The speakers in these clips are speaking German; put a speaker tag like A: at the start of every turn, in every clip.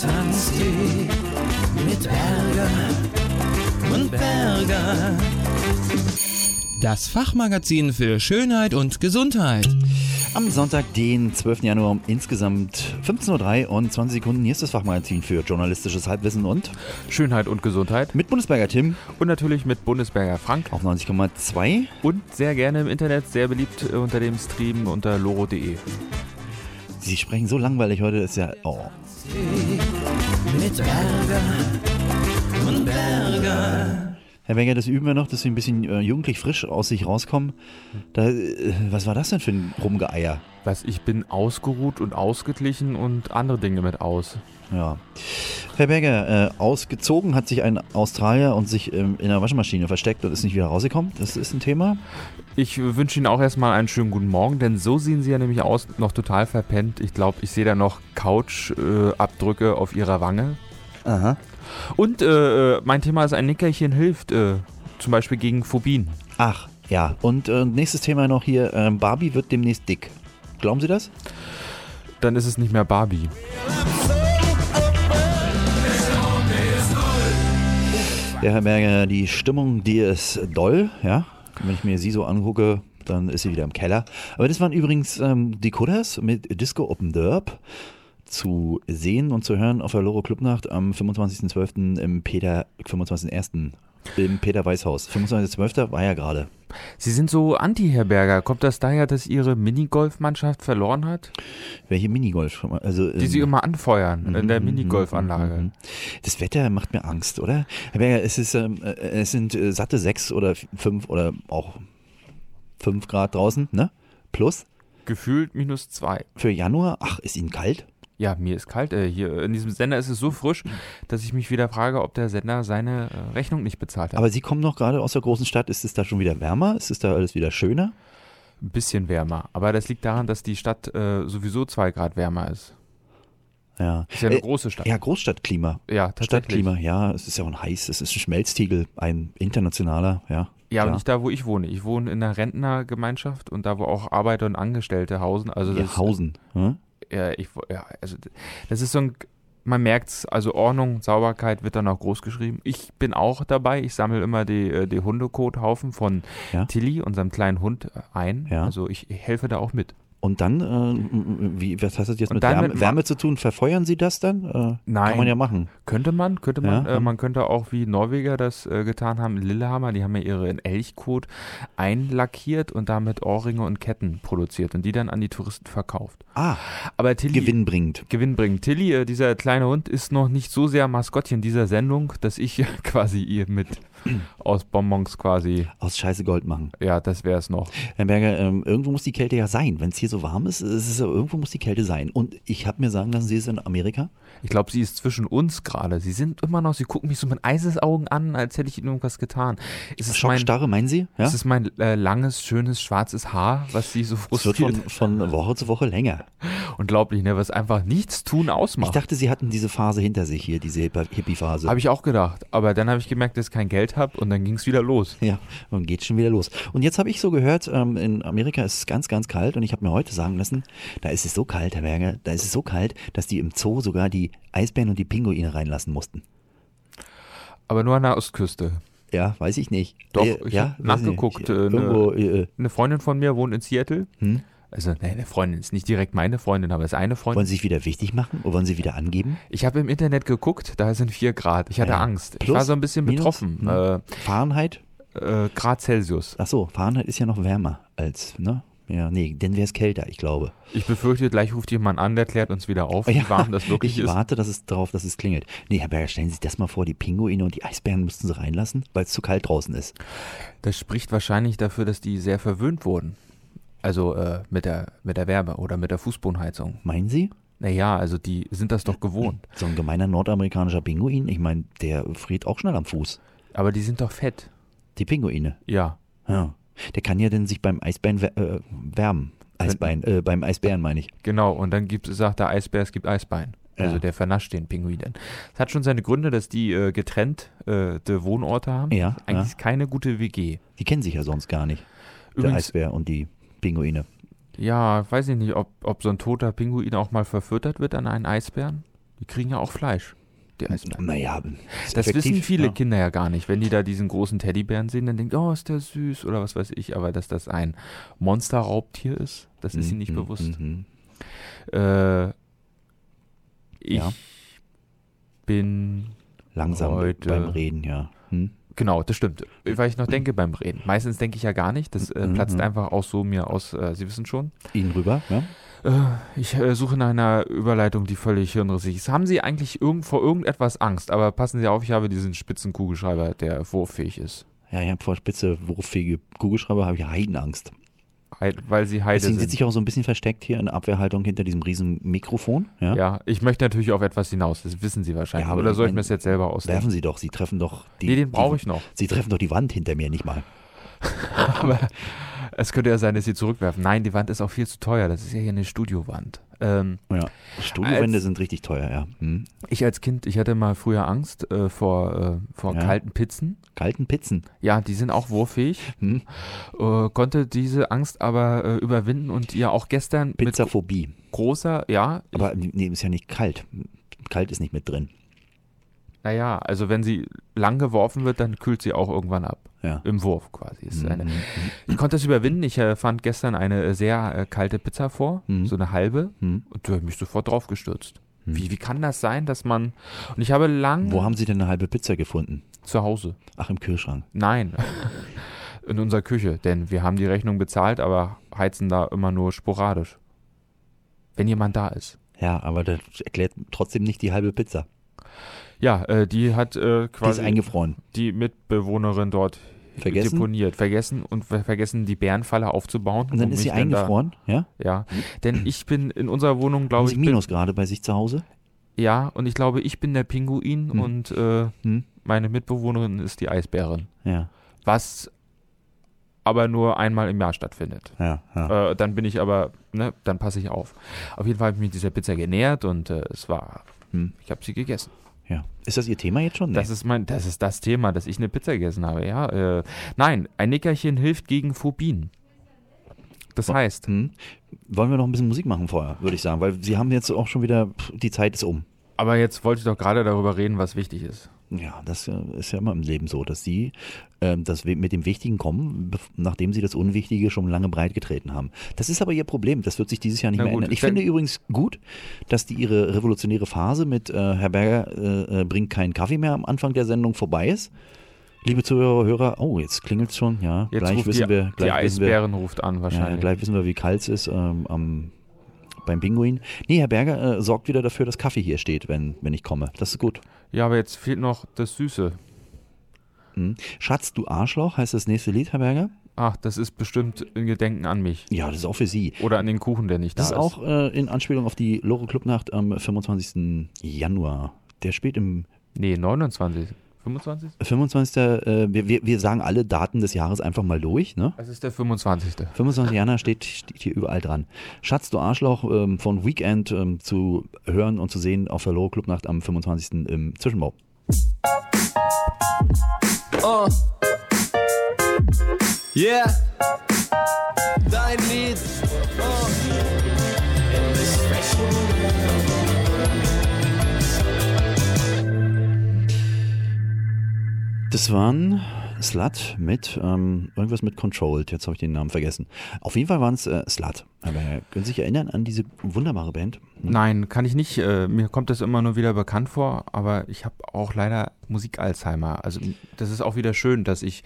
A: tanzt die mit Ärger und Berger. Das Fachmagazin für Schönheit und Gesundheit.
B: Am Sonntag, den 12. Januar um insgesamt 15.03 Uhr und 20 Sekunden. Hier ist das Fachmagazin für journalistisches Halbwissen und
C: Schönheit und Gesundheit.
B: mit Bundesberger Tim
C: Und natürlich mit Bundesberger Frank.
B: auf 90,2.
C: Und sehr gerne im Internet, sehr beliebt äh, unter dem Stream unter loro.de.
B: Sie sprechen so langweilig heute, ist ja. Oh.
A: Mit Ärger und Berger.
B: Herr Berger, das üben wir noch, dass Sie ein bisschen äh, jugendlich frisch aus sich rauskommen. Da, äh, was war das denn für ein Rumgeeier?
C: Was ich bin ausgeruht und ausgeglichen und andere Dinge mit aus.
B: Ja. Herr Berger, äh, ausgezogen hat sich ein Australier und sich ähm, in der Waschmaschine versteckt und ist nicht wieder rausgekommen. Das ist ein Thema.
C: Ich wünsche Ihnen auch erstmal einen schönen guten Morgen, denn so sehen Sie ja nämlich aus, noch total verpennt. Ich glaube, ich sehe da noch Couch-Abdrücke auf Ihrer Wange.
B: Aha.
C: Und äh, äh, mein Thema ist, ein Nickerchen hilft, äh, zum Beispiel gegen Phobien.
B: Ach, ja. Und äh, nächstes Thema noch hier: ähm, Barbie wird demnächst dick. Glauben Sie das?
C: Dann ist es nicht mehr Barbie.
B: Ja, Herr Berger, die Stimmung, die ist doll, ja. Wenn ich mir sie so angucke, dann ist sie wieder im Keller. Aber das waren übrigens ähm, die Kudders mit Disco Open Derb zu sehen und zu hören auf der Loro Clubnacht am 25.12. im Peter, 25.01. im Peter Weißhaus. 25.12. war ja gerade.
C: Sie sind so anti-Herberger. Kommt das daher, dass Ihre Minigolfmannschaft verloren hat?
B: Welche Minigolf schon mal? Also,
C: Die
B: ähm,
C: Sie um immer anfeuern in der
B: Mhm,
C: Minigolfanlage.
B: mhm. Das Wetter macht mir Angst, oder? Herr Berger, es, ist, ähm, äh, es sind äh, satte sechs oder f- fünf oder auch fünf Grad draußen, ne? Plus.
C: Gefühlt minus zwei.
B: Für Januar, ach, ist Ihnen kalt?
C: Ja, mir ist kalt. Äh, hier in diesem Sender ist es so frisch, dass ich mich wieder frage, ob der Sender seine äh, Rechnung nicht bezahlt hat.
B: Aber Sie kommen noch gerade aus der großen Stadt. Ist es da schon wieder wärmer? Ist es da alles wieder schöner?
C: Ein bisschen wärmer. Aber das liegt daran, dass die Stadt äh, sowieso zwei Grad wärmer ist.
B: Ja.
C: Ist ja eine
B: Äh,
C: große Stadt.
B: Ja, Großstadtklima.
C: Ja, tatsächlich.
B: Stadtklima, ja, es ist ja auch ein heiß, es ist ein Schmelztiegel, ein internationaler, ja.
C: Ja, aber
B: klar.
C: nicht da, wo ich wohne. Ich wohne in einer Rentnergemeinschaft und da, wo auch Arbeiter und Angestellte hausen. Also das,
B: ja, Hausen. Hm?
C: ja, ich, wo- ja, also d- das ist so ein, man merkt's, also Ordnung, Sauberkeit wird dann auch groß geschrieben. Ich bin auch dabei, ich sammle immer die, äh, die Hundekothaufen von
B: Ja.
C: Tilly, unserem kleinen Hund, äh, ein.
B: Ja.
C: Also ich helfe da auch mit.
B: Und dann, äh, wie, was hat das jetzt
C: Und
B: mit
C: dann
B: Wärme,
C: mit-
B: Wärme zu tun? Verfeuern Sie das dann? Äh, Kann
C: Nein.
B: man ja machen.
C: Könnte man, könnte man,
B: Ja.
C: äh, man könnte auch wie Norweger das äh, getan haben, in Lillehammer, die haben ja ihren Elchkot einlackiert und damit Ohrringe und Ketten produziert und die dann an die Touristen verkauft.
B: Ah,
C: Aber Tilly,
B: gewinnbringend.
C: Gewinn bringen. Tilly, äh, dieser kleine Hund, ist noch nicht so sehr Maskottchen dieser Sendung, dass ich quasi ihr mit aus Bonbons quasi,
B: Aus Scheiße Gold machen.
C: ja, das wäre es noch.
B: Herr Berger, ähm, irgendwo muss die Kälte ja sein. Wenn es hier so warm ist, ist es, ja- irgendwo muss die Kälte sein. Und ich habe mir sagen lassen, Sie ist in Amerika.
C: Ich glaube, sie ist zwischen uns gerade. Sie sind immer noch, sie gucken mich so mit Eisesaugen an, als hätte ich ihnen irgendwas getan. Ist es mein,
B: Schockstarre, meinen Sie? Ja?
C: ist es mein äh, langes, schönes, schwarzes Haar, was sie so
B: Es wird von,
C: frustriert?
B: von Woche zu Woche länger.
C: Unglaublich, ne? Was einfach nichts tun
B: Ich
C: ausmacht.
B: dachte, Sie hatten diese Phase hinter sich hier, diese Hipp- Hippie-Phase.
C: Habe ich auch gedacht. Aber dann habe ich gemerkt, dass ich kein Geld habe und dann ging es wieder los.
B: Ja, und geht schon wieder los. Und jetzt habe ich so gehört, ähm, in Amerika ist es ganz, ganz kalt und ich habe mir heute sagen lassen, da ist es so kalt, Herr Berger, da ist es so kalt, dass die im Zoo sogar die Eisbären und die Pinguine reinlassen mussten.
C: Aber nur an der Ostküste.
B: Ja, weiß ich nicht.
C: Doch,
B: Äh,
C: ich
B: ja,
C: hab
B: weiß ich
C: nachgeguckt,
B: nicht.
C: äh,
B: Irgendwo, äh,
C: Eine Freundin von mir wohnt in Seattle.
B: Hm?
C: Also, ne, eine Freundin ist nicht direkt meine Freundin, aber ist eine Freundin.
B: wollen Sie sich wieder wichtig machen? Oder wollen Sie wieder angeben?
C: Ich habe im Internet geguckt, da sind 4 Grad. Ich hatte
B: Ja.
C: Angst. ich
B: Plus,
C: war so ein bisschen
B: minus,
C: betroffen.
B: hm. Fahrenheit?
C: Äh, äh, Grad Celsius.
B: Ach so, Fahrenheit ist ja noch wärmer als, ne? Ja, nee, denn wäre es kälter, ich glaube.
C: Ich befürchte, gleich ruft jemand an, der klärt uns wieder auf, wie warm das wirklich
B: ich
C: ist.
B: warte, dass es drauf, dass es klingelt. Nee, Herr Berger, stellen Sie sich das mal vor, die Pinguine und die Eisbären müssten sie reinlassen, weil es zu kalt draußen ist.
C: Das spricht wahrscheinlich dafür, dass die sehr verwöhnt wurden. Also äh, mit, der, mit der Wärme oder mit der Fußbodenheizung.
B: Meinen Sie?
C: Naja, also die sind das doch gewohnt.
B: So ein gemeiner nordamerikanischer Pinguin, ich meine, der friert auch schnell am Fuß.
C: Aber die sind doch fett.
B: Die Pinguine.
C: Ja.
B: Ja. Der kann ja denn sich beim Eisbein wär- äh, wärmen. Eisbein, äh, beim Eisbären meine ich.
C: Genau, und dann gibt, sagt der Eisbär, es gibt Eisbein. Also
B: Ja.
C: der vernascht den Pinguin dann. Es hat schon seine Gründe, dass die äh, getrennt äh, de Wohnorte haben.
B: Ja,
C: Eigentlich ist keine gute WG.
B: Die kennen sich ja sonst gar nicht. der
C: Übrigens-
B: Eisbär und die Pinguine.
C: Ja, weiß ich nicht, ob, ob so ein toter Pinguin auch mal verfüttert wird an einen Eisbären. Die kriegen ja auch Fleisch. Die Eisbären.
B: Naja, ist
C: Das
B: Hm, effektiv,
C: wissen viele
B: ja.
C: Kinder ja gar nicht. Wenn die da diesen großen Teddybären sehen, dann denken, die, oh, ist der süß oder was weiß ich. Aber dass das ein Monsterraubtier ist, das ist ihnen nicht
B: Mhm,
C: bewusst.
B: mhm.
C: Äh, ich
B: Ja.
C: bin
B: Langsam
C: Heute-
B: beim Reden, ja. Hm?
C: Genau, das stimmt. Weil ich noch denke beim Reden. Meistens denke ich ja gar nicht. Das äh,
B: Mhm.
C: platzt einfach aus so mir aus. Äh, Sie wissen schon.
B: Ihnen rüber, ja?
C: Äh, ich äh, suche nach einer Überleitung, die völlig hirnrissig ist. Haben Sie eigentlich irgend, vor irgendetwas Angst? Aber passen Sie auf, ich habe diesen spitzen Kugelschreiber, der wurffähig ist.
B: Ja, ich habe vor spitze, wurffähige Kugelschreiber, habe ich Heidenangst.
C: Heid- Weil Sie Heide
B: Deswegen
C: sind.
B: sitze ich auch so ein bisschen versteckt hier in Abwehrhaltung hinter diesem riesen Mikrofon. Ja?
C: ja, ich möchte natürlich auf etwas hinaus. Das wissen Sie wahrscheinlich.
B: ne? Ja, aber
C: Oder soll ich
B: mein-
C: mir das jetzt selber ausdenken?
B: Werfen Sie doch, Sie treffen doch die.
C: Nee, den brauche
B: die-
C: ich noch.
B: Sie treffen doch die Wand hinter mir nicht mal.
C: Aber es könnte ja sein, dass Sie zurückwerfen. Nein, die Wand ist auch viel zu teuer. Das ist ja hier eine Studiowand. Ähm,
B: Ja. Studiowände
C: Als-
B: sind richtig teuer, ja. Hm.
C: Ich als Kind, ich hatte mal früher Angst äh, vor, äh, vor
B: Ja.
C: kalten Pizzen.
B: Kalten Pizzen.
C: Ja, die sind auch wurffähig.
B: Hm.
C: Äh, konnte diese Angst aber äh, überwinden und ihr auch gestern mit
B: Pizzaphobie.
C: großer, ja,
B: Aber nee, ist ja nicht kalt. Kalt ist nicht mit drin.
C: naja, also wenn sie lang geworfen wird, dann kühlt sie auch irgendwann ab.
B: Ja.
C: Im Wurf quasi. Ist eine,
B: Mhm.
C: ich konnte das überwinden. Ich äh, fand gestern eine äh, sehr äh, kalte Pizza vor,
B: Mhm.
C: so eine halbe,
B: Mhm.
C: und da habe ich mich sofort draufgestürzt.
B: Mhm.
C: Wie, wie kann das sein, dass man. Und ich habe lang
B: Wo haben Sie denn eine halbe Pizza gefunden?
C: zu Hause.
B: Ach, im Kühlschrank.
C: Nein. In unserer Küche, denn wir haben die Rechnung bezahlt, aber heizen da immer nur sporadisch. Wenn jemand da ist.
B: Ja, aber das erklärt trotzdem nicht die halbe Pizza.
C: Ja, äh, die hat äh,
B: Die ist
C: quasi die,
B: eingefroren.
C: Mitbewohnerin dort
B: Vergessen?
C: deponiert, vergessen und ver vergessen, die Bärenfalle aufzubauen.
B: Und dann
C: um
B: ist sie
C: mich denn da-
B: eingefroren, ja?
C: ja, denn ich bin in unserer Wohnung,
B: Haben
C: glaube
B: Sie
C: ich, bin,
B: Minus gerade bei sich zu Hause?
C: ja, und ich glaube, ich bin der Pinguin
B: Hm.
C: und äh,
B: Hm.
C: meine Mitbewohnerin ist die Eisbärin.
B: Ja,
C: Was aber nur einmal im Jahr stattfindet.
B: ja, ja.
C: Äh, dann bin ich aber, ne, dann passe ich auf. Auf jeden Fall habe ich mich dieser Pizza genähert und äh, es war,
B: Hm.
C: ich habe sie gegessen.
B: ja. Ist das Ihr Thema jetzt schon? Nee.
C: Das ist mein, das ist das Thema, dass ich eine Pizza gegessen habe, ja. Äh, nein, ein Nickerchen hilft gegen Phobien. Das heißt,
B: Hm. Wollen wir noch ein bisschen Musik machen vorher, würde ich sagen, weil Sie haben jetzt auch schon wieder, pff, die Zeit ist um.
C: aber jetzt wollte ich doch gerade darüber reden, was wichtig ist.
B: Ja, das äh, ist ja immer im Leben so, dass Sie ähm, das we- mit dem Wichtigen kommen, bef- nachdem Sie das Unwichtige schon lange breit getreten haben. Das ist aber Ihr Problem, das wird sich dieses Jahr nicht
C: Na
B: mehr
C: gut,
B: ändern. Ich
C: dann-
B: finde übrigens gut, dass die Ihre revolutionäre Phase mit äh, Herr Berger äh, äh, bringt keinen Kaffee mehr am Anfang der Sendung vorbei ist. Liebe Zuhörer, Hörer, oh, jetzt klingelt es schon, ja.
C: Jetzt
B: gleich
C: ruft
B: wissen
C: die,
B: wir,
C: die
B: gleich wissen wir,
C: Eisbären ruft an
B: Ja,
C: wahrscheinlich.
B: gleich wissen wir, wie kalt es ist ähm, am, beim Pinguin. Nee, Herr Berger äh, sorgt wieder dafür, dass Kaffee hier steht, wenn, wenn ich komme. Das ist gut.
C: ja, aber jetzt fehlt noch das Süße.
B: Mhm. Schatz, du Arschloch, heißt das nächste Lied, Herr Berger?
C: Ach, das ist bestimmt in Gedenken an mich.
B: Ja, das ist auch für Sie.
C: Oder an den Kuchen, der nicht
B: Das
C: da
B: ist auch äh, in Anspielung auf die Loro Clubnacht am 25. Januar. Der spielt im
C: Nee, 29. 25?
B: 25. Äh, wir, wir, wir sagen alle Daten des Jahres einfach mal durch, ne?
C: Es ist der 25.
B: 25. Januar steht, steht hier überall dran. Schatz, du Arschloch, ähm, von Weekend ähm, zu hören und zu sehen auf der Loro Clubnacht am 25. im Zwischenbau.
A: Oh. Yeah. Dein Lied. Oh.
B: Das waren Slut mit ähm, irgendwas mit Controlled. Jetzt habe ich den Namen vergessen. Auf jeden Fall waren es äh, Slut. Aber können Sie sich erinnern an diese wunderbare Band?
C: Nein, kann ich nicht. Äh, mir kommt das immer nur wieder bekannt vor, aber ich habe auch leider Musik-Alzheimer. Also m- das ist auch wieder schön, dass ich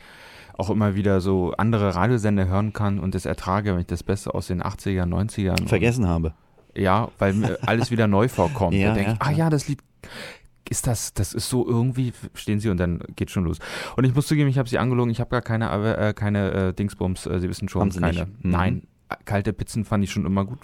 C: auch immer wieder so andere Radiosender hören kann und das ertrage, wenn ich das Beste aus den 80ern, 90ern.
B: Vergessen habe.
C: Und, ja, weil mir alles wieder neu vorkommt.
B: Ja,
C: Ja, denk
B: ja,
C: ich, ah ja, das Lied ist das, das ist so irgendwie, stehen sie und dann geht schon los. Und ich muss zugeben, ich habe sie angelogen, ich habe gar keine, äh, keine äh, Dingsbums, äh, sie wissen schon,
B: Haben Sie
C: keine.
B: nicht? Mhm.
C: Nein, äh, kalte Pizzen fand ich schon immer gut.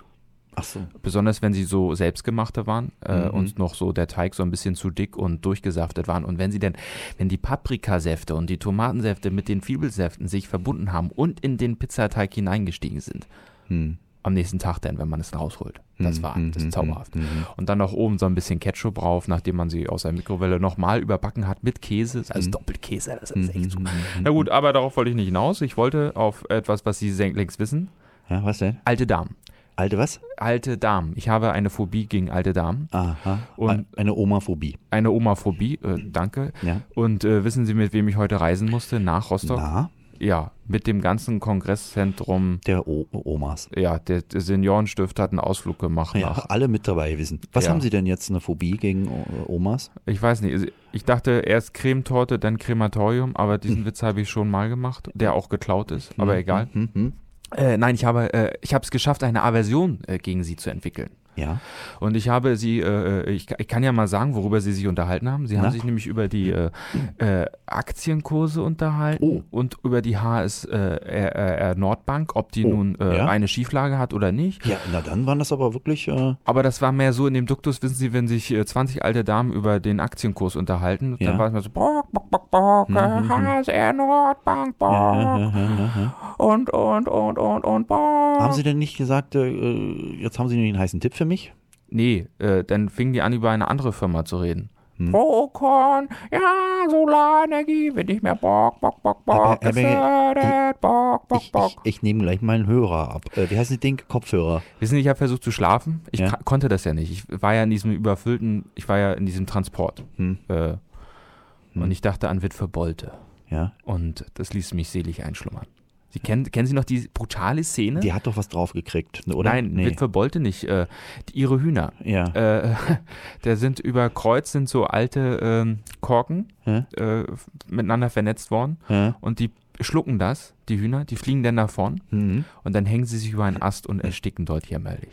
B: Ach so.
C: Besonders wenn sie so selbstgemachte waren äh,
B: Mhm.
C: und noch so der Teig so ein bisschen zu dick und durchgesaftet waren. Und wenn sie denn, wenn die Paprikasäfte und die Tomatensäfte mit den Zwiebelsäften sich verbunden haben und in den Pizzateig hineingestiegen sind,
B: Hm.
C: am nächsten Tag dann, wenn man es rausholt. Das war, das ist zauberhaft.
B: Mhm.
C: Und dann noch oben so ein bisschen Ketchup drauf, nachdem man sie aus der Mikrowelle nochmal überbacken hat mit Käse. Also
B: Mhm.
C: Doppelkäse, das ist echt
B: Mhm.
C: super. Na gut, aber darauf wollte ich nicht hinaus. Ich wollte auf etwas, was Sie längst wissen.
B: Ja, was denn?
C: Alte Damen.
B: Alte was?
C: Alte Damen. Ich habe eine Phobie gegen alte Damen.
B: Aha.
C: Und-
B: Eine Omaphobie.
C: Eine Omaphobie, äh, danke.
B: Ja.
C: Und äh, wissen Sie, mit wem ich heute reisen musste? Nach Rostock?
B: Na,
C: Ja, mit dem ganzen Kongresszentrum.
B: der o Omas.
C: Ja, der, der Seniorenstift hat einen Ausflug gemacht
B: Ja,
C: nach.
B: alle mit dabei gewesen. Was
C: Ja.
B: haben Sie denn jetzt eine Phobie gegen o Omas?
C: Ich weiß nicht, also ich dachte erst Cremetorte, dann Krematorium, aber diesen Witz habe ich schon mal gemacht, der auch geklaut ist, aber egal.
B: Hm, hm.
C: Äh, nein, ich habe äh, ich habe es geschafft, eine Aversion äh, gegen sie zu entwickeln.
B: Ja.
C: Und ich habe sie, äh, ich, ich kann ja mal sagen, worüber sie sich unterhalten haben. Sie haben
B: Na?
C: sich nämlich über die äh, äh, Aktienkurse unterhalten
B: Oh.
C: und über die HSR äh, äh, Nordbank, ob die
B: Oh,
C: nun äh,
B: ja.
C: eine Schieflage hat oder nicht.
B: Ja, na dann waren das aber wirklich. Äh,
C: Aber das war mehr so in dem Duktus, wissen Sie, wenn sich äh, 20 alte Damen über den Aktienkurs unterhalten,
B: Ja.
C: dann war es mal so, bock, bock, bock, bock, äh, HSR Nordbank, bock,
B: ja, ja, ja, ja, ja.
C: und, und, und, und, und, bock.
B: Haben Sie denn nicht gesagt, äh, äh, jetzt haben Sie einen heißen Tipp für mich?
C: Nee, äh, dann fingen die an, über eine andere Firma zu reden. Procon, ja, Solarenergie, wird nicht mehr Bock, Bock, Bock, Bock,
B: Aber- aber-
C: gefördert, Bock, Bock,
B: Ich, ich,
C: Bock.
B: ich nehme gleich meinen Hörer ab. Äh, wie heißt das Ding? Kopfhörer.
C: Wissen Sie, ich habe versucht zu schlafen. Ich
B: Ja.
C: ka- konnte das ja nicht. Ich war ja in diesem überfüllten, ich war ja in diesem Transport.
B: Hm.
C: Äh, Und ich dachte an Witwe Bolte.
B: Ja.
C: Und das ließ mich selig einschlummern. Sie kennen, kennen Sie noch die brutale Szene?
B: Die hat doch was draufgekriegt, ne, oder?
C: Nein,
B: nee.
C: Witwe Bolte nicht. Äh, die, ihre Hühner.
B: Ja.
C: Äh, da sind über Kreuz sind so alte ähm, Korken
B: Hä?
C: äh, f- miteinander vernetzt worden
B: Hä?
C: und die schlucken das, die Hühner, die fliegen dann davon
B: Mhm.
C: und dann hängen sie sich über einen Ast und ersticken dort jämmerlich.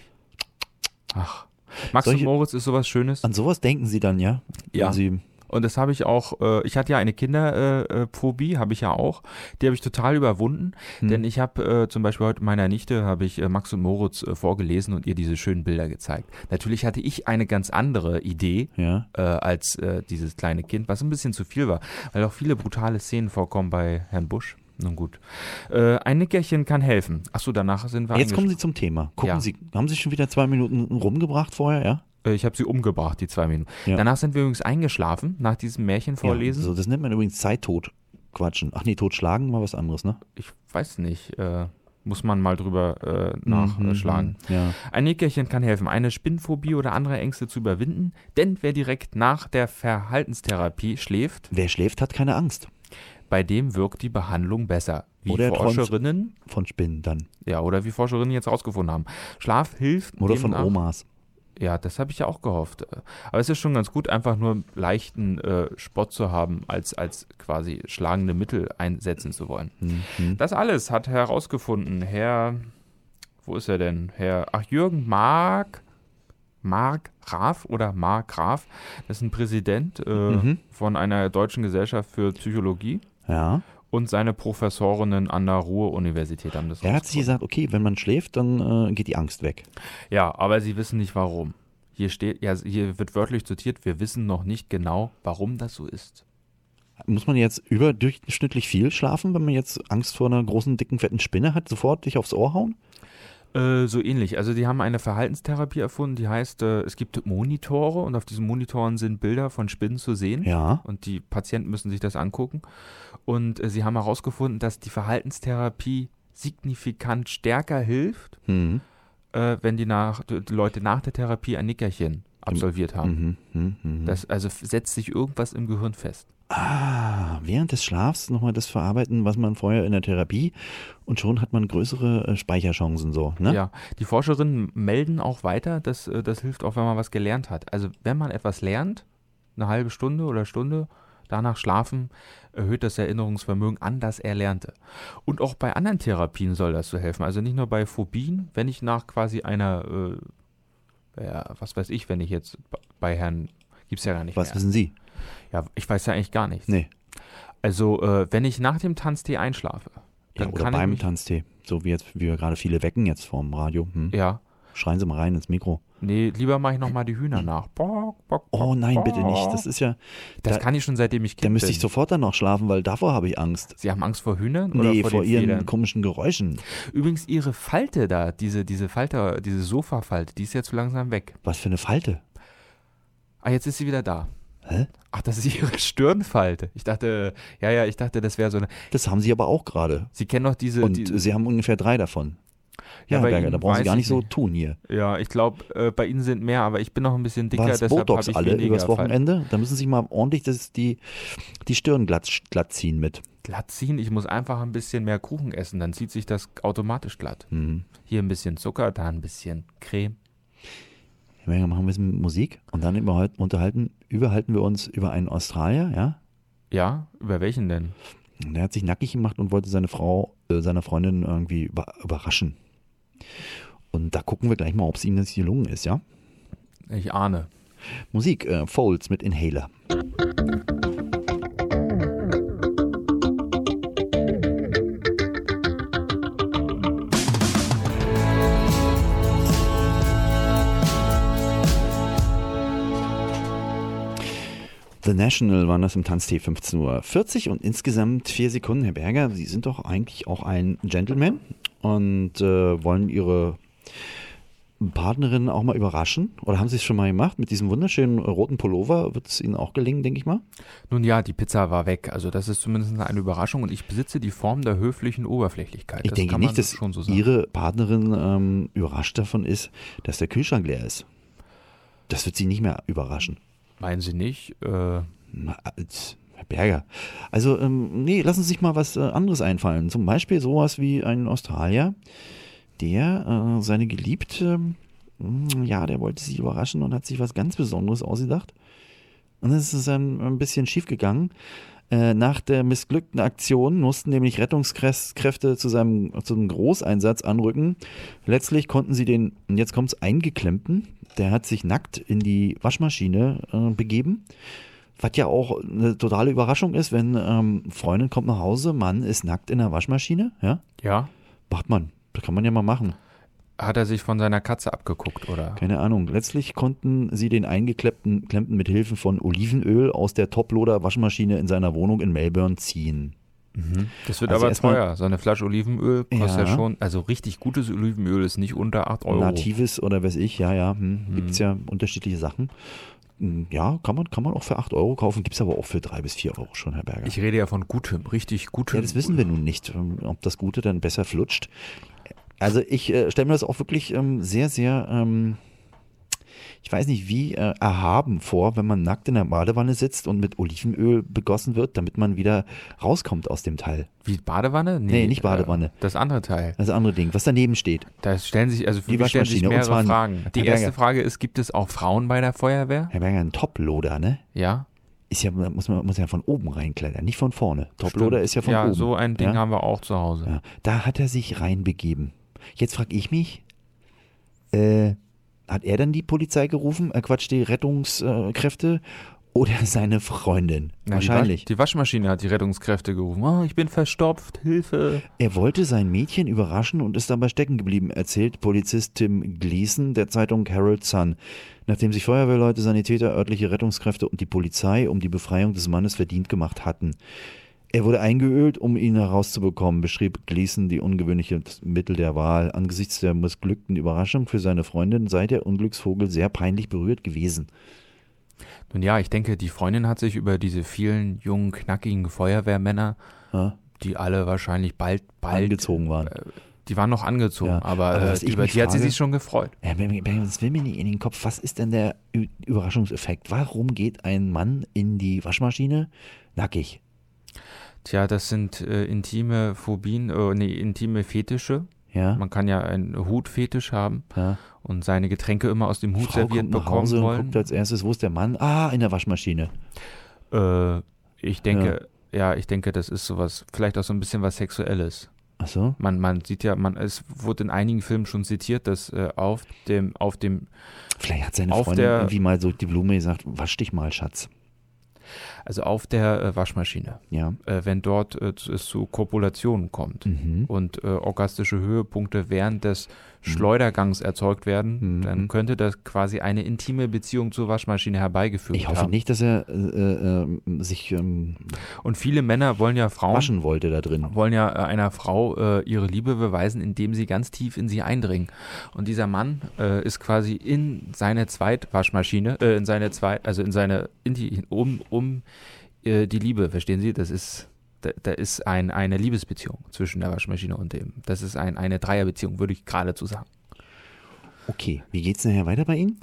C: Ach. Max
B: Solche-
C: und Moritz ist sowas Schönes.
B: An sowas denken Sie dann, ja?
C: Ja.
B: Wenn Sie,
C: Und das habe ich auch, äh, ich hatte ja eine Kinderphobie, äh, Phobie, habe ich ja auch. Die habe ich total überwunden,
B: Hm.
C: denn ich habe äh, zum Beispiel heute meiner Nichte, habe ich äh, Max und Moritz äh, vorgelesen und ihr diese schönen Bilder gezeigt. Natürlich hatte ich eine ganz andere Idee
B: ja.
C: äh, als äh, dieses kleine Kind, was ein bisschen zu viel war, weil auch viele brutale Szenen vorkommen bei Herrn Busch. Nun gut. Äh, ein Nickerchen kann helfen. Achso, danach sind wir
B: Jetzt kommen
C: anges-
B: Sie zum Thema. Gucken
C: Ja.
B: Sie, haben Sie schon wieder zwei Minuten rumgebracht vorher, ja?
C: Äh, Ich habe sie umgebracht, die zwei Minuten.
B: Ja.
C: Danach sind wir übrigens eingeschlafen, nach diesem Märchen vorlesen.
B: Ja, so, das nennt man übrigens Zeittod. Quatschen. Ach nee, totschlagen war was anderes, ne?
C: ich weiß nicht, äh, muss man mal drüber äh, nachschlagen.
B: Mhm. Ja.
C: Ein Nickerchen kann helfen, eine Spinnphobie oder andere Ängste zu überwinden, denn wer direkt nach der Verhaltenstherapie schläft,
B: Wer schläft, hat keine Angst.
C: bei dem wirkt die Behandlung besser. Wie
B: Oder er träumt.
C: Forscherinnen,
B: Von Spinnen dann.
C: ja, oder wie Forscherinnen jetzt rausgefunden haben. Schlaf hilft.
B: Oder von
C: demnach-
B: Omas.
C: Ja, das habe ich ja auch gehofft. Aber es ist schon ganz gut, einfach nur leichten äh, Spott zu haben, als, als quasi schlagende Mittel einsetzen zu wollen.
B: Mhm.
C: Das alles hat herausgefunden Herr, wo ist er denn? Herr, ach, Jürgen Mark, Mark Graf oder Mark Graf, das ist ein Präsident äh,
B: Mhm.
C: von einer deutschen Gesellschaft für Psychologie
B: Ja.
C: und seine Professorinnen an der Ruhr-Universität haben das
B: Er hat sich
C: rausgefunden.
B: gesagt, okay, wenn man schläft, dann äh, geht die Angst weg.
C: Ja, aber sie wissen nicht warum. Hier steht, ja, hier wird wörtlich zitiert, wir wissen noch nicht genau, warum das so ist.
B: Muss man jetzt überdurchschnittlich viel schlafen, wenn man jetzt Angst vor einer großen, dicken, fetten Spinne hat, sofort dich aufs Ohr hauen?
C: Äh, so ähnlich. Also die haben eine Verhaltenstherapie erfunden, die heißt, äh, es gibt Monitore und auf diesen Monitoren sind Bilder von Spinnen zu sehen.
B: Ja.
C: Und die Patienten müssen sich das angucken. Und äh, sie haben herausgefunden, dass die Verhaltenstherapie signifikant stärker hilft,
B: Mhm.
C: äh, wenn die, nach, die Leute nach der Therapie ein Nickerchen absolviert haben.
B: Mhm. Mhm. Mhm.
C: Das also f- setzt sich irgendwas im Gehirn fest.
B: Ah, während des Schlafs nochmal das verarbeiten, was man vorher in der Therapie und schon hat man größere äh, Speicherchancen so. Ne?
C: Ja, die Forscherinnen melden auch weiter, dass äh, das hilft auch, wenn man was gelernt hat. Also wenn man etwas lernt, eine halbe Stunde oder Stunde, danach schlafen, erhöht das Erinnerungsvermögen an das Erlernte. Und auch bei anderen Therapien soll das so helfen. Also nicht nur bei Phobien, wenn ich nach quasi einer, äh, ja, was weiß ich, wenn ich jetzt b- bei Herrn, gibt's ja gar nicht
B: Was
C: mehr.
B: wissen Sie?
C: Ja, ich weiß ja eigentlich gar nichts.
B: Nee.
C: Also äh, wenn ich nach dem Tanztee einschlafe,
B: Ja,
C: dann
B: oder
C: kann ich
B: beim
C: mich,
B: Tanztee. So wie jetzt, wie wir gerade viele wecken jetzt vorm Radio. Hm.
C: ja,
B: Schreien Sie mal rein ins Mikro.
C: Nee, lieber mache ich nochmal die Hühner nach. Bock, bock,
B: Oh
C: bock,
B: nein, bitte
C: bock.
B: nicht. Das ist ja,
C: das
B: da-
C: kann ich schon seitdem ich Kind
B: da müsste
C: bin.
B: ich sofort danach schlafen, weil davor habe ich Angst.
C: Sie haben Angst vor Hühnern oder
B: Nee,
C: vor,
B: vor,
C: den
B: ihren
C: Federn?
B: komischen Geräuschen.
C: Übrigens ihre Falte da, diese diese Falte, diese Sofafalte, die ist jetzt so langsam weg.
B: Was für eine Falte.
C: Ah, jetzt ist sie wieder da.
B: Hä?
C: Ach, das ist ihre Stirnfalte. Ich dachte, ja, ja, ich dachte, das wäre so eine.
B: Das haben Sie aber auch gerade.
C: Sie kennen doch diese.
B: Und
C: die,
B: Sie haben ungefähr drei davon. Ja,
C: bei
B: Berger,
C: Ihnen
B: da brauchen Sie
C: weiß
B: gar
C: ich
B: nicht so tun hier.
C: Ja, ich glaube, äh, bei Ihnen sind mehr, aber ich bin noch ein bisschen dicker,
B: War es
C: deshalb habe
B: Botox
C: ich
B: alle
C: weniger
B: übers
C: Fall.
B: Wochenende? Da müssen Sie mal ordentlich das, die, die Stirn glatt, glatt ziehen mit.
C: glatt ziehen. Ich muss einfach ein bisschen mehr Kuchen essen, dann zieht sich das automatisch glatt.
B: Mhm.
C: Hier ein bisschen Zucker, da ein bisschen Creme.
B: Herr Berger, machen wir ein bisschen Musik und dann überhalt- unterhalten, überhalten wir uns über einen Australier, ja?
C: Ja, über welchen denn?
B: Und Der hat sich nackig gemacht und wollte seine Frau, äh, seine Freundin irgendwie über, überraschen. Und da gucken wir gleich mal, ob es ihm das gelungen ist, ja?
C: Ich ahne.
B: Musik, äh, Folds mit Inhaler. The National waren das im Tanztee 15.40 Uhr und insgesamt vier Sekunden. Herr Berger, Sie sind doch eigentlich auch ein Gentleman und äh, wollen Ihre Partnerin auch mal überraschen? Oder haben Sie es schon mal gemacht? Mit diesem wunderschönen äh, roten Pullover wird es Ihnen auch gelingen, denke ich mal.
C: Nun ja, die Pizza war weg. Also das ist zumindest eine Überraschung und ich besitze die Form der höflichen Oberflächlichkeit.
B: Ich
C: das
B: denke
C: kann
B: nicht,
C: man
B: dass
C: schon so sagen.
B: Ihre Partnerin ähm, überrascht davon ist, dass der Kühlschrank leer ist. Das wird Sie nicht mehr überraschen.
C: Meinen Sie nicht? Äh,
B: Na, als Herr Berger. Also, ähm, nee, lassen Sie sich mal was äh, anderes einfallen. Zum Beispiel sowas wie ein Australier, der äh, seine Geliebte, mh, ja, der wollte sie überraschen und hat sich was ganz Besonderes ausgedacht. Und dann ist es ein, ein bisschen schief gegangen. Äh, nach der missglückten Aktion mussten nämlich Rettungskräfte zu seinem zum Großeinsatz anrücken. Letztlich konnten sie den, und jetzt kommt's, Eingeklemmten, der hat sich nackt in die Waschmaschine äh, begeben. Was ja auch eine totale Überraschung ist, wenn ähm, Freundin kommt nach Hause, Mann ist nackt in der Waschmaschine, ja?
C: ja.
B: Macht man. Das kann man ja mal machen.
C: Hat er sich von seiner Katze abgeguckt, oder?
B: Keine Ahnung. Letztlich konnten sie den eingeklemmten Klemmten mit Hilfe von Olivenöl aus der Toploader Waschmaschine in seiner Wohnung in Melbourne ziehen.
C: Mhm. Das wird
B: Also
C: aber
B: erstmal-
C: teuer. So eine Flasche Olivenöl kostet ja.
B: Ja.
C: schon, also richtig gutes Olivenöl ist nicht unter 8 Euro.
B: Natives oder weiß ich, ja, ja. Hm, Gibt es ja unterschiedliche Sachen. Hm, Ja, kann man, kann man auch für 8 Euro kaufen, gibt es aber auch für 3 bis 4 Euro schon, Herr Berger.
C: Ich rede ja von gutem, richtig gutem.
B: Ja, das wissen wir nun nicht, ähm, ob das Gute dann besser flutscht. Also ich äh, stelle mir das auch wirklich ähm, sehr, sehr, ähm, ich weiß nicht wie, äh, erhaben vor, wenn man nackt in der Badewanne sitzt und mit Olivenöl begossen wird, damit man wieder rauskommt aus dem Teil.
C: Wie Badewanne?
B: Nee, nicht Badewanne.
C: äh, Das andere Teil.
B: Das andere Ding, was daneben steht.
C: Da stellen sich also für
B: Die
C: mich stellen sich
B: Waschmaschine, und zwar-
C: mehrere Fragen. Die
B: Herr
C: erste
B: Berger.
C: Frage ist, gibt es auch Frauen bei der Feuerwehr?
B: Herr Berger, ein Toploader, ne?
C: Ja.
B: Ist ja, muss man muss ja von oben reinklettern, nicht von vorne. Toploader
C: Stimmt.
B: ist ja von
C: Ja,
B: oben.
C: so ein Ding
B: Ja?
C: haben wir auch zu Hause.
B: Ja, da hat er sich reinbegeben. Jetzt frage ich mich, äh, hat er dann die Polizei gerufen, äh, Quatsch, die Rettungskräfte oder seine Freundin?
C: Na,
B: Wahrscheinlich.
C: Die, Wasch die Waschmaschine hat die Rettungskräfte gerufen. Oh, ich bin verstopft, Hilfe.
B: Er wollte sein Mädchen überraschen und ist dabei stecken geblieben, erzählt Polizist Tim Gleason der Zeitung Herald Sun. Nachdem sich Feuerwehrleute, Sanitäter, örtliche Rettungskräfte und die Polizei um die Befreiung des Mannes verdient gemacht hatten. Er wurde eingeölt, um ihn herauszubekommen, beschrieb Gleason die ungewöhnliche Mittel der Wahl. Angesichts der missglückten Überraschung für seine Freundin sei der Unglücksvogel sehr peinlich berührt gewesen.
C: Nun ja, ich denke, die Freundin hat sich über diese vielen jungen, knackigen Feuerwehrmänner,
B: Ja.
C: die alle wahrscheinlich bald, bald,
B: Angezogen waren.
C: die waren noch angezogen,
B: Ja.
C: aber,
B: Aber
C: äh,
B: was ich
C: über
B: mich
C: die hat sie
B: frage-
C: sich schon gefreut.
B: Ja, mir- mir- mir- Das will mir nicht in den Kopf. Was ist denn der Ü- Überraschungseffekt? Warum geht ein Mann in die Waschmaschine nackig?
C: Tja, das sind äh, intime Phobien, äh, nee, intime Fetische.
B: Ja.
C: Man kann ja einen Hutfetisch haben
B: ja.
C: und seine Getränke immer aus dem Hut
B: Frau
C: serviert
B: kommt nach
C: bekommen
B: Hause und
C: wollen.
B: guckt als erstes, wo ist der Mann? Ah, in der Waschmaschine.
C: Äh, ich denke, ja. ich denke, das ist sowas, vielleicht auch so ein bisschen was Sexuelles.
B: Ach so.
C: Man, man sieht ja, man, es wurde in einigen Filmen schon zitiert, dass äh, auf dem, auf dem,
B: Vielleicht hat seine
C: Auf
B: Freundin
C: der-
B: irgendwie mal so die Blume gesagt, wasch dich mal, Schatz.
C: also auf der äh, Waschmaschine,
B: Ja.
C: äh, wenn dort äh, zu- es zu Kopulationen kommt
B: Mhm.
C: und äh, orgastische Höhepunkte während des Schleudergangs erzeugt werden,
B: Mhm.
C: dann könnte das quasi eine intime Beziehung zur Waschmaschine herbeigeführt
B: Ich hoffe
C: haben.
B: nicht, dass er äh, äh, sich ähm,
C: Und viele Männer wollen ja Frauen
B: waschen wollte da drin.
C: wollen ja äh, einer Frau äh, ihre Liebe beweisen, indem sie ganz tief in sie eindringen. Und dieser Mann äh, ist quasi in seine Zweitwaschmaschine, äh, in seine Zweit, also in seine, in die, um, um äh, die Liebe, verstehen Sie? Das ist da, da ist ein, eine Liebesbeziehung zwischen der Waschmaschine und dem. Das ist ein, eine Dreierbeziehung, würde ich geradezu sagen.
B: Okay, wie geht's nachher weiter bei Ihnen?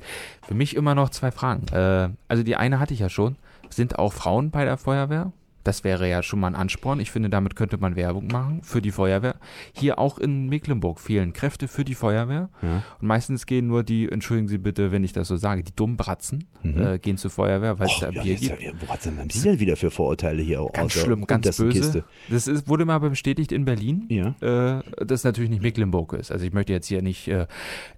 C: Für mich immer noch zwei Fragen. Äh, also die eine hatte ich ja schon. Sind auch Frauen bei der Feuerwehr? Das wäre ja schon mal ein Ansporn. Ich finde, damit könnte man Werbung machen für die Feuerwehr. Hier auch in Mecklenburg fehlen Kräfte für die Feuerwehr.
B: Ja.
C: Und meistens gehen nur die, entschuldigen Sie bitte, wenn ich das so sage, die dummen Bratzen äh, gehen zur Feuerwehr, weil es
B: Och,
C: da
B: Mhm. Oh, ja,
C: Bier
B: jetzt,
C: gibt.
B: ja, was haben Sie denn wieder für Vorurteile hier?
C: Ganz
B: außer
C: schlimm, ganz
B: untersten
C: böse.
B: Also, Kiste?
C: Das ist, wurde mal bestätigt in Berlin,
B: Ja.
C: äh, dass natürlich nicht Mecklenburg ist. Also ich möchte jetzt hier nicht äh,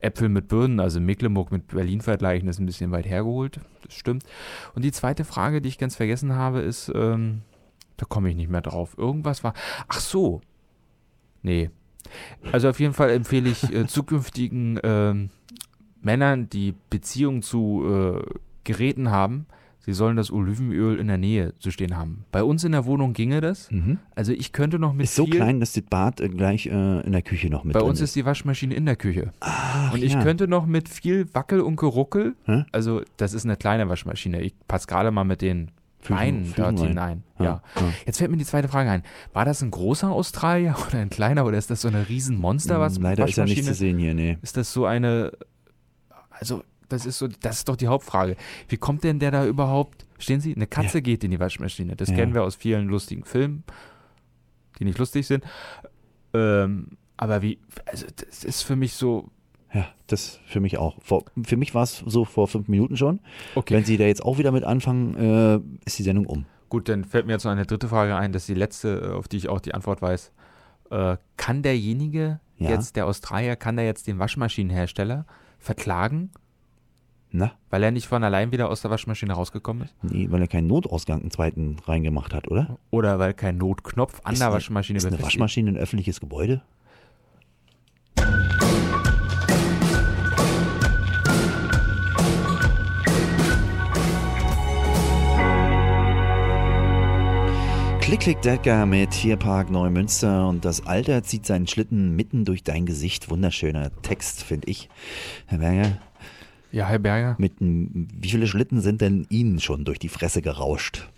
C: Äpfel mit Birnen, also Mecklenburg mit Berlin vergleichen, das ist ein bisschen weit hergeholt, das stimmt. Und die zweite Frage, die ich ganz vergessen habe, ist, ähm, da komme ich nicht mehr drauf. Irgendwas war, ach so, nee. Also auf jeden Fall empfehle ich äh, zukünftigen ähm, Männern, die Beziehung zu äh, Geräten haben, sie sollen das Olivenöl in der Nähe zu stehen haben. Bei uns in der Wohnung ginge das.
B: Mhm.
C: Also ich könnte noch mit
B: Ist so
C: viel,
B: klein, dass das Bad äh, gleich äh, in der Küche noch mit
C: bei
B: drin
C: uns ist die Waschmaschine in der Küche.
B: Ach,
C: und ich
B: ja.
C: könnte noch mit viel Wackel und Geruckel,
B: Hä?
C: also das ist eine kleine Waschmaschine, ich passe gerade mal mit den
B: Füßen-
C: Beinen
B: Füßen
C: dort
B: rein.
C: hinein.
B: Ja,
C: Ja.
B: ja.
C: Jetzt fällt mir die zweite Frage ein. War das ein großer Australier oder ein kleiner oder ist das so eine riesen Monster was
B: Hm, Leider ist ja nichts
C: Waschmaschine?
B: zu sehen hier, nee.
C: Ist das so eine. Also, das ist so, das ist doch die Hauptfrage. Wie kommt denn der da überhaupt? Stehen Sie? Eine Katze geht in die Waschmaschine. Das
B: Ja.
C: kennen wir aus vielen lustigen Filmen, die nicht lustig sind. Ähm, aber wie, also das ist für mich so.
B: Ja, das für mich auch. Vor, für mich war es so vor fünf Minuten schon.
C: Okay.
B: Wenn Sie da jetzt auch wieder mit anfangen, äh, ist die Sendung um.
C: Gut, dann fällt mir jetzt noch eine dritte Frage ein, das ist die letzte, äh, auf die ich auch die Antwort weiß. Äh, kann derjenige
B: Ja.
C: jetzt, der Australier, kann der jetzt den Waschmaschinenhersteller verklagen,
B: Na?
C: weil er nicht von allein wieder aus der Waschmaschine rausgekommen ist?
B: Nee, weil er keinen Notausgang einen zweiten reingemacht hat, oder?
C: Oder weil kein Notknopf an
B: Ist
C: der
B: eine-
C: Waschmaschine
B: Ist eine
C: befestigt
B: Waschmaschine ein öffentliches Gebäude? Klick, klick, Decker mit Tierpark Neumünster und das Alter zieht seinen Schlitten mitten durch dein Gesicht. Wunderschöner Text, finde ich. Herr Berger,
C: Ja, Herr Berger.
B: mit, n- wie viele Schlitten sind denn Ihnen schon durch die Fresse gerauscht?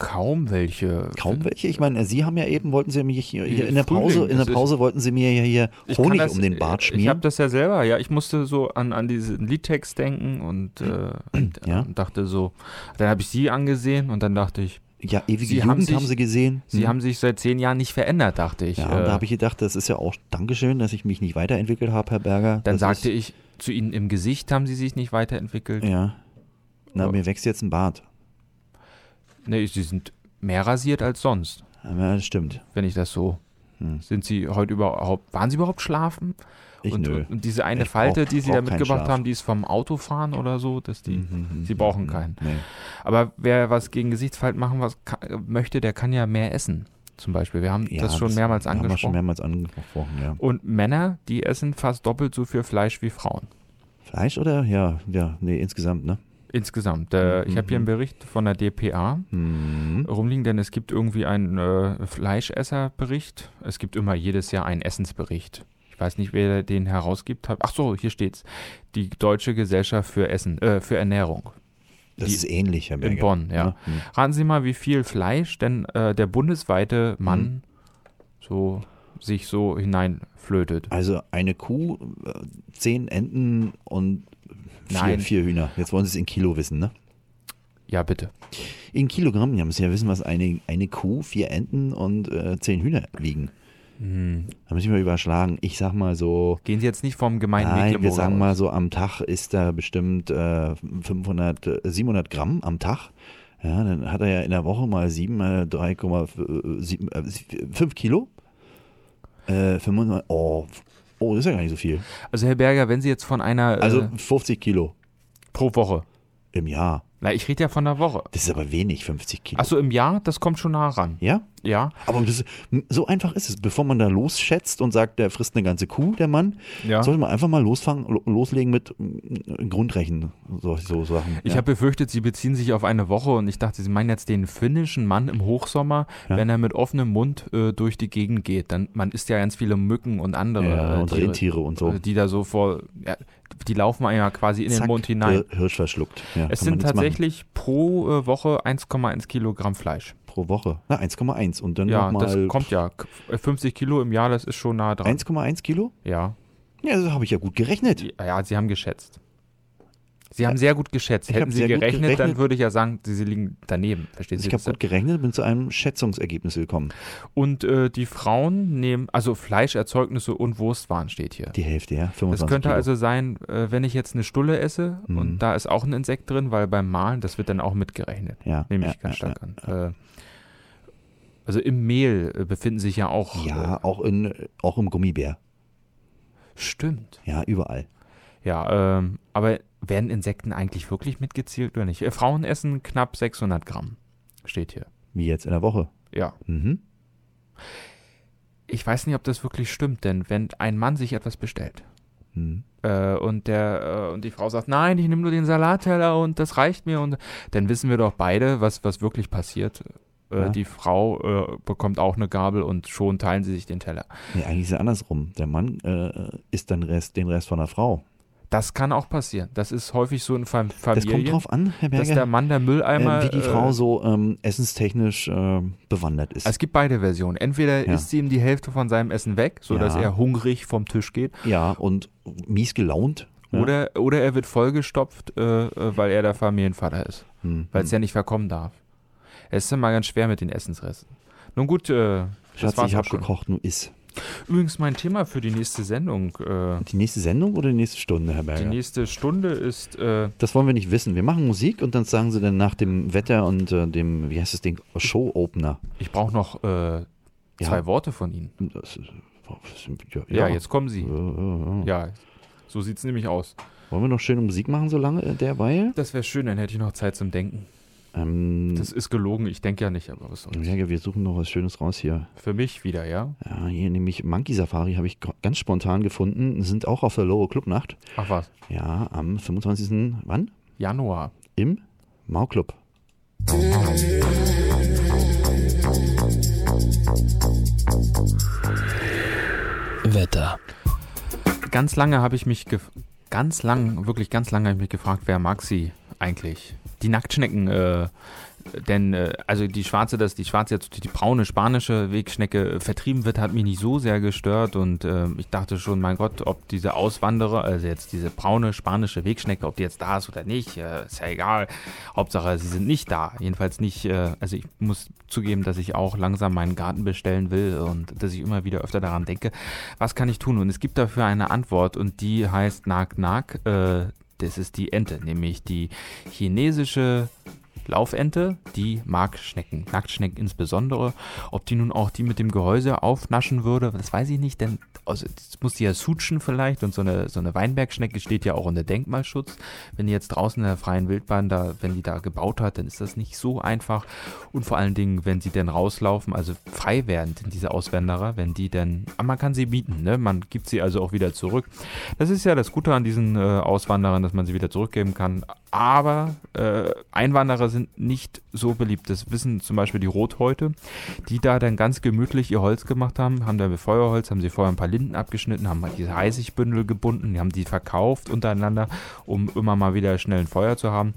C: Kaum welche.
B: Kaum welche. Ich meine, Sie haben ja eben, wollten Sie mich hier, hier in der
C: Frühling,
B: Pause, in der
C: das ist-
B: Pause wollten Sie mir ja hier
C: Ich kann
B: Honig
C: das-
B: um den Bart
C: Ich habe
B: schmieren.
C: das ja selber, ja. Ich musste so an, an diesen Liedtext denken und, äh, und,
B: Ja.
C: und dachte so, dann habe ich sie angesehen und dann dachte ich,
B: Ja, ewige
C: Sie haben
B: Jugend haben,
C: sich-
B: Sie gesehen.
C: sie
B: Hm.
C: haben sich seit zehn Jahren nicht verändert, dachte ich.
B: ja,
C: Äh,
B: und da habe ich gedacht, das ist ja auch Dankeschön, dass ich mich nicht weiterentwickelt habe, Herr Berger.
C: dann
B: das
C: sagte
B: ist,
C: ich, zu ihnen im Gesicht haben sie sich nicht weiterentwickelt.
B: Ja. Na,
C: Ja.
B: mir wächst jetzt ein Bart.
C: Nee, sie sind mehr rasiert als sonst,
B: Ja, das stimmt.
C: wenn ich das so.
B: Hm.
C: Sind sie heute überhaupt, waren sie überhaupt schlafen?
B: Ich
C: und,
B: nö. Hm,
C: und- und diese eine
B: Ich
C: Falte,
B: brauch-
C: die sie
B: brauch
C: da
B: keinen
C: mitgebracht
B: Schlaf. Mhm.
C: haben, die ist vom Autofahren oder so, dass die,
B: hm,
C: sie brauchen keinen.
B: Nee.
C: Aber wer was gegen Gesichtsfalten machen was ka- möchte, der kann ja mehr essen. Zum Beispiel, wir haben
B: Ja,
C: das schon mehrmals
B: Haben wir schon
C: angesprochen.
B: mehrmals angesprochen, ja.
C: und Männer, die essen fast doppelt so viel Fleisch wie Frauen.
B: Fleisch oder? Ja, ja, nee, insgesamt, ne?
C: Insgesamt. Äh,
B: Mhm,
C: Ich habe hier einen Bericht von der DPA
B: Hm.
C: rumliegen, denn es gibt irgendwie einen äh, Fleischesserbericht. Es gibt immer jedes Jahr einen Essensbericht. Ich weiß nicht, wer den herausgibt. Hab- Ach so, hier steht's. Die Deutsche Gesellschaft für Essen, äh, für Ernährung.
B: Das
C: Die-
B: ist ähnlich, Herr Berger.
C: In Bonn, ja.
B: Ne? Hm.
C: Raten Sie mal, wie viel Fleisch denn äh, der bundesweite
B: Hm.
C: Mann so sich so hineinflötet.
B: Also eine Kuh, äh, zehn Enten und vier,
C: Nein.
B: vier Hühner. Jetzt wollen Sie es in Kilo wissen, ne?
C: Ja, bitte.
B: In Kilogramm, ja, müssen Sie ja wissen, was eine, eine Kuh, vier Enten und äh, zehn Hühner wiegen. Da müssen wir überschlagen. Ich sag mal so,
C: Gehen Sie jetzt nicht vom gemeinen
B: nein, wir
C: Mecklenburger
B: sagen
C: aus.
B: mal so, am Tag ist da bestimmt äh, 500, äh, 700 Gramm am Tag. Ja, dann hat er ja in der Woche mal sieben, äh, 3,5 äh, sie- fünf Kilo. Äh, 500, oh, oh, das ist ja gar nicht so viel.
C: Also Herr Berger, wenn Sie jetzt von einer
B: Also
C: äh,
B: 50 Kilo
C: pro Woche.
B: im Jahr.
C: Na, ich rede ja von der Woche.
B: Das ist aber wenig, 50 Kilo.
C: Achso, im Jahr, das kommt schon nah ran.
B: Ja?
C: Ja.
B: Aber das, so einfach ist es. Bevor man da losschätzt und sagt, der frisst eine ganze Kuh, der Mann,
C: Ja.
B: sollte man einfach mal losfangen, lo- loslegen mit mm, Grundrechen, so, so Sachen.
C: Ich
B: ja.
C: habe befürchtet, Sie beziehen sich auf eine Woche und ich dachte, Sie meinen jetzt den finnischen Mann im Hochsommer, wenn er mit offenem Mund äh, durch die Gegend geht. Dann, man isst ja ganz viele Mücken und andere
B: ja,
C: äh,
B: und
C: Tiere.
B: Rentiere und so.
C: Also die da so vor, ja, die laufen einem ja quasi in
B: Zack,
C: den Mund hinein.
B: der Hirsch verschluckt. Ja,
C: es
B: kann man
C: sind
B: nichts machen.
C: tatsächlich pro äh, Woche 1,1 Kilogramm Fleisch.
B: pro Woche. Na, 1,1 und dann
C: Ja, das
B: nochmal
C: kommt ja. K- 50 Kilo im Jahr, das ist schon nah dran.
B: 1,1 Kilo?
C: Ja.
B: Ja, das habe ich ja gut gerechnet.
C: Ja, ja, sie haben geschätzt. Sie haben sehr gut geschätzt.
B: Äh, Ich
C: Hätten
B: hab
C: sie
B: sehr gut
C: gerechnet, dann
B: gerechnet.
C: würde ich ja sagen, sie sie liegen daneben. Verstehen Sie?
B: Ich habe
C: Das-
B: gut gerechnet, bin zu einem Schätzungsergebnis gekommen.
C: Und äh, die Frauen nehmen, also Fleischerzeugnisse und Wurstwaren steht hier.
B: Die Mhm. Hälfte, ja, 25
C: Das könnte
B: Kilo.
C: also sein, äh, wenn ich jetzt eine Stulle esse und da ist auch ein Insekt drin, weil beim Mahlen, das wird dann auch mitgerechnet.
B: Ja,
C: Nehme
B: ja,
C: ich ganz
B: ja,
C: stark an. Äh, also im Mehl äh, befinden sich ja auch. Äh,
B: ja, auch, in, auch im Gummibär.
C: stimmt.
B: Ja, überall.
C: Ja, ähm, aber werden Insekten eigentlich wirklich mitgezählt oder nicht? Äh, Frauen essen knapp 600 Gramm, steht hier.
B: Wie jetzt in der Woche.
C: Ja.
B: Mhm.
C: Ich weiß nicht, ob das wirklich stimmt, denn wenn ein Mann sich etwas bestellt,
B: Mhm.
C: äh, und der äh, und die Frau sagt, nein, ich nehme nur den Salatteller und das reicht mir und dann wissen wir doch beide, was was wirklich passiert. Äh,
B: Ja.
C: Die Frau äh, bekommt auch eine Gabel und schon teilen sie sich den Teller.
B: Nee, eigentlich ist es andersrum. Der Mann äh, isst dann Rest, den Rest von der Frau.
C: Das kann auch passieren. Das ist häufig so in Fam
B: Das
C: Familien,
B: kommt drauf an, Herr
C: dass der
B: Berger,
C: Mann der Mülleimer.
B: ähm, wie die Frau
C: äh,
B: so ähm, essenstechnisch ähm, bewandert ist.
C: es gibt beide Versionen. Entweder
B: Ja.
C: isst sie ihm die Hälfte von seinem Essen weg, sodass
B: Ja.
C: er hungrig vom Tisch geht,
B: ja, und mies gelaunt. Ja.
C: oder, oder er wird vollgestopft, äh, äh, weil er der Familienvater ist.
B: Hm.
C: weil es ja nicht verkommen darf. Es ist immer ganz schwer mit den Essensresten. Nun gut, äh, das
B: Schatz,
C: war's
B: ich
C: auch
B: habe
C: schon.
B: gekocht, nur iss.
C: Übrigens mein Thema für die nächste Sendung. Äh,
B: Die nächste Sendung oder die nächste Stunde, Herr
C: die
B: Berger?
C: nächste Stunde ist äh,
B: Das wollen wir nicht wissen. Wir machen Musik und dann sagen sie dann nach dem Wetter und äh, dem, wie heißt das Ding, Show-Opener.
C: ich brauche noch äh, zwei Worte von Ihnen.
B: Das ist, das sind- ja,
C: Ja, jetzt kommen Sie.
B: Äh, äh, äh.
C: Ja, so sieht's nämlich aus.
B: Wollen wir noch schöne Musik machen, solange äh, derweil?
C: Das wäre schön, dann hätte ich noch Zeit zum Denken.
B: Ähm,
C: Das ist gelogen, ich denke ja nicht, aber was
B: Herr
C: soll's.
B: Berger, wir suchen noch was Schönes raus hier.
C: Für mich wieder, ja?
B: Ja, hier nämlich Monkey Safari habe ich ganz spontan gefunden. Sind auch auf der Loro Clubnacht.
C: Ach was,
B: Ja, am 25. Wann?
C: Januar.
B: Im Mau Club.
A: Wetter.
C: Ganz lange habe ich mich gef ganz lang, wirklich ganz lange habe ich mich gefragt, wer mag sie eigentlich? Die Nacktschnecken, äh, denn äh, also die schwarze, dass die schwarze jetzt die, die braune spanische Wegschnecke äh, vertrieben wird, hat mich nicht so sehr gestört und äh, ich dachte schon, mein Gott, ob diese Auswanderer, also jetzt diese braune spanische Wegschnecke, ob die jetzt da ist oder nicht, äh, ist ja egal. Hauptsache, sie sind nicht da. Jedenfalls nicht. Äh, also ich muss zugeben, dass ich auch langsam meinen Garten bestellen will und dass ich immer wieder öfter daran denke, was kann ich tun? Und es gibt dafür eine Antwort und die heißt Nag Nag. Äh, das ist die Ente, nämlich die chinesische Laufente, die mag Schnecken, Nacktschnecken insbesondere. Ob die nun auch die mit dem Gehäuse aufnaschen würde, das weiß ich nicht, denn also, das muss die ja sutschen vielleicht und so eine, so eine Weinbergschnecke steht ja auch unter Denkmalschutz. Wenn die jetzt draußen in der freien Wildbahn, da, wenn die da gebaut hat, dann ist das nicht so einfach. Und vor allen Dingen, wenn sie denn rauslaufen, also frei werden, denn diese Auswanderer, wenn die dann, aber man kann sie bieten, ne? man gibt sie also auch wieder zurück. Das ist ja das Gute an diesen äh, Auswanderern, dass man sie wieder zurückgeben kann. Aber äh, Einwanderer sind nicht so beliebt. Das wissen zum Beispiel die Rothäute, die da dann ganz gemütlich ihr Holz gemacht haben, haben dann mit Feuerholz, haben sie vorher ein paar Linden abgeschnitten, haben mal diese Reisigbündel gebunden, die haben die verkauft untereinander, um immer mal wieder schnell ein Feuer zu haben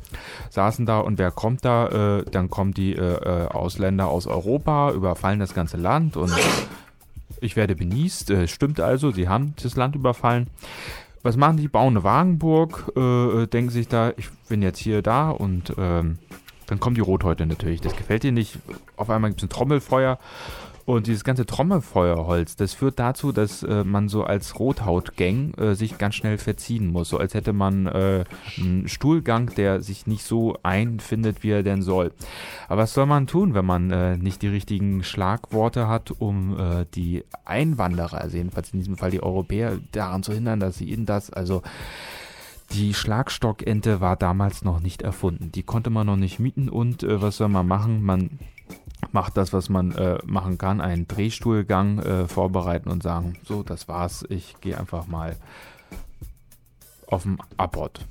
C: saßen da und wer kommt da? Äh, dann kommen die äh, äh, Ausländer aus Europa, überfallen das ganze Land und ich werde benießt. Äh, stimmt also, sie haben das Land überfallen. Was machen die? Bauen eine Wagenburg, äh, äh, denken sich da, ich bin jetzt hier, da und ähm, dann kommen die Rothäute natürlich. Das gefällt ihnen nicht. Auf einmal gibt es ein Trommelfeuer. Und dieses ganze Trommelfeuerholz, das führt dazu, dass äh, man so als Rothautgang äh, sich ganz schnell verziehen muss. So als hätte man äh, einen Stuhlgang, der sich nicht so einfindet, wie er denn soll. Aber was soll man tun, wenn man äh, nicht die richtigen Schlagworte hat, um äh, die Einwanderer, also jedenfalls in diesem Fall die Europäer, daran zu hindern, dass sie in das, also die Schlagstockente war damals noch nicht erfunden. Die konnte man noch nicht mieten und äh, was soll man machen? Man macht das, was man äh, machen kann, einen Drehstuhlgang äh, vorbereiten und sagen, so, das war's, ich gehe einfach mal auf den Abort.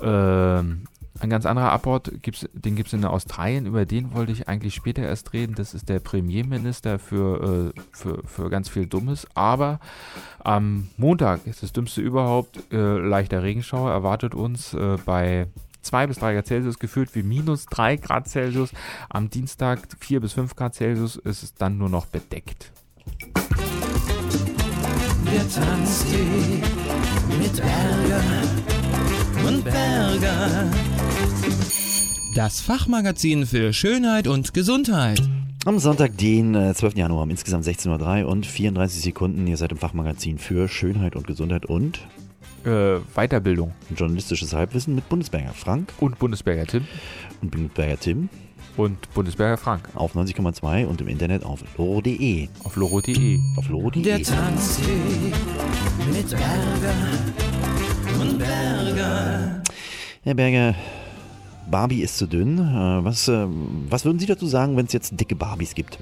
C: Ähm, ein ganz anderer Abort, gibt's, den gibt es in Australien, über den wollte ich eigentlich später erst reden. Das ist der Premierminister für, äh, für, für ganz viel Dummes. Aber am Montag ist das Dümmste überhaupt. Äh, leichter Regenschauer erwartet uns äh, bei 2 bis 3 Grad Celsius, gefühlt wie minus 3 Grad Celsius. Am Dienstag 4 bis 5 Grad Celsius ist es dann nur noch bedeckt.
D: Wir tanzt die mit Ärger und Berger.
A: Das Fachmagazin für Schönheit und Gesundheit.
B: Am Sonntag, den äh, 12. Januar, um insgesamt 16.03 Uhr und 34 Sekunden. Ihr seid im Fachmagazin für Schönheit und Gesundheit und
C: Äh, Weiterbildung
B: journalistisches Halbwissen mit Bundesberger Frank
C: und Bundesberger Tim
B: und Bundesberger Tim
C: und Bundesberger Frank
B: auf 90,2 und im Internet auf loro.de.
C: auf E. loro.de.
B: Auf
D: Der
B: loro.de.
D: tanzt die mit Ärger und Berger.
B: Herr Berger, Barbie ist zu dünn. Äh, Was, äh, was würden Sie dazu sagen, wenn es jetzt dicke Barbies gibt?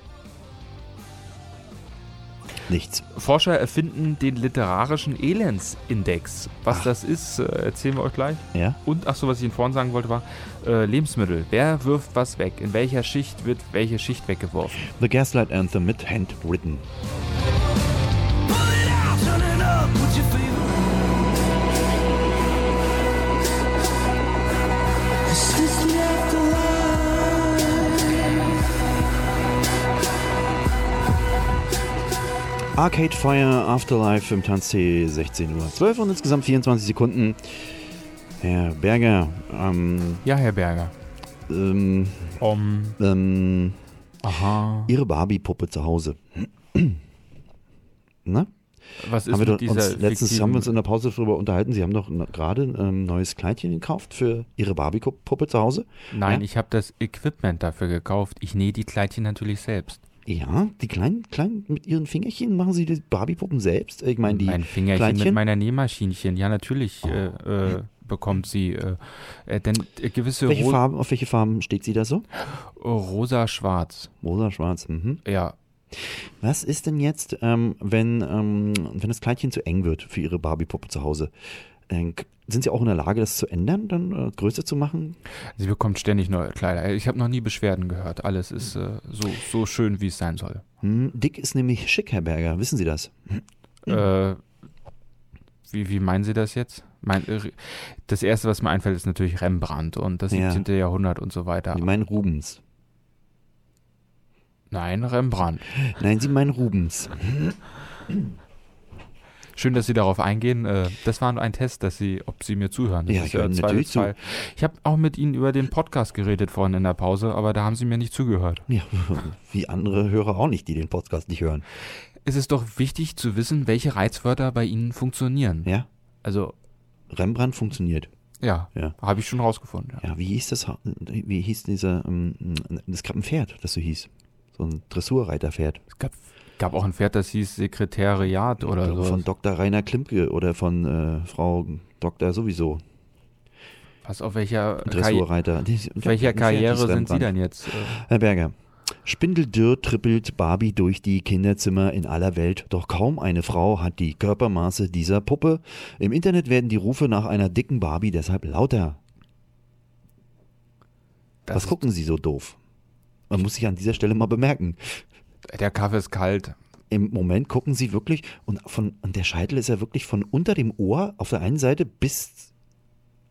B: Nichts.
C: Forscher erfinden den literarischen Elendsindex. Was
B: Ach.
C: das ist, äh, erzählen wir euch gleich.
B: Ja?
C: Und ach so, was ich Ihnen vorhin sagen wollte, war äh, Lebensmittel. Wer wirft was weg? In welcher Schicht wird welche Schicht weggeworfen?
B: The Gaslight Anthem mit Handwritten.
D: Pull it out, turn it up, what's your favorite? Is this the afterlife?
B: Arcade Fire Afterlife im Tanztee 16 Uhr 12 und insgesamt 24 Sekunden. Herr Berger, ähm,
C: Ja, Herr Berger.
B: ähm,
C: Um,
B: ähm,
C: aha.
B: Ihre Barbie-Puppe zu Hause. Na?
C: Was ist
B: Haben wir
C: mit
B: doch
C: dieser
B: uns, letztens
C: fiktiven-
B: haben wir uns in der Pause darüber unterhalten. Sie haben doch n- gerade ein ähm, neues Kleidchen gekauft für Ihre Barbie-Puppe zu Hause.
C: Nein,
B: Ja?
C: ich habe das Equipment dafür gekauft. Ich nähe die Kleidchen natürlich selbst.
B: Ja, die kleinen, kleinen, mit ihren Fingerchen machen Sie die Barbie-Puppen selbst. Ich meine, die
C: mein Fingerchen
B: Kleidchen? Oh.
C: mit meiner Nähmaschinchen. Ja, natürlich äh, äh, bekommt sie äh, äh, denn äh, gewisse
B: welche
C: Ro
B: Farben, auf welche Farben steht sie da so?
C: rosa-schwarz.
B: Rosa, schwarz. Mhm.
C: Ja,
B: Was ist denn jetzt, ähm, wenn, ähm, wenn das Kleidchen zu eng wird für Ihre Barbie-Puppe zu Hause? Ähm, k- sind Sie auch in der Lage, das zu ändern, dann äh, größer zu machen?
C: sie bekommt ständig neue Kleider. Äh, Ich habe noch nie Beschwerden gehört. Alles
B: Mhm.
C: ist äh, so, so schön, wie es sein soll.
B: Hm, dick ist nämlich schick, Herr Berger. Wissen Sie das? Mhm.
C: Äh, wie, wie meinen Sie das jetzt? Mein, äh, das erste, was mir einfällt, ist natürlich Rembrandt und das
B: Ja.
C: 17. Jahrhundert und so weiter.
B: Sie meinen Rubens.
C: Nein, Rembrandt.
B: Nein, Sie meinen Rubens.
C: Schön, dass Sie darauf eingehen. Äh, Das war nur ein Test, dass Sie, ob Sie mir zuhören. Das
B: Ja,
C: ist
B: ich höre
C: zwei
B: natürlich
C: bis zwei. Ich habe auch mit Ihnen über den Podcast geredet vorhin in der Pause, aber da haben Sie mir nicht zugehört.
B: Ja, wie andere Hörer auch nicht, die den Podcast nicht hören.
C: Es ist doch wichtig zu wissen, welche Reizwörter bei Ihnen funktionieren.
B: Ja,
C: Also,
B: Rembrandt funktioniert.
C: ja,
B: Ja.
C: habe ich schon rausgefunden. Ja.
B: Ja, wie hieß das? Ha- Wie hieß dieser? ähm, Es gab ein Pferd, das so hieß. So ein Dressurreiterpferd.
C: Es gab, gab auch ein Pferd, das hieß Sekretariat
B: Ich
C: oder
B: glaube,
C: so.
B: Von Dr. Rainer Klimke oder von äh, Frau Dr. sowieso.
C: Was auf welcher Karri
B: Dressurreiter. Die-
C: Auf
B: die-
C: welcher
B: ein Pferd hieß
C: Karriere sind Sie
B: Rembrandt.
C: dann jetzt? Äh,
B: Herr Berger. Spindeldürr trippelt Barbie durch die Kinderzimmer in aller Welt, doch kaum eine Frau hat die Körpermaße dieser Puppe. Im Internet werden die Rufe nach einer dicken Barbie deshalb lauter.
C: das
B: Was gucken Sie so doof? Man muss sich an dieser Stelle mal bemerken.
C: ist, der Kaffee ist kalt.
B: Im Moment gucken Sie wirklich, und, von, und der Scheitel ist ja wirklich von unter dem Ohr auf der einen Seite bis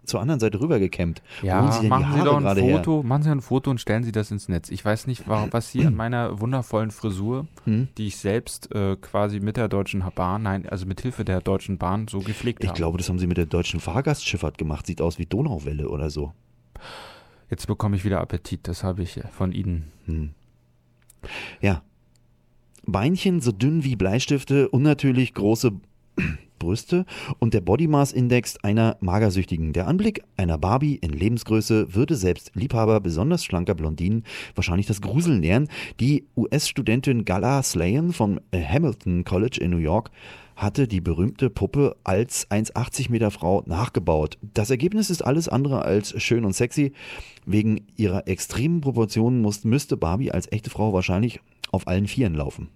B: zur anderen Seite rübergekämmt. Wo holen
C: Ja,
B: denn die
C: machen Sie
B: Haare
C: doch ein
B: gerade her?
C: Foto, machen Sie ein Foto und stellen Sie das ins Netz. Ich weiß nicht, wa- was Sie an meiner wundervollen Frisur,
B: Hm?
C: die ich selbst äh, quasi mit der Deutschen Bahn, nein, also mit Hilfe der Deutschen Bahn so gepflegt
B: Ich
C: habe.
B: glaube, das haben Sie mit der deutschen Fahrgastschifffahrt gemacht. Sieht aus wie Donauwelle oder so.
C: Jetzt bekomme ich wieder Appetit, das habe ich äh, von Ihnen.
B: Hm. Ja. Beinchen so dünn wie Bleistifte, unnatürlich große Brüste und der Body Mass Index einer Magersüchtigen. Der Anblick einer Barbie in Lebensgröße würde selbst Liebhaber besonders schlanker Blondinen wahrscheinlich das Gruseln lehren. Die US-Studentin Gala Slayen vom äh, Hamilton College in New York hatte die berühmte Puppe als 1,80 Meter Frau nachgebaut. Das Ergebnis ist alles andere als schön und sexy. Wegen ihrer extremen Proportionen muss, müsste Barbie als echte Frau wahrscheinlich auf allen Vieren laufen.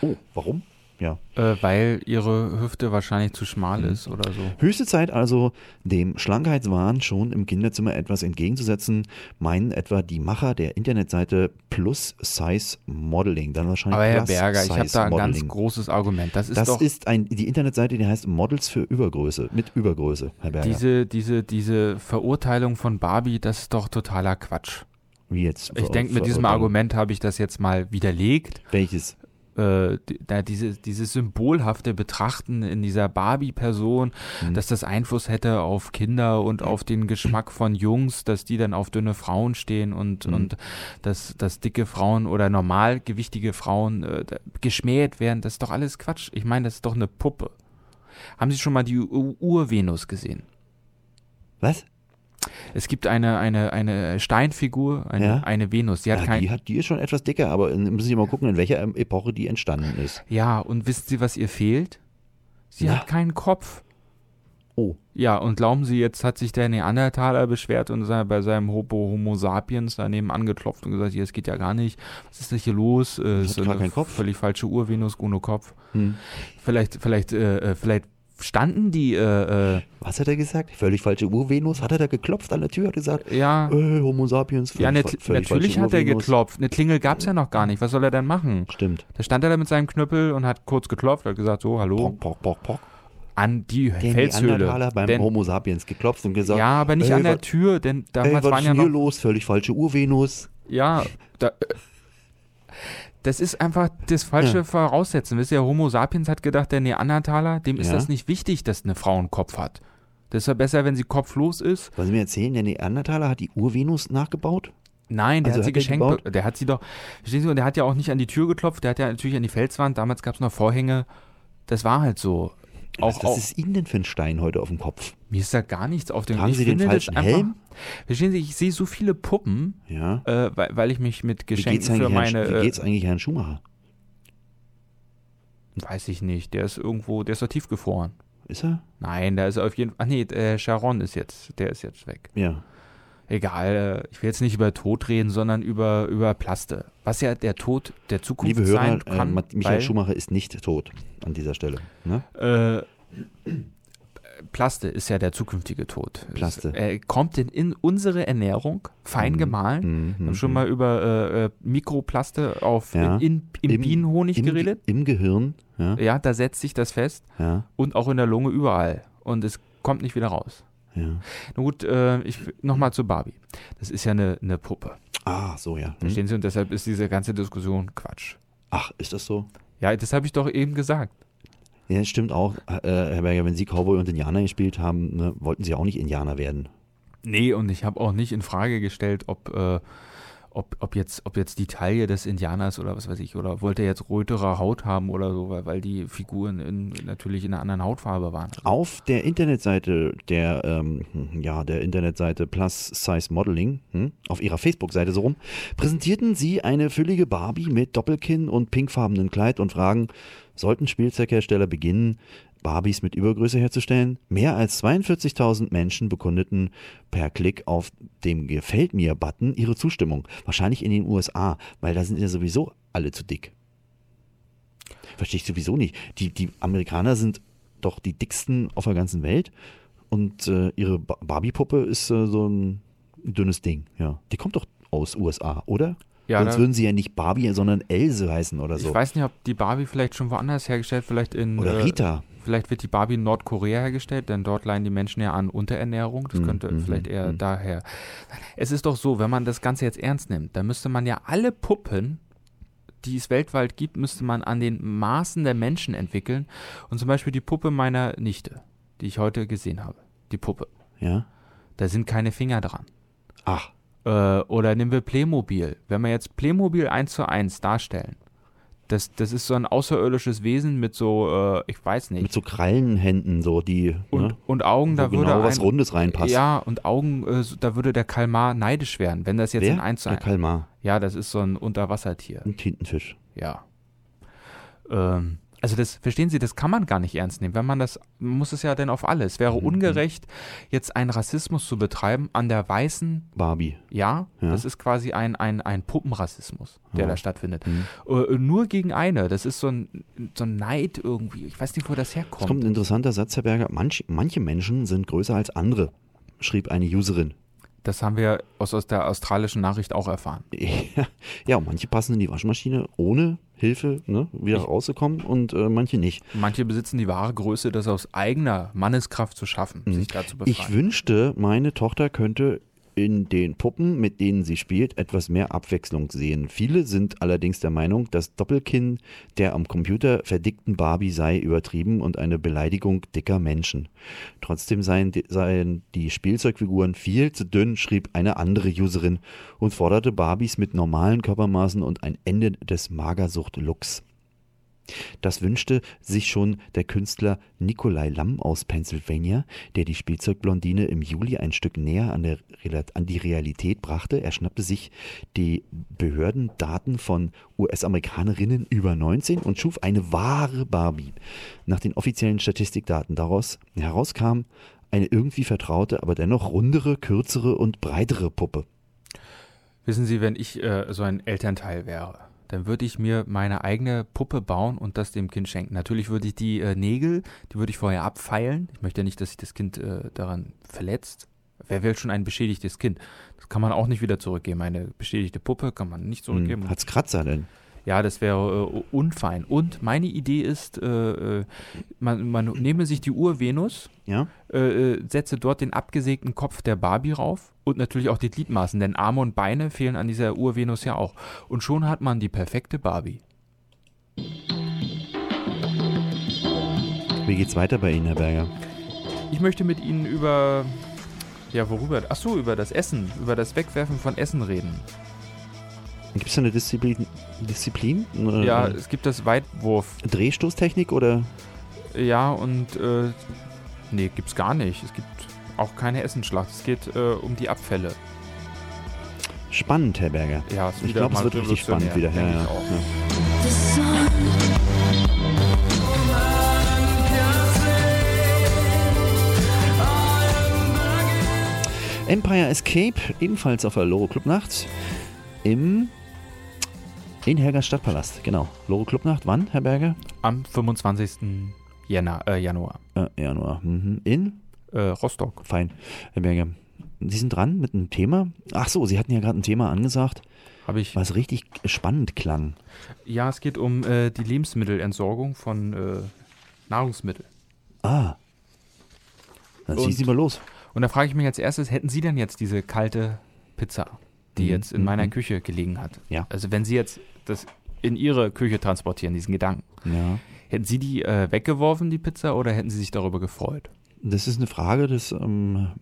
B: Oh, warum? ja.
C: Äh, weil ihre Hüfte wahrscheinlich zu schmal
B: Mhm.
C: ist oder so.
B: Höchste Zeit also, dem Schlankheitswahn schon im Kinderzimmer etwas entgegenzusetzen, meinen etwa die Macher der Internetseite Plus Size Modeling. Dann wahrscheinlich
C: Aber Herr
B: Plus
C: Berger, ich habe
B: Size
C: da ein ganz
B: Modeling.
C: großes Argument. Das ist
B: Das
C: doch
B: ist ein, die Internetseite, die heißt Models für Übergröße, mit Übergröße, Herr Berger.
C: diese, diese, diese Verurteilung von Barbie, das ist doch totaler Quatsch.
B: Wie jetzt?
C: Ich denke, mit diesem
B: Verurteilung.
C: Argument habe ich das jetzt mal widerlegt.
B: Welches?
C: Äh, die- da diese, dieses symbolhafte Betrachten in dieser Barbie-Person, dass das Einfluss hätte auf Kinder und auf den Geschmack von Jungs, dass die dann auf dünne Frauen stehen und, und dass, dass dicke Frauen oder normalgewichtige Frauen äh, da- geschmäht werden, das ist doch alles Quatsch. Ich meine, das ist doch eine Puppe. Haben Sie schon mal die U- Ur-Venus gesehen?
B: Was?
C: Es gibt eine, eine, eine Steinfigur, eine,
B: Ja.
C: eine Venus. Die hat
B: Ja,
C: kein,
B: die, hat, die ist schon etwas dicker, aber in- müssen Sie mal gucken, in welcher ähm, Epoche die entstanden ist.
C: Ja, und wissen Sie, was ihr fehlt? Sie
B: Na?
C: hat keinen Kopf.
B: Oh.
C: Ja, und glauben Sie, jetzt hat sich der Neandertaler beschwert und sei- bei seinem Hopo Homo sapiens daneben angeklopft und gesagt, hier, es geht ja gar nicht. Was ist denn hier los? Äh,
B: hat
C: so
B: gar
C: eine
B: keinen Kopf.
C: Völlig falsche Uhr, Venus ohne Kopf.
B: Hm.
C: Vielleicht, vielleicht, äh, äh, vielleicht standen die, äh,
B: Was hat er gesagt? Völlig falsche Uhr-Venus? Hat er da geklopft an der Tür? Hat gesagt,
C: äh, ja.
B: äh, Homo sapiens, völlig,
C: Ja, ne,
B: fa- völlig
C: natürlich
B: falsche
C: hat er
B: Uhr-Venus.
C: geklopft. Eine Klingel gab's ja noch gar nicht. Was soll er denn machen?
B: Stimmt.
C: Da stand er da mit seinem Knüppel und hat kurz geklopft, hat gesagt, so, hallo,
B: Pock, pock, pock, pock.
C: an die
B: Der Neandertaler
C: Felshöhle.
B: beim
C: Denn-
B: Homo sapiens geklopft und gesagt,
C: Ja, aber nicht
B: ey,
C: an der
B: was-
C: Tür, denn
B: Ey,
C: damals
B: was ist
C: waren ja
B: denn hier
C: noch.
B: los? Völlig falsche Uhr-Venus.
C: Ja, da, das ist einfach das falsche Voraussetzen. Wisst ihr, Homo sapiens hat gedacht, der Neandertaler, dem ist
B: Ja.
C: das nicht wichtig, dass eine Frau einen Kopf hat. Das ist ja besser, wenn sie kopflos ist.
B: Wollen Sie mir erzählen, der Neandertaler hat die Uhr-Venus nachgebaut?
C: Nein, der
B: Also
C: hat
B: hat
C: sie
B: der
C: geschenkt.
B: gebaut?
C: be- Der hat sie doch. Verstehen Sie, und der hat ja auch nicht an die Tür geklopft, der hat ja natürlich an die Felswand. Damals gab es noch Vorhänge. Das war halt so. Auch,
B: was
C: auch,
B: was Also ist Ihnen denn für ein Stein heute auf dem Kopf?
C: mir ist da gar nichts auf dem
B: Tragen
C: ich
B: Sie den
C: finde das
B: falschen
C: einfach-
B: Helm?
C: Verstehen Sie, ich sehe so viele Puppen,
B: Ja.
C: äh, weil, weil ich mich mit
B: Wie
C: Geschenken
B: geht's,
C: für
B: eigentlich
C: meine.
B: Herrn,
C: äh,
B: wie geht's eigentlich Herrn Schumacher?
C: Weiß ich nicht. Der ist irgendwo, der ist doch tiefgefroren.
B: Ist er?
C: Nein, da ist er auf jeden Fall. Ach nee, äh, Sharon ist jetzt, der ist jetzt weg.
B: Ja.
C: Egal, äh, ich will jetzt nicht über Tod reden, sondern über, über Plaste. Was ja der Tod der Zukunft
B: Liebe
C: sein
B: Hörer, äh,
C: kann.
B: Mat- Michael Schumacher ist nicht tot an dieser Stelle. Ne?
C: weil, äh, Plaste ist ja der zukünftige Tod.
B: Plaste.
C: Es, äh, kommt denn in unsere Ernährung, fein gemahlen? Wir
B: Mhm.
C: haben schon mal über äh, äh, Mikroplaste auf,
B: Ja.
C: in, in, im, Bienenhonig
B: im, Ge-
C: geredet.
B: Im Gehirn, ja.
C: Ja, da setzt sich das fest
B: ja,
C: und auch in der Lunge überall. Und es kommt nicht wieder raus.
B: ja.
C: Na gut, äh, ich nochmal zu Barbie. Das ist ja eine, eine Puppe.
B: Ah, so, ja. Hm.
C: Verstehen Sie? Und deshalb ist diese ganze Diskussion Quatsch.
B: Ach, ist das so?
C: Ja, das habe ich doch eben gesagt.
B: Ja, stimmt auch, äh, Herr Berger, wenn Sie Cowboy und Indianer gespielt haben, ne, wollten Sie auch nicht Indianer werden.
C: Nee, und ich habe auch nicht in Frage gestellt, ob, äh, ob, ob, jetzt, ob jetzt die Taille des Indianers oder was weiß ich, oder wollte er jetzt rötere Haut haben oder so, weil, weil die Figuren in, natürlich in einer anderen Hautfarbe waren.
B: Auf der Internetseite der, ähm, ja, der Internetseite Plus Size Modeling, hm, auf ihrer Facebook-Seite so rum, präsentierten sie eine füllige Barbie mit Doppelkinn und pinkfarbenem Kleid und fragen, sollten Spielzeughersteller beginnen, Barbies mit Übergröße herzustellen? Mehr als 42.000 Menschen bekundeten per Klick auf dem Gefällt mir-Button ihre Zustimmung. Wahrscheinlich in den USA, weil da sind ja sowieso alle zu dick. Verstehe ich sowieso nicht. Die, die Amerikaner sind doch die dicksten auf der ganzen Welt. Und äh, ihre Ba- Barbie-Puppe ist äh, so ein dünnes Ding. Ja. Die kommt doch aus USA, oder?
C: Ja,
B: Sonst
C: da-
B: würden sie ja nicht Barbie, sondern Else heißen oder so.
C: Ich weiß nicht, ob die Barbie vielleicht schon woanders hergestellt, vielleicht in.
B: also. oder
C: äh,
B: Rita.
C: Vielleicht wird die Barbie in Nordkorea hergestellt, denn dort leiden die Menschen ja an Unterernährung. Das könnte vielleicht eher daher. Es ist doch so, wenn man das Ganze jetzt ernst nimmt, dann müsste man ja alle Puppen, die es weltweit gibt, müsste man an den Maßen der Menschen entwickeln. Und zum Beispiel die Puppe meiner Nichte, die ich heute gesehen habe. Die Puppe.
B: Ja.
C: Da sind keine Finger dran.
B: Ach,
C: Äh, oder nehmen wir Playmobil. Wenn wir jetzt Playmobil 1 zu 1 darstellen, das, das ist so ein außerirdisches Wesen mit so, äh, ich weiß nicht.
B: mit so Krallenhänden, so die.
C: Und,
B: ne?
C: und Augen, da
B: Wo
C: würde
B: genau was
C: ein,
B: Rundes reinpasst.
C: Ja, und Augen, äh, so- da würde der Kalmar neidisch werden, wenn das jetzt in
B: Wer?
C: 1 zu
B: Der Hm.
C: 1.
B: Kalmar.
C: Ja, das ist so ein Unterwassertier.
B: Ein Tintenfisch.
C: Ja. Ähm, Also das, verstehen Sie, das kann man gar nicht ernst nehmen. Wenn man das, man muss es ja denn auf alles. Es wäre
B: Mhm.
C: ungerecht, jetzt einen Rassismus zu betreiben an der weißen
B: Barbie.
C: ja,
B: Ja.
C: das ist quasi ein, ein, ein Puppenrassismus, der da stattfindet.
B: Mhm.
C: Äh, nur gegen eine. Das ist so ein, so ein Neid irgendwie. Ich weiß nicht, wo das herkommt.
B: Es kommt ein interessanter Satz, Herr Berger. Manch, manche Menschen sind größer als andere, schrieb eine Userin.
C: Das haben wir aus, aus der australischen Nachricht auch erfahren.
B: Ja, und manche passen in die Waschmaschine ohne Hilfe ne, wieder rauszukommen und äh, manche nicht.
C: Manche besitzen die wahre Größe, das aus eigener Manneskraft zu schaffen, sich da zu
B: Ich
C: befreien.
B: wünschte, meine Tochter könnte in den Puppen, mit denen sie spielt, etwas mehr Abwechslung sehen. Viele sind allerdings der Meinung, das Doppelkinn der am Computer verdickten Barbie sei übertrieben und eine Beleidigung dicker Menschen. Trotzdem seien, die- seien die Spielzeugfiguren viel zu dünn, schrieb eine andere Userin und forderte Barbies mit normalen Körpermaßen und ein Ende des Magersucht-Looks. Das wünschte sich schon der Künstler Nikolai Lamm aus Pennsylvania, der die Spielzeugblondine im Juli ein Stück näher an, der, Rela- an die Realität brachte. Er schnappte sich die Behördendaten von US-Amerikanerinnen über 19 und schuf eine wahre Barbie. Nach den offiziellen Statistikdaten daraus herauskam eine irgendwie vertraute, aber dennoch rundere, kürzere und breitere Puppe.
C: Wissen Sie, wenn ich äh, so ein Elternteil wäre, dann würde ich mir meine eigene Puppe bauen und das dem Kind schenken. Natürlich würde ich die äh, Nägel, die würde ich vorher abfeilen. Ich möchte ja nicht, dass sich das Kind äh, daran verletzt. Wer will schon ein beschädigtes Kind? Das kann man auch nicht wieder zurückgeben. Eine beschädigte Puppe kann man nicht zurückgeben.
B: Hm, Hat's Kratzer denn?
C: Ja, das wäre äh, unfein. Und meine Idee ist, äh, äh, man, man nehme sich die Uhr Venus,
B: Ja?
C: äh, äh, setze dort den abgesägten Kopf der Barbie rauf und natürlich auch die Gliedmaßen, denn Arme und Beine fehlen an dieser Uhr Venus ja auch. Und schon hat man die perfekte Barbie.
B: Wie geht's weiter bei Ihnen, Herr Berger?
C: Ich möchte mit Ihnen über. Ja, worüber? Ach so, über das Essen, über das Wegwerfen von Essen reden.
B: Gibt's da eine Disziplin? Disziplin? Äh,
C: Ja, es gibt das Weitwurf.
B: Drehstoßtechnik oder?
C: Ja, und. Äh, nee, gibt's gar nicht. Es gibt auch keine Essenschlacht. Es geht äh, um die Abfälle.
B: Spannend, Herr Berger.
C: Ja, ist
B: Ich
C: wieder
B: glaube, es
C: mal
B: wird richtig
C: revolutionär,
B: spannend wieder. Ja,
C: denke
B: ja.
C: ich auch.
B: Ja.
E: The sun
B: Empire Escape, ebenfalls auf der Loro Clubnacht im in Helgers Stadtpalast. Genau. Loro Clubnacht, wann, Herr Berger?
C: Am 25. Jänner, äh, Januar.
B: Äh, Januar. Mhm. In?
C: Äh, Rostock.
B: Fein, Herr Berger. Sie sind dran mit einem Thema. Ach so, Sie hatten ja gerade ein Thema angesagt,
C: Habe ich.
B: was richtig spannend klang.
C: Ja, es geht um äh, die Lebensmittelentsorgung von äh, Nahrungsmitteln.
B: Ah. Dann
C: Und-
B: schießen Sie mal los.
C: Und da frage ich mich als erstes, hätten Sie denn jetzt diese kalte Pizza, die
B: Mhm,
C: jetzt in meiner
B: mhm.
C: Küche gelegen hat?
B: Ja.
C: Also wenn Sie jetzt das in Ihre Küche transportieren, diesen Gedanken,
B: Ja.
C: hätten Sie die äh, weggeworfen, die Pizza, oder hätten Sie sich darüber gefreut?
B: Das ist eine Frage des ähm,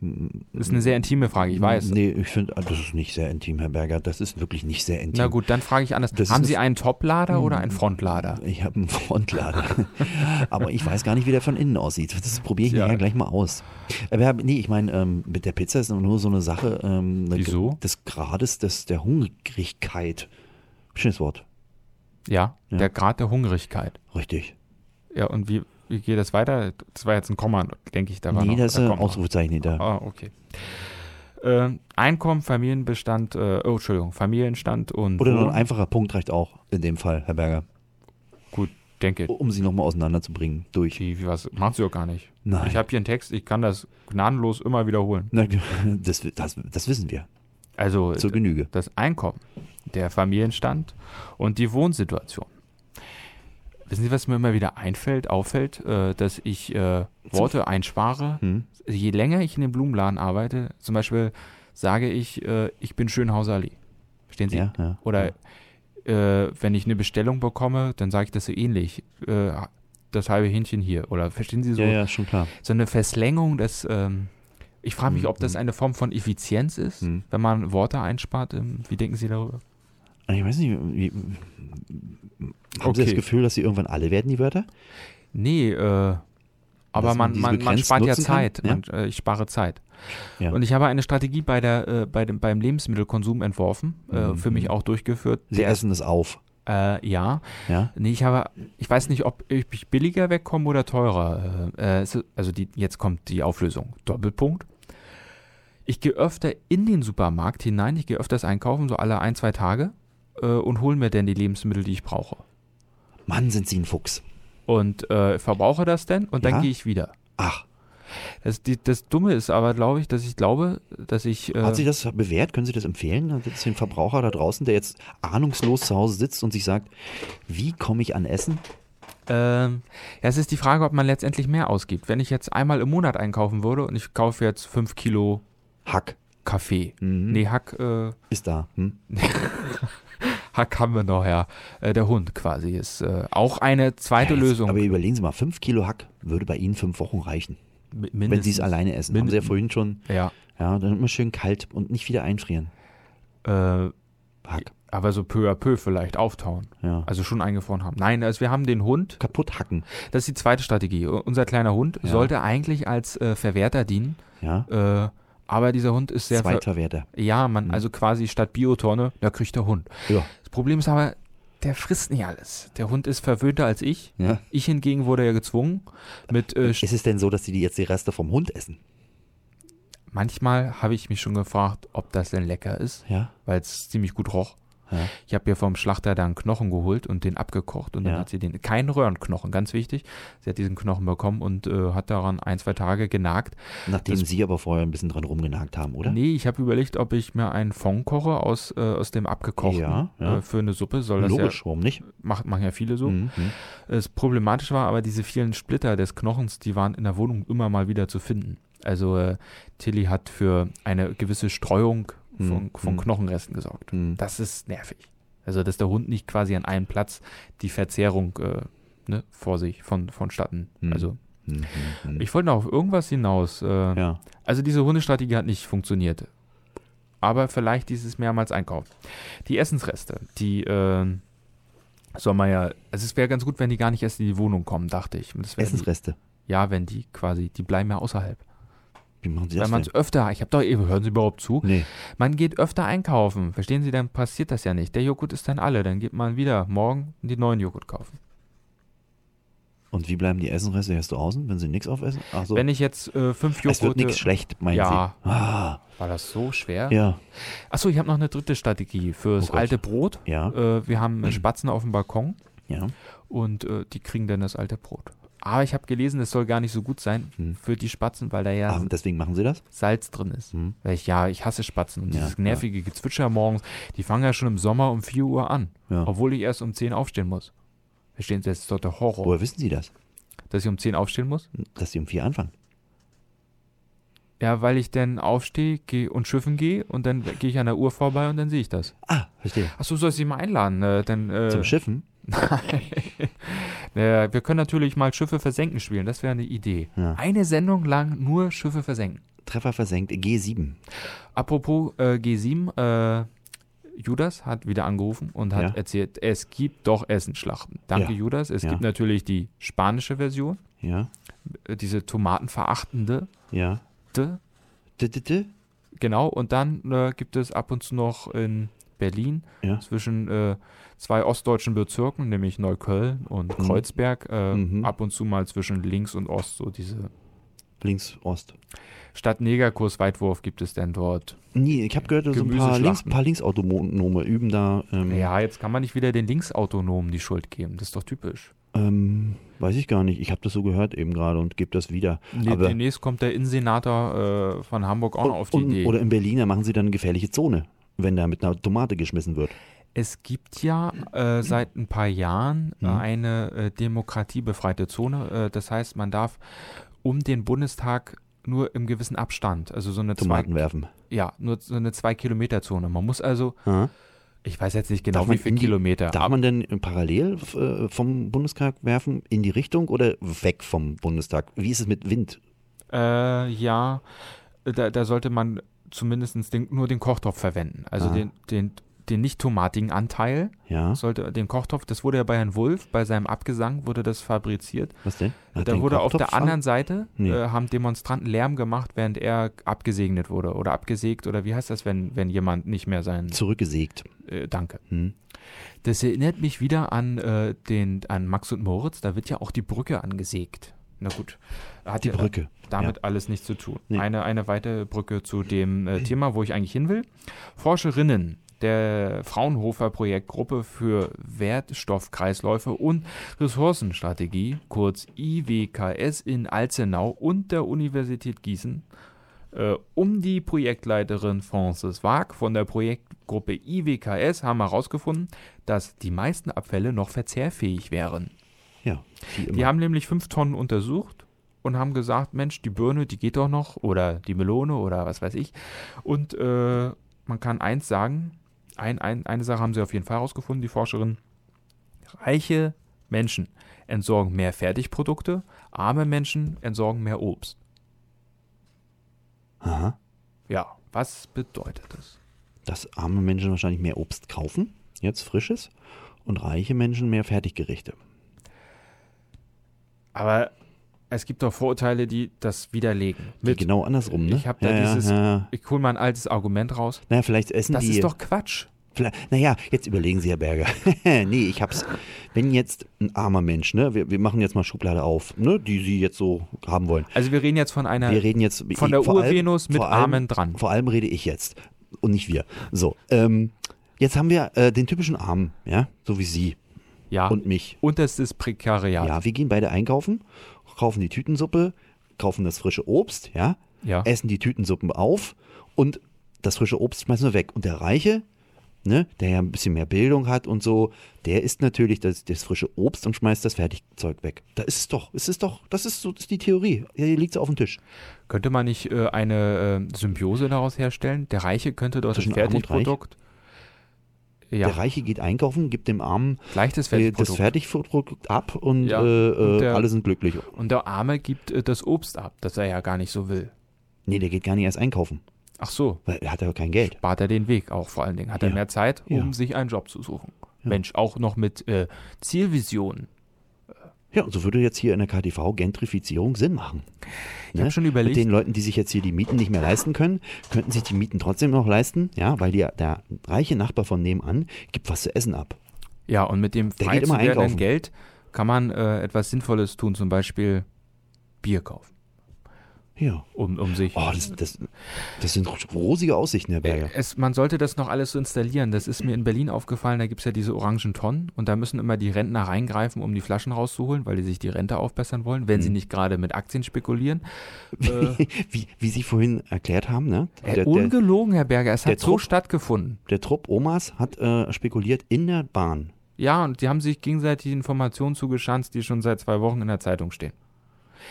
C: Das ist eine sehr intime Frage, ich weiß.
B: Nee, ich finde, das ist nicht sehr intim, Herr Berger. Das ist wirklich nicht sehr intim.
C: Na gut, dann frage ich anders.
B: Das
C: Haben
B: ist- Mhm.
C: Sie einen Toplader oder einen Frontlader?
B: Ich habe einen Frontlader. Aber ich weiß gar nicht, wie der von innen aussieht. Das probiere ich
C: Ja.
B: nachher gleich mal aus. Aber ja, nee, ich meine, ähm, mit der Pizza ist nur so eine Sache ähm,
C: Wieso?
B: des Grades des, der Hungrigkeit. Schönes Wort.
C: Ja,
B: Ja.
C: der Grad der Hungrigkeit.
B: Richtig.
C: Ja, und wie, wie geht das weiter? Das war jetzt ein Komma, denke ich, da war
B: nee,
C: noch,
B: das ist
C: da
B: ein
C: kommt noch.
B: Ausrufezeichen hinter.
C: Ah, okay. Ähm, Einkommen, Familienbestand, äh, oh, Entschuldigung, Familienstand und
B: Oder nur
C: Wohn-
B: ein einfacher Punkt reicht auch in dem Fall, Herr Berger.
C: gut, denke
B: Um sie nochmal auseinanderzubringen. Durch.
C: die, wie was macht sie doch gar nicht.
B: Nein.
C: Ich habe hier einen Text, ich kann das gnadenlos immer wiederholen.
B: Na, das, das, das wissen wir.
C: Also
B: Zur Genüge.
C: das Einkommen, der Familienstand und die Wohnsituation. Wissen Sie, was mir immer wieder einfällt, auffällt, äh, dass ich äh, Worte einspare. Je länger ich in dem Blumenladen arbeite, zum Beispiel sage ich, äh, ich bin Schönhauser Allee. Verstehen Sie?
B: Ja, ja.
C: Oder äh, wenn ich eine Bestellung bekomme, dann sage ich das so ähnlich. Äh, das halbe Hähnchen hier. Oder verstehen Sie so,
B: ja, ja, schon klar.
C: so eine Verslängerung des. Ähm, ich frage mich, ob das eine Form von Effizienz ist,
B: Mhm.
C: wenn man Worte einspart. ähm, Wie denken Sie darüber?
B: Ich weiß nicht, wie, haben Sie das
C: Okay.
B: Gefühl, dass Sie irgendwann alle werden, die Wörter?
C: Nee, äh, aber
B: Dass man
C: man,
B: diese
C: man, man
B: begrenzt
C: spart ja
B: nutzen kann?
C: Zeit.
B: Ja.
C: Man, äh, ich spare Zeit.
B: Ja.
C: Und ich habe eine Strategie
B: Mhm,
C: bei der, äh, bei dem, beim Lebensmittelkonsum entworfen, äh, für mich auch durchgeführt.
B: Sie
C: Der-
B: essen es auf.
C: Äh, ja.
B: Ja.
C: Nee, ich habe, ich weiß nicht, ob ich billiger wegkomme oder teurer. Äh, äh, es ist- also die, jetzt kommt die Auflösung. Doppelpunkt. Ich gehe öfter in den Supermarkt hinein, ich gehe öfters einkaufen, so alle ein, zwei Tage äh, und hole mir dann die Lebensmittel, die ich brauche.
B: Mann, sind sie ein Fuchs.
C: Und äh, verbrauche das dann und
B: Ja.
C: dann gehe ich wieder.
B: Ach,
C: Das, die, das Dumme ist aber, glaube ich, dass ich glaube, dass ich. Äh,
B: hat sich das bewährt? Können Sie das empfehlen? Dann sitzt den Verbraucher da draußen, der jetzt ahnungslos zu Hause sitzt und sich sagt, wie komme ich an Essen?
C: Ähm, ja, es ist die Frage, ob man letztendlich mehr ausgibt. Wenn ich jetzt einmal im Monat einkaufen würde und ich kaufe jetzt 5 Kilo
B: Hack
C: Kaffee.
B: Mhm.
C: Nee, Hack, äh,
B: ist da. Hm?
C: Hack haben wir noch, ja. Äh, der Hund quasi ist äh, auch eine zweite
B: Ja, jetzt-
C: Lösung.
B: Aber überlegen Sie mal, 5 Kilo Hack würde bei Ihnen fünf Wochen reichen,
C: Mi-
B: wenn Sie es
C: mindestens.
B: alleine essen. Haben Sie ja
C: Mindestens.
B: vorhin schon.
C: Ja.
B: Ja, dann immer schön kalt und nicht wieder einfrieren.
C: Äh,
B: Hack.
C: aber so peu à peu vielleicht auftauen.
B: Ja.
C: Also schon eingefroren haben. Nein, also wir haben den Hund.
B: Kaputt hacken.
C: Das ist die zweite Strategie. U- Unser kleiner Hund sollte eigentlich als äh, Verwerter dienen.
B: Ja.
C: Äh, aber dieser Hund ist sehr. ver-
B: Zweiter Werder.
C: Ja,
B: Mhm.
C: man, also quasi statt Biotonne, da kriegt der Hund.
B: Ja.
C: Das Problem ist aber, der frisst nicht alles. Der Hund ist verwöhnter als ich.
B: ja.
C: Ich hingegen wurde ja gezwungen. Mit äh, Sch-
B: Ist es denn so, dass Sie die jetzt die Reste vom Hund essen?
C: manchmal habe ich mich schon gefragt, ob das denn lecker ist,
B: Ja.
C: weil es ziemlich gut roch.
B: Ja.
C: Ich habe hier vom Schlachter da einen Knochen geholt und den abgekocht und
B: Ja.
C: dann hat sie den keinen Röhrenknochen, ganz wichtig. Sie hat diesen Knochen bekommen und äh, hat daran ein zwei Tage genagt.
B: Nachdem
C: Das-
B: Sie aber vorher ein bisschen dran rumgenagt haben, oder?
C: Nee, ich habe überlegt, ob ich mir einen Fond koche aus äh, aus dem abgekochten
B: Ja, ja.
C: Äh, für eine Suppe. Soll das
B: Logisch, warum nicht?
C: ja macht machen ja viele so.
B: Mhm. Mhm.
C: Es problematisch war aber diese vielen Splitter des Knochens, die waren in der Wohnung immer mal wieder zu finden. Also äh, Tilly hat für eine gewisse Streuung von,
B: Hm,
C: von
B: hm.
C: Knochenresten gesorgt.
B: Hm.
C: Das ist nervig. Also dass der Hund nicht quasi an einem Platz die Verzehrung äh, ne, vor sich von vonstatten.
B: Hm.
C: Also
B: Mhm. Mhm.
C: ich wollte noch auf irgendwas hinaus. Äh,
B: Ja.
C: Also diese Hundestrategie hat nicht funktioniert. Aber vielleicht dieses mehrmals einkaufen. Die Essensreste, die äh, soll man ja. Also es wäre ganz gut, wenn die gar nicht erst in die Wohnung kommen, dachte ich. Und Das wäre die,
B: Essensreste.
C: ja, wenn die quasi, die bleiben ja außerhalb.
B: Wie machen Sie das
C: Wenn man
B: denn?
C: es öfter, ich habe doch eben, hören Sie überhaupt zu?
B: Nee.
C: Man geht öfter einkaufen, verstehen Sie, dann passiert das ja nicht. Der Joghurt ist dann alle, dann geht man wieder morgen den neuen Joghurt kaufen.
B: Und wie bleiben die Essensreste erst draußen, wenn Sie nichts aufessen? Ach so.
C: Wenn ich jetzt äh, fünf
B: es wird
C: Joghurt.
B: nichts schlecht, meinen
C: Ja.
B: Sie? Ah,
C: War das so schwer?
B: ja.
C: Achso, ich habe noch eine dritte Strategie fürs
B: Oh Gott.
C: alte Brot.
B: Ja. Mhm.
C: Äh, wir haben äh, Spatzen auf dem Balkon
B: Ja.
C: und äh, die kriegen dann das alte Brot. Aber ich habe gelesen, es soll gar nicht so gut sein
B: Mhm.
C: für die Spatzen, weil da ja
B: Ah, deswegen machen Sie das?
C: Salz drin ist. Weil ich, ja, ich hasse Spatzen. Und
B: Mhm. Ja,
C: dieses nervige Gezwitscher morgens, die fangen ja schon im Sommer um 4 Uhr an.
B: Ja.
C: Obwohl ich erst um 10 aufstehen muss. Verstehen Sie, das ist doch der Horror,
B: Woher wissen Sie das?
C: dass ich um 10 aufstehen muss.
B: Dass Sie um vier anfangen.
C: Ja, weil ich dann aufstehe geh und schiffen gehe und dann gehe ich an der Uhr vorbei und dann sehe ich das.
B: Ah, verstehe.
C: Achso, soll ich Sie mal einladen? Äh, dann, äh,
B: Zum Schiffen?
C: Äh, wir können natürlich mal Schiffe versenken spielen, das wäre eine Idee.
B: Ja.
C: Eine Sendung lang nur Schiffe versenken.
B: Treffer versenkt, G7.
C: Apropos äh, G7, äh, Judas hat wieder angerufen und hat
B: Ja.
C: erzählt, es gibt doch Essenschlachten. Danke,
B: Ja.
C: Judas. Es
B: Ja.
C: gibt natürlich die spanische Version,
B: Ja,
C: äh, diese tomatenverachtende.
B: ja.
C: de-
B: D -d -d
C: Genau, und dann äh, gibt es ab und zu noch in Berlin
B: Ja.
C: zwischen äh, zwei ostdeutschen Bezirken, nämlich Neukölln und Kreuzberg, äh,
B: Mhm.
C: ab und zu mal zwischen links und ost so diese
B: Links, Ost.
C: Statt Negerkurs Weitwurf gibt es denn dort.
B: Nee, ich habe gehört, so ein paar,
C: Gemüseschlachten.
B: Links, paar Linksautonome üben da. Ähm,
C: Ja, jetzt kann man nicht wieder den Linksautonomen die Schuld geben. Das ist doch typisch.
B: ähm, weiß ich gar nicht. Ich habe das so gehört eben gerade und gebe das wieder.
C: Ne-
B: Aber,
C: Demnächst kommt der Innensenator äh, von Hamburg auch noch auf die
B: und,
C: Idee.
B: Oder in Berlin, da machen sie dann eine gefährliche Zone, wenn da mit einer Tomate geschmissen wird.
C: es gibt ja äh, seit ein paar Jahren äh,
B: Mhm.
C: eine äh, demokratiebefreite Zone. Äh, das heißt, man darf um den Bundestag nur im gewissen Abstand, also so eine zwei,
B: Tomaten werfen.
C: ja, nur so eine zwei Kilometer Zone. Man muss also,
B: Ja.
C: ich weiß jetzt nicht
B: Darf
C: genau,
B: man
C: wie viel
B: in die-
C: Kilometer.
B: Darf man denn parallel äh, vom Bundestag werfen in die Richtung oder weg vom Bundestag? Wie ist es mit Wind?
C: Äh, ja, da, da sollte man zumindest den, nur den Kochtopf verwenden. Also
B: Ah.
C: den, den, den nicht tomatigen Anteil
B: Ja,
C: sollte den Kochtopf, das wurde ja bei Herrn Wulff, bei seinem Abgesang wurde das fabriziert.
B: was denn? Hat
C: da
B: den
C: wurde auf
B: Kochtopf
C: der anderen Seite,
B: Nee.
C: äh, haben Demonstranten Lärm gemacht, während er abgesegnet wurde oder abgesägt oder wie heißt das, wenn, wenn jemand nicht mehr sein...
B: an- Zurückgesägt.
C: Äh, danke.
B: Hm.
C: Das erinnert mich wieder an, äh, den, an Max und Moritz. Da wird ja auch die Brücke angesägt. Na gut, hat
B: Die
C: ja
B: Brücke.
C: damit alles nichts zu tun.
B: Nee.
C: Eine, eine weitere Brücke zu dem äh, Thema, wo ich eigentlich hin will. Forscherinnen der Fraunhofer Projektgruppe für Wertstoffkreisläufe und Ressourcenstrategie, kurz IWKS in Alzenau und der Universität Gießen, äh, um die Projektleiterin Frances Waag von der Projektgruppe IWKS haben herausgefunden, dass die meisten Abfälle noch verzehrfähig wären.
B: Ja, wie immer.
C: Die haben nämlich fünf Tonnen untersucht und haben gesagt, Mensch, die Birne, die geht doch noch oder die Melone oder was weiß ich. Und äh, man kann eins sagen, ein, ein, eine Sache haben sie auf jeden Fall herausgefunden, die Forscherin. Reiche Menschen entsorgen mehr Fertigprodukte, arme Menschen entsorgen mehr Obst.
B: Aha.
C: Ja, was bedeutet das?
B: Dass arme Menschen wahrscheinlich mehr Obst kaufen, jetzt frisches, und reiche Menschen mehr Fertiggerichte.
C: Aber es gibt doch Vorurteile, die das widerlegen. Mit,
B: genau andersrum, ne?
C: Ich hab da
B: ja,
C: dieses-
B: Ja, ja.
C: Ich hole mal ein altes Argument raus.
B: Naja, vielleicht essen
C: Das
B: die.
C: ist doch Quatsch.
B: Vielleicht- Naja, jetzt überlegen Sie, Herr Berger. nee, ich hab's. Wenn jetzt ein armer Mensch, ne, wir, wir machen jetzt mal Schublade auf, ne, die Sie jetzt so haben wollen.
C: Also wir reden jetzt von einer
B: Wir reden jetzt
C: Von der
B: vor allem-
C: Urvenus mit
B: vor allem-
C: Armen dran.
B: Vor allem rede ich jetzt und nicht wir. So, ähm, jetzt haben wir äh, den typischen Armen, ja, so wie Sie
C: Ja.
B: und mich.
C: Unterstes Prekariat.
B: Ja, wir gehen beide einkaufen, kaufen die Tütensuppe, kaufen das frische Obst, ja,
C: Ja.
B: essen die Tütensuppen auf und das frische Obst schmeißen wir weg. Und der Reiche, ne, der ja ein bisschen mehr Bildung hat und so, der isst natürlich das, das frische Obst und schmeißt das Fertigzeug weg. Da ist es doch, ist es doch, das ist so das ist die Theorie. Hier liegt es auf dem Tisch.
C: Könnte man nicht äh, eine äh, Symbiose daraus herstellen? Der Reiche könnte dort
B: Zwischen
C: das
B: Arm und Reich?
C: Fertigprodukt. Ja,
B: Der Reiche geht einkaufen, gibt dem Armen
C: leichtes
B: äh,
C: Fertigprodukt.
B: das Fertigprodukt ab und
C: Ja,
B: äh,
C: und
B: äh,
C: der-
B: alle sind glücklich.
C: und der Arme gibt äh, das Obst ab, das er ja gar nicht so will.
B: Nee, der geht gar nicht erst einkaufen,
C: Ach so,
B: weil er hat ja kein Geld.
C: bat er den Weg auch vor allen Dingen. Hat er
B: Ja.
C: mehr Zeit, um
B: Ja.
C: sich einen Job zu suchen.
B: Ja.
C: Mensch, auch noch mit äh, Zielvisionen.
B: Ja, und so würde jetzt hier in der KTV Gentrifizierung Sinn machen.
C: Ich habe schon überlegt,
B: Ne? Mit den Leuten, die sich jetzt hier die Mieten nicht mehr leisten können, könnten sich die Mieten trotzdem noch leisten, ja, weil die, der reiche Nachbar von nebenan gibt was zu essen ab.
C: ja, und mit dem
B: Der
C: frei
B: geht
C: zu
B: immer
C: werdenden
B: einkaufen.
C: Geld kann man äh, etwas Sinnvolles tun, zum Beispiel Bier kaufen,
B: Ja.
C: um, um sich
B: Oh, das, das, das sind rosige Aussichten, Herr Berger.
C: Es, man sollte das noch alles so installieren. Das ist mir in Berlin aufgefallen, da gibt es ja diese orangen Tonnen und da müssen immer die Rentner reingreifen, um die Flaschen rauszuholen, weil die sich die Rente aufbessern wollen,
B: Hm.
C: wenn sie nicht gerade mit Aktien spekulieren. Äh,
B: Wie, wie Sie vorhin erklärt haben, ne?
C: äh, ungelogen, Herr Berger, es
B: der
C: hat so
B: Druck-
C: stattgefunden.
B: der Trupp Omas hat äh, spekuliert in der Bahn.
C: Ja, und die haben sich gegenseitig Informationen zugeschanzt, die schon seit zwei Wochen in der Zeitung stehen.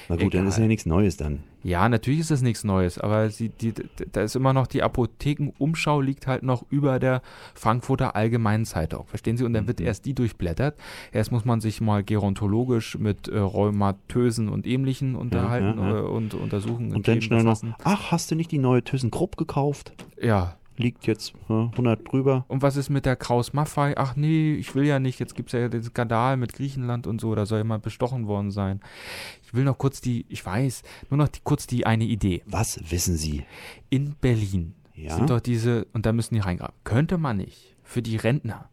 B: Na gut,
C: Egal.
B: dann ist ja nichts Neues dann.
C: Ja, natürlich ist das nichts Neues, aber sie, die, d- da ist immer noch die Apothekenumschau liegt halt noch über der Frankfurter Allgemeinen Zeitung. Verstehen Sie? Und dann wird
B: Mhm.
C: erst die durchblättert. Erst muss man sich mal gerontologisch mit äh, Rheumatösen und Ähnlichen unterhalten
B: ja, ja.
C: äh, und untersuchen.
B: Und dann
C: geben
B: schnell noch,
C: lassen.
B: ach, hast du nicht die neue ThyssenKrupp gekauft?
C: Ja.
B: Liegt jetzt äh, 100 drüber.
C: Und was ist mit der Kraus Maffei? Ach nee, ich will ja nicht. Jetzt gibt's ja den Skandal mit Griechenland und so. Da soll jemand bestochen worden sein. Ich will noch kurz die, ich weiß, nur noch die, kurz die eine Idee.
B: Was wissen Sie?
C: in Berlin
B: Ja.
C: sind doch diese, und da müssen die reingraben. Könnte man nicht für die Rentner,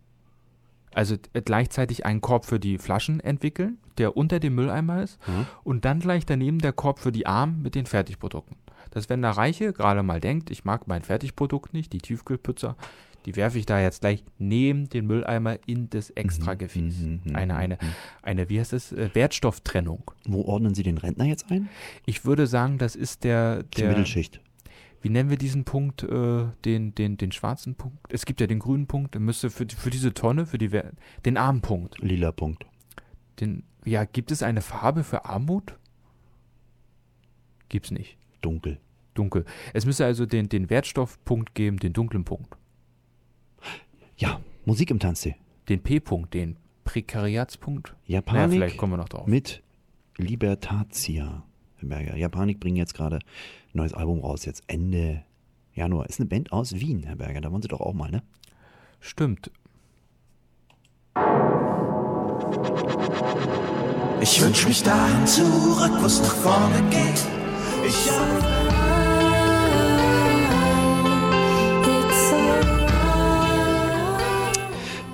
C: also t- gleichzeitig einen Korb für die Flaschen entwickeln, der unter dem Mülleimer ist,
B: Mhm.
C: und dann gleich daneben der Korb für die Armen mit den Fertigprodukten. Dass wenn der Reiche gerade mal denkt, ich mag mein Fertigprodukt nicht, die Tiefkühlpizza, die werfe ich da jetzt gleich neben den Mülleimer in das Extragefäß.
B: Mhm, mhm,
C: Eine, eine, eine, wie heißt das, Äh, Wertstofftrennung.
B: Wo ordnen Sie den Rentner jetzt ein?
C: Ich würde sagen, das ist der,
B: Die
C: der,
B: Mittelschicht.
C: wie nennen wir diesen Punkt, äh, den, den, den schwarzen Punkt? Es gibt ja den grünen Punkt, der müsste für, die- für diese Tonne, für die, Wer- den Armpunkt.
B: Lila Punkt.
C: Den, ja, gibt es eine Farbe für Armut? Gibt's nicht.
B: Dunkel.
C: Dunkel. Es müsste also den, den Wertstoffpunkt geben, den dunklen Punkt.
B: Ja, Musik im Tanztee.
C: Den P-Punkt, den Prekariatspunkt. Naja,
B: Japanik
C: vielleicht kommen wir noch drauf.
B: mit Libertatia. Herr Berger. Japanik bringen jetzt gerade ein neues Album raus, jetzt Ende Januar. Ist eine Band aus Wien, Herr Berger. Da waren Sie doch auch mal, ne?
C: Stimmt.
D: Ich wünsch mich dahin zurück, wo's nach vorne geht. Ich hab
E: It's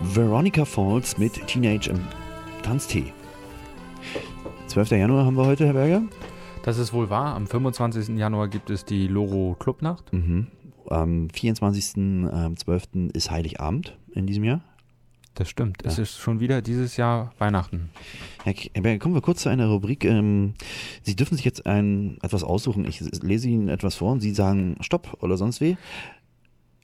E: alright.
B: Veronica Falls mit Teenage im Tanztee. 12. Januar haben wir heute, Herr Berger.
C: Das ist wohl wahr. Am 25. Januar gibt es die Loro Clubnacht.
B: Am 24.12. ist Heiligabend in diesem Jahr.
C: Das stimmt. Es ist schon wieder dieses Jahr Weihnachten.
B: Herr K- Herr Berger, kommen wir kurz zu einer Rubrik. Ähm, Sie dürfen sich jetzt ein, etwas aussuchen. Ich lese Ihnen etwas vor und Sie sagen Stopp oder sonst wie.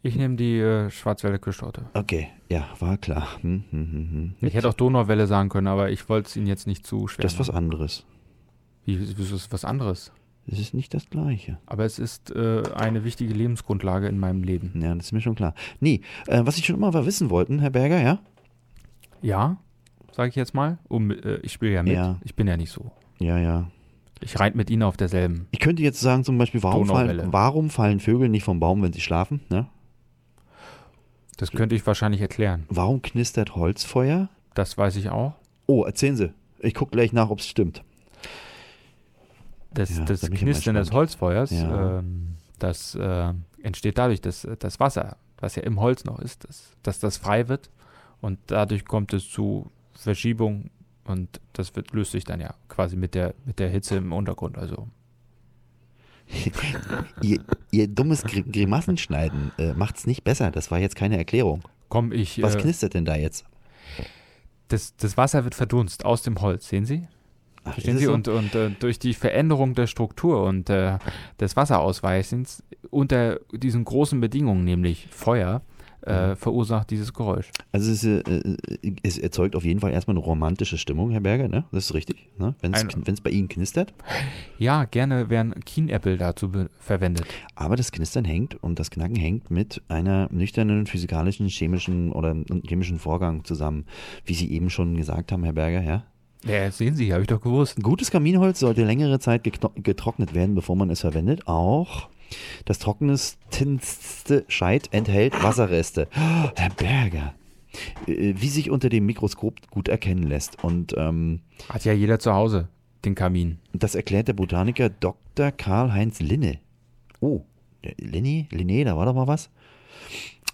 C: Ich nehme die äh, Schwarzwälder Kirschtorte.
B: Okay, ja, war klar. Hm, hm, hm, hm.
C: Ich hätte auch Donauwelle sagen können, aber ich wollte es Ihnen jetzt nicht zu schwer.
B: Das ist was
C: machen.
B: anderes.
C: Wie, das ist was anderes.
B: Es ist nicht das Gleiche.
C: Aber es ist äh, eine wichtige Lebensgrundlage in meinem Leben.
B: Ja, das ist mir schon klar. Nee, äh, was ich schon immer mal wissen wollten, Herr Berger, ja?
C: Ja, sage ich jetzt mal. Um, äh, ich spiele ja mit.
B: Ja.
C: Ich bin ja nicht so.
B: Ja, ja.
C: Ich reite mit Ihnen auf derselben.
B: Ich könnte jetzt sagen zum Beispiel, warum, fallen,
C: Donauwelle.
B: warum fallen Vögel nicht vom Baum, wenn sie schlafen? Ne?
C: Das könnte ich wahrscheinlich erklären.
B: Warum knistert Holzfeuer?
C: Das weiß ich auch.
B: Oh, erzählen Sie. Ich gucke gleich nach, ob es stimmt.
C: Das,
B: Ja,
C: das
B: da bin ich immer
C: Knistern des
B: gespannt.
C: Holzfeuers,
B: Ja.
C: ähm, das äh, entsteht dadurch, dass äh, das Wasser, was ja im Holz noch ist, dass, dass das frei wird und dadurch kommt es zu Verschiebung und das wird, löst sich dann ja quasi mit der, mit der Hitze im Untergrund. Also
B: Ihr, ihr dummes Gri- Grimassenschneiden äh, macht es nicht besser. Das war jetzt keine Erklärung.
C: komme ich.
B: Was
C: äh,
B: knistert denn da jetzt?
C: das, das Wasser wird verdunst aus dem Holz, sehen Sie?
B: Ach,
C: Verstehen
B: ist
C: Sie?
B: es so?
C: Und, und äh, durch die Veränderung der Struktur und äh, des Wasserausweichens unter diesen großen Bedingungen, nämlich Feuer,
B: Mhm.
C: äh, verursacht dieses Geräusch.
B: also es, äh, äh, es erzeugt auf jeden Fall erstmal eine romantische Stimmung, Herr Berger, ne? Das ist richtig, ne? Wenn
C: Ein-
B: es bei Ihnen knistert.
C: Ja, gerne werden Keenäpfel dazu be- verwendet.
B: Aber das Knistern hängt und das Knacken hängt mit einer nüchternen physikalischen, chemischen oder chemischen Vorgang zusammen, wie Sie eben schon gesagt haben, Herr Berger, ja?
C: Ja, das sehen Sie, habe ich doch gewusst.
B: Gutes Kaminholz sollte längere Zeit gekno- getrocknet werden, bevor man es verwendet. Auch das trockenste Scheit enthält Wasserreste. Oh, Herr Berger, äh, wie sich unter dem Mikroskop gut erkennen lässt. Und ähm,
C: Hat ja jeder zu Hause den Kamin.
B: das erklärt der Botaniker Dr. Karl-Heinz Linne. Oh, der Linne, Linne, da war doch mal was.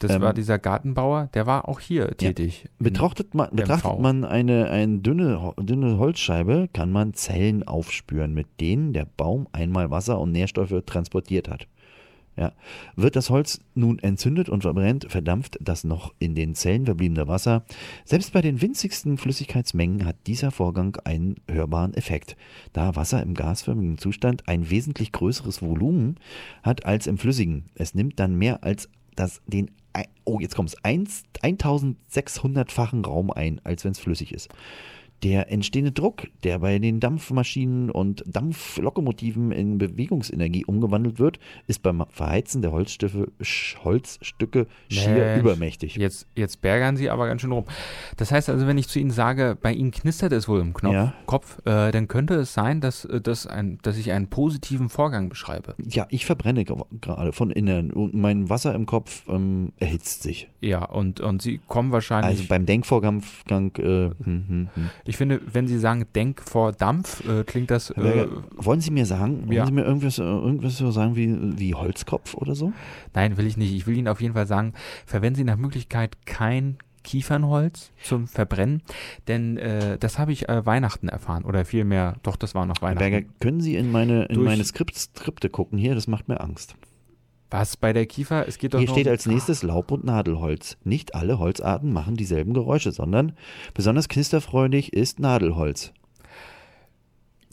C: Das
B: Ähm.
C: war dieser Gartenbauer, der war auch hier tätig.
B: Betrachtet man, betrachtet
C: MV.
B: man eine, eine dünne, Ho- dünne Holzscheibe, kann man Zellen aufspüren, mit denen der Baum einmal Wasser und Nährstoffe transportiert hat. Ja. Wird das Holz nun entzündet und verbrennt, verdampft das noch in den Zellen verbliebene Wasser. Selbst bei den winzigsten Flüssigkeitsmengen hat dieser Vorgang einen hörbaren Effekt, da Wasser im gasförmigen Zustand ein wesentlich größeres Volumen hat als im flüssigen. Es nimmt dann mehr als das den ein- oh jetzt kommt's 1600-fachen Raum ein, als wenn es flüssig ist. Der entstehende Druck, der bei den Dampfmaschinen und Dampflokomotiven in Bewegungsenergie umgewandelt wird, ist beim Verheizen der Holzstiffe, Sch- Holzstücke schier
C: Mensch,
B: übermächtig.
C: Jetzt, jetzt bergern Sie aber ganz schön rum. Das heißt also, wenn ich zu Ihnen sage, bei Ihnen knistert es wohl im Knopf,
B: Ja.
C: Kopf, äh, dann könnte es sein, dass, äh, dass, ein, dass ich einen positiven Vorgang beschreibe.
B: Ja, ich verbrenne ge- gerade von innen und mein Wasser im Kopf ähm, erhitzt sich.
C: Ja, und, und Sie kommen wahrscheinlich.
B: Also beim Denkvorgang Gang, äh, hm, hm, hm.
C: ich finde, wenn Sie sagen Denk vor Dampf, äh, klingt das.
B: Herr Berger,
C: Äh,
B: wollen Sie mir sagen, wollen
C: ja.
B: Sie mir irgendwas, äh, irgendwas so sagen wie, wie Holzkopf oder so?
C: Nein, will ich nicht. Ich will Ihnen auf jeden Fall sagen, verwenden Sie nach Möglichkeit kein Kiefernholz zum Verbrennen, denn äh, das habe ich äh, Weihnachten erfahren oder vielmehr, doch, das war noch
B: Herr
C: Weihnachten.
B: Berger, können Sie in meine, in
C: Durch-
B: meine Skript, Skripte gucken hier? Das macht mir Angst.
C: Was bei der Kiefer? Es geht doch
B: Hier
C: nur
B: steht
C: um-
B: als nächstes Laub- und Nadelholz. Nicht alle Holzarten machen dieselben Geräusche, sondern besonders knisterfreudig ist Nadelholz.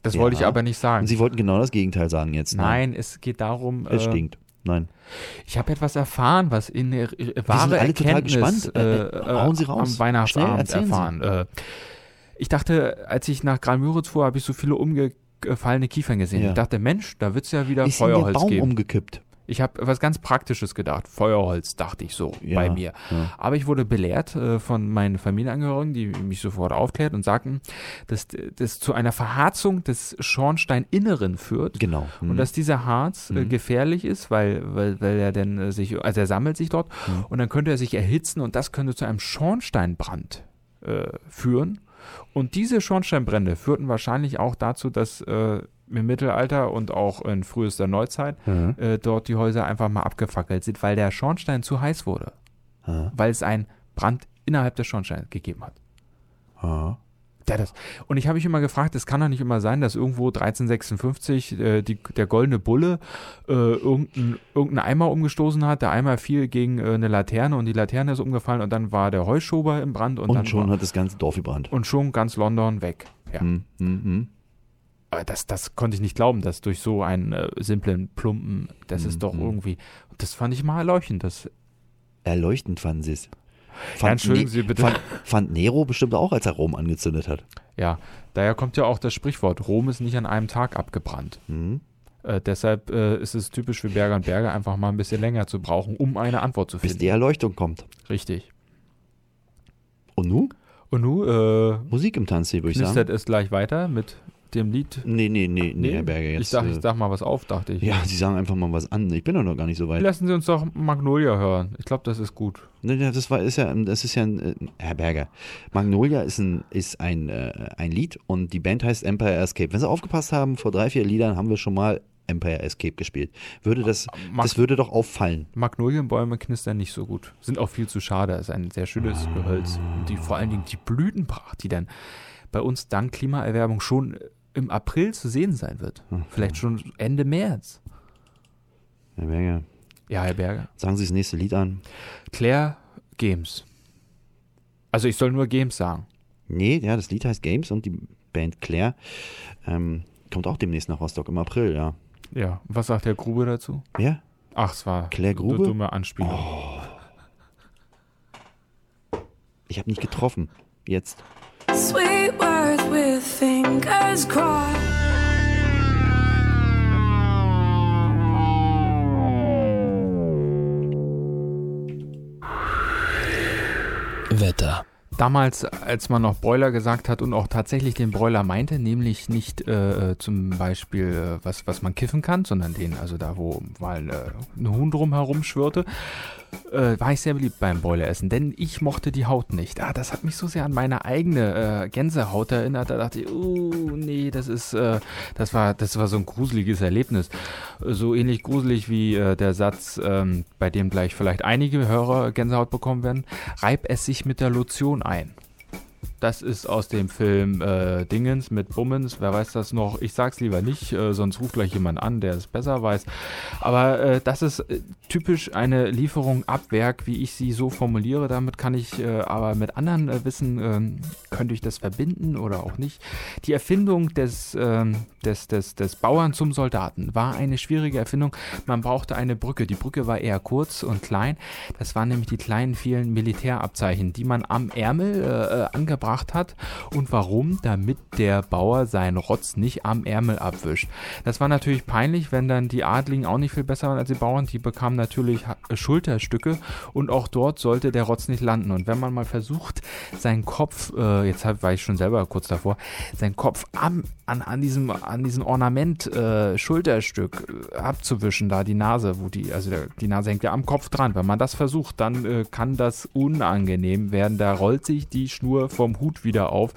C: Das
B: Ja.
C: wollte ich aber nicht sagen.
B: Und Sie wollten genau das Gegenteil sagen jetzt. ne?
C: Nein, es geht darum.
B: Es
C: äh,
B: stinkt. Nein.
C: Ich habe etwas erfahren, was in der äh,
B: Wir
C: wahre
B: sind alle total
C: Erkenntnis
B: gespannt. Äh, äh, hauen Sie raus.
C: am Weihnachtsabend
B: Schnell, erzählen Sie.
C: erfahren. Äh, ich dachte, als ich nach Graal-Müritz fuhr, habe ich so viele umgefallene Kiefern gesehen.
B: Ja.
C: Ich dachte, Mensch, da wird es ja wieder
B: ist Ihnen der
C: Feuerholz
B: Baum
C: geben.
B: umgekippt?
C: Ich habe was ganz Praktisches gedacht. Feuerholz, dachte ich so
B: Ja,
C: bei mir.
B: ja.
C: Aber ich wurde belehrt äh, von meinen Familienangehörigen, die mich sofort aufklärt und sagten, dass das zu einer Verharzung des Schornsteininneren führt.
B: Genau. Hm.
C: Und dass dieser Harz äh, gefährlich ist, weil, weil, weil er dann äh, sich, also er sammelt sich dort und dann könnte er sich erhitzen und das könnte zu einem Schornsteinbrand äh, führen. Und diese Schornsteinbrände führten wahrscheinlich auch dazu, dass äh, im Mittelalter und auch in frühester Neuzeit äh, dort die Häuser einfach mal abgefackelt sind, weil der Schornstein zu heiß wurde.
B: Ja.
C: Weil es ein Brand innerhalb des Schornsteins gegeben hat. Der das. Und ich habe mich immer gefragt, es kann doch nicht immer sein, dass irgendwo 1356 äh, die, der goldene Bulle äh, irgendeinen irgendein Eimer umgestoßen hat, der Eimer fiel gegen äh, eine Laterne und die Laterne ist umgefallen und dann war der Heuschober im Brand und, dann
B: Und schon
C: war,
B: hat das ganze Dorf gebrannt.
C: und schon ganz London weg. Ja.
B: Hm, hm, hm.
C: Aber das, das konnte ich nicht glauben, dass durch so einen äh, simplen Plumpen, das
B: Hm,
C: ist doch irgendwie, das fand ich mal erleuchtend. Das,
B: Erleuchtend fanden sie es.
C: entschuldigen Sie bitte.
B: Fand, fand Nero bestimmt auch, als er Rom angezündet hat.
C: ja, daher kommt ja auch das Sprichwort, Rom ist nicht an einem Tag abgebrannt.
B: Hm.
C: Äh, deshalb äh, ist es typisch für Berger und Berger, einfach mal ein bisschen länger zu brauchen, um eine Antwort zu
B: Bis
C: finden.
B: die Erleuchtung kommt.
C: Richtig.
B: Und nun?
C: Und nun
B: Musik im Tanzsee, würde
C: äh,
B: ich sagen.
C: knistert es gleich weiter mit dem Lied.
B: Nee, nee, nee, nee, Herr Berger. Jetzt,
C: ich, dachte,
B: äh,
C: ich sag mal was auf, dachte ich.
B: Ja, Sie sagen einfach mal was an. Ich bin doch noch gar nicht so weit.
C: Lassen Sie uns doch Magnolia hören. Ich glaube, das ist gut.
B: Ne, ne, Das, war, ist ja, das ist ja ein, äh, Herr Berger, Magnolia ist ein, ist ein, äh, ein Lied und die Band heißt Empire Escape. Wenn Sie aufgepasst haben, vor drei, vier Liedern haben wir schon mal Empire Escape gespielt. Würde das,
C: Mag-
B: das würde doch auffallen.
C: Magnolienbäume knistern nicht so gut. Sind auch viel zu schade. Ist ein sehr schönes Gehölz. Und die, vor allen Dingen die Blütenpracht, die dann bei uns dank Klimaerwärmung schon im April zu sehen sein wird.
B: Mhm.
C: Vielleicht schon Ende März.
B: Herr Berger,
C: Ja, Herr Berger.
B: sagen Sie das nächste Lied an.
C: Claire Games. Also ich soll nur Games sagen.
B: Nee, ja, das Lied heißt Games und die Band Claire ähm, kommt auch demnächst nach Rostock im April, ja.
C: Ja, und was sagt Herr Grube dazu?
B: Ja?
C: Ach, es war
B: Claire
C: eine
B: Grube? Oh.
C: dumme Anspielung.
B: Ich habe nicht getroffen. Jetzt.
E: Sweet words with fingers crossed.
A: Wetter.
C: Damals, als man noch Broiler gesagt hat und auch tatsächlich den Broiler meinte, nämlich nicht äh, äh, zum Beispiel, äh, was, was man kiffen kann, sondern den, also da, wo mal äh, ein Huhn drum herumschwirrte, äh, war ich sehr beliebt beim Broileressen, denn ich mochte die Haut nicht. Ah, das hat mich so sehr an meine eigene äh, Gänsehaut erinnert. Da dachte ich, oh nee, das ist, äh, das war, das war so ein gruseliges Erlebnis. So ähnlich gruselig wie äh, der Satz, ähm, bei dem gleich vielleicht einige Hörer Gänsehaut bekommen werden. Reib es sich mit der Lotion ein. Das ist aus dem Film äh, Dingens mit Bummens. Wer weiß das noch? Ich sag's lieber nicht, äh, sonst ruft gleich jemand an, der es besser weiß. Aber äh, das ist äh, typisch eine Lieferung ab Werk, wie ich sie so formuliere. Damit kann ich äh, aber mit anderen äh, Wissen, ähm, könnte ich das verbinden oder auch nicht. Die Erfindung des, ähm, des, des, des Bauern zum Soldaten war eine schwierige Erfindung. Man brauchte eine Brücke. Die Brücke war eher kurz und klein. Das waren nämlich die kleinen, vielen Militärabzeichen, die man am Ärmel äh, äh, angebracht hat. Und warum? Damit der Bauer seinen Rotz nicht am Ärmel abwischt. Das war natürlich peinlich, wenn dann die Adligen auch nicht viel besser waren als die Bauern. Die bekamen natürlich Ha- äh, Schulterstücke und auch dort sollte der Rotz nicht landen. Und wenn man mal versucht, seinen Kopf, äh, jetzt hab, war ich schon selber kurz davor, seinen Kopf am, an, an diesem an diesem Ornament äh, Schulterstück äh, abzuwischen, da die Nase, wo die, also der, die Nase hängt ja am Kopf dran. Wenn man das versucht, dann äh, kann das unangenehm werden. Da rollt sich die Schnur vom Hut wieder auf,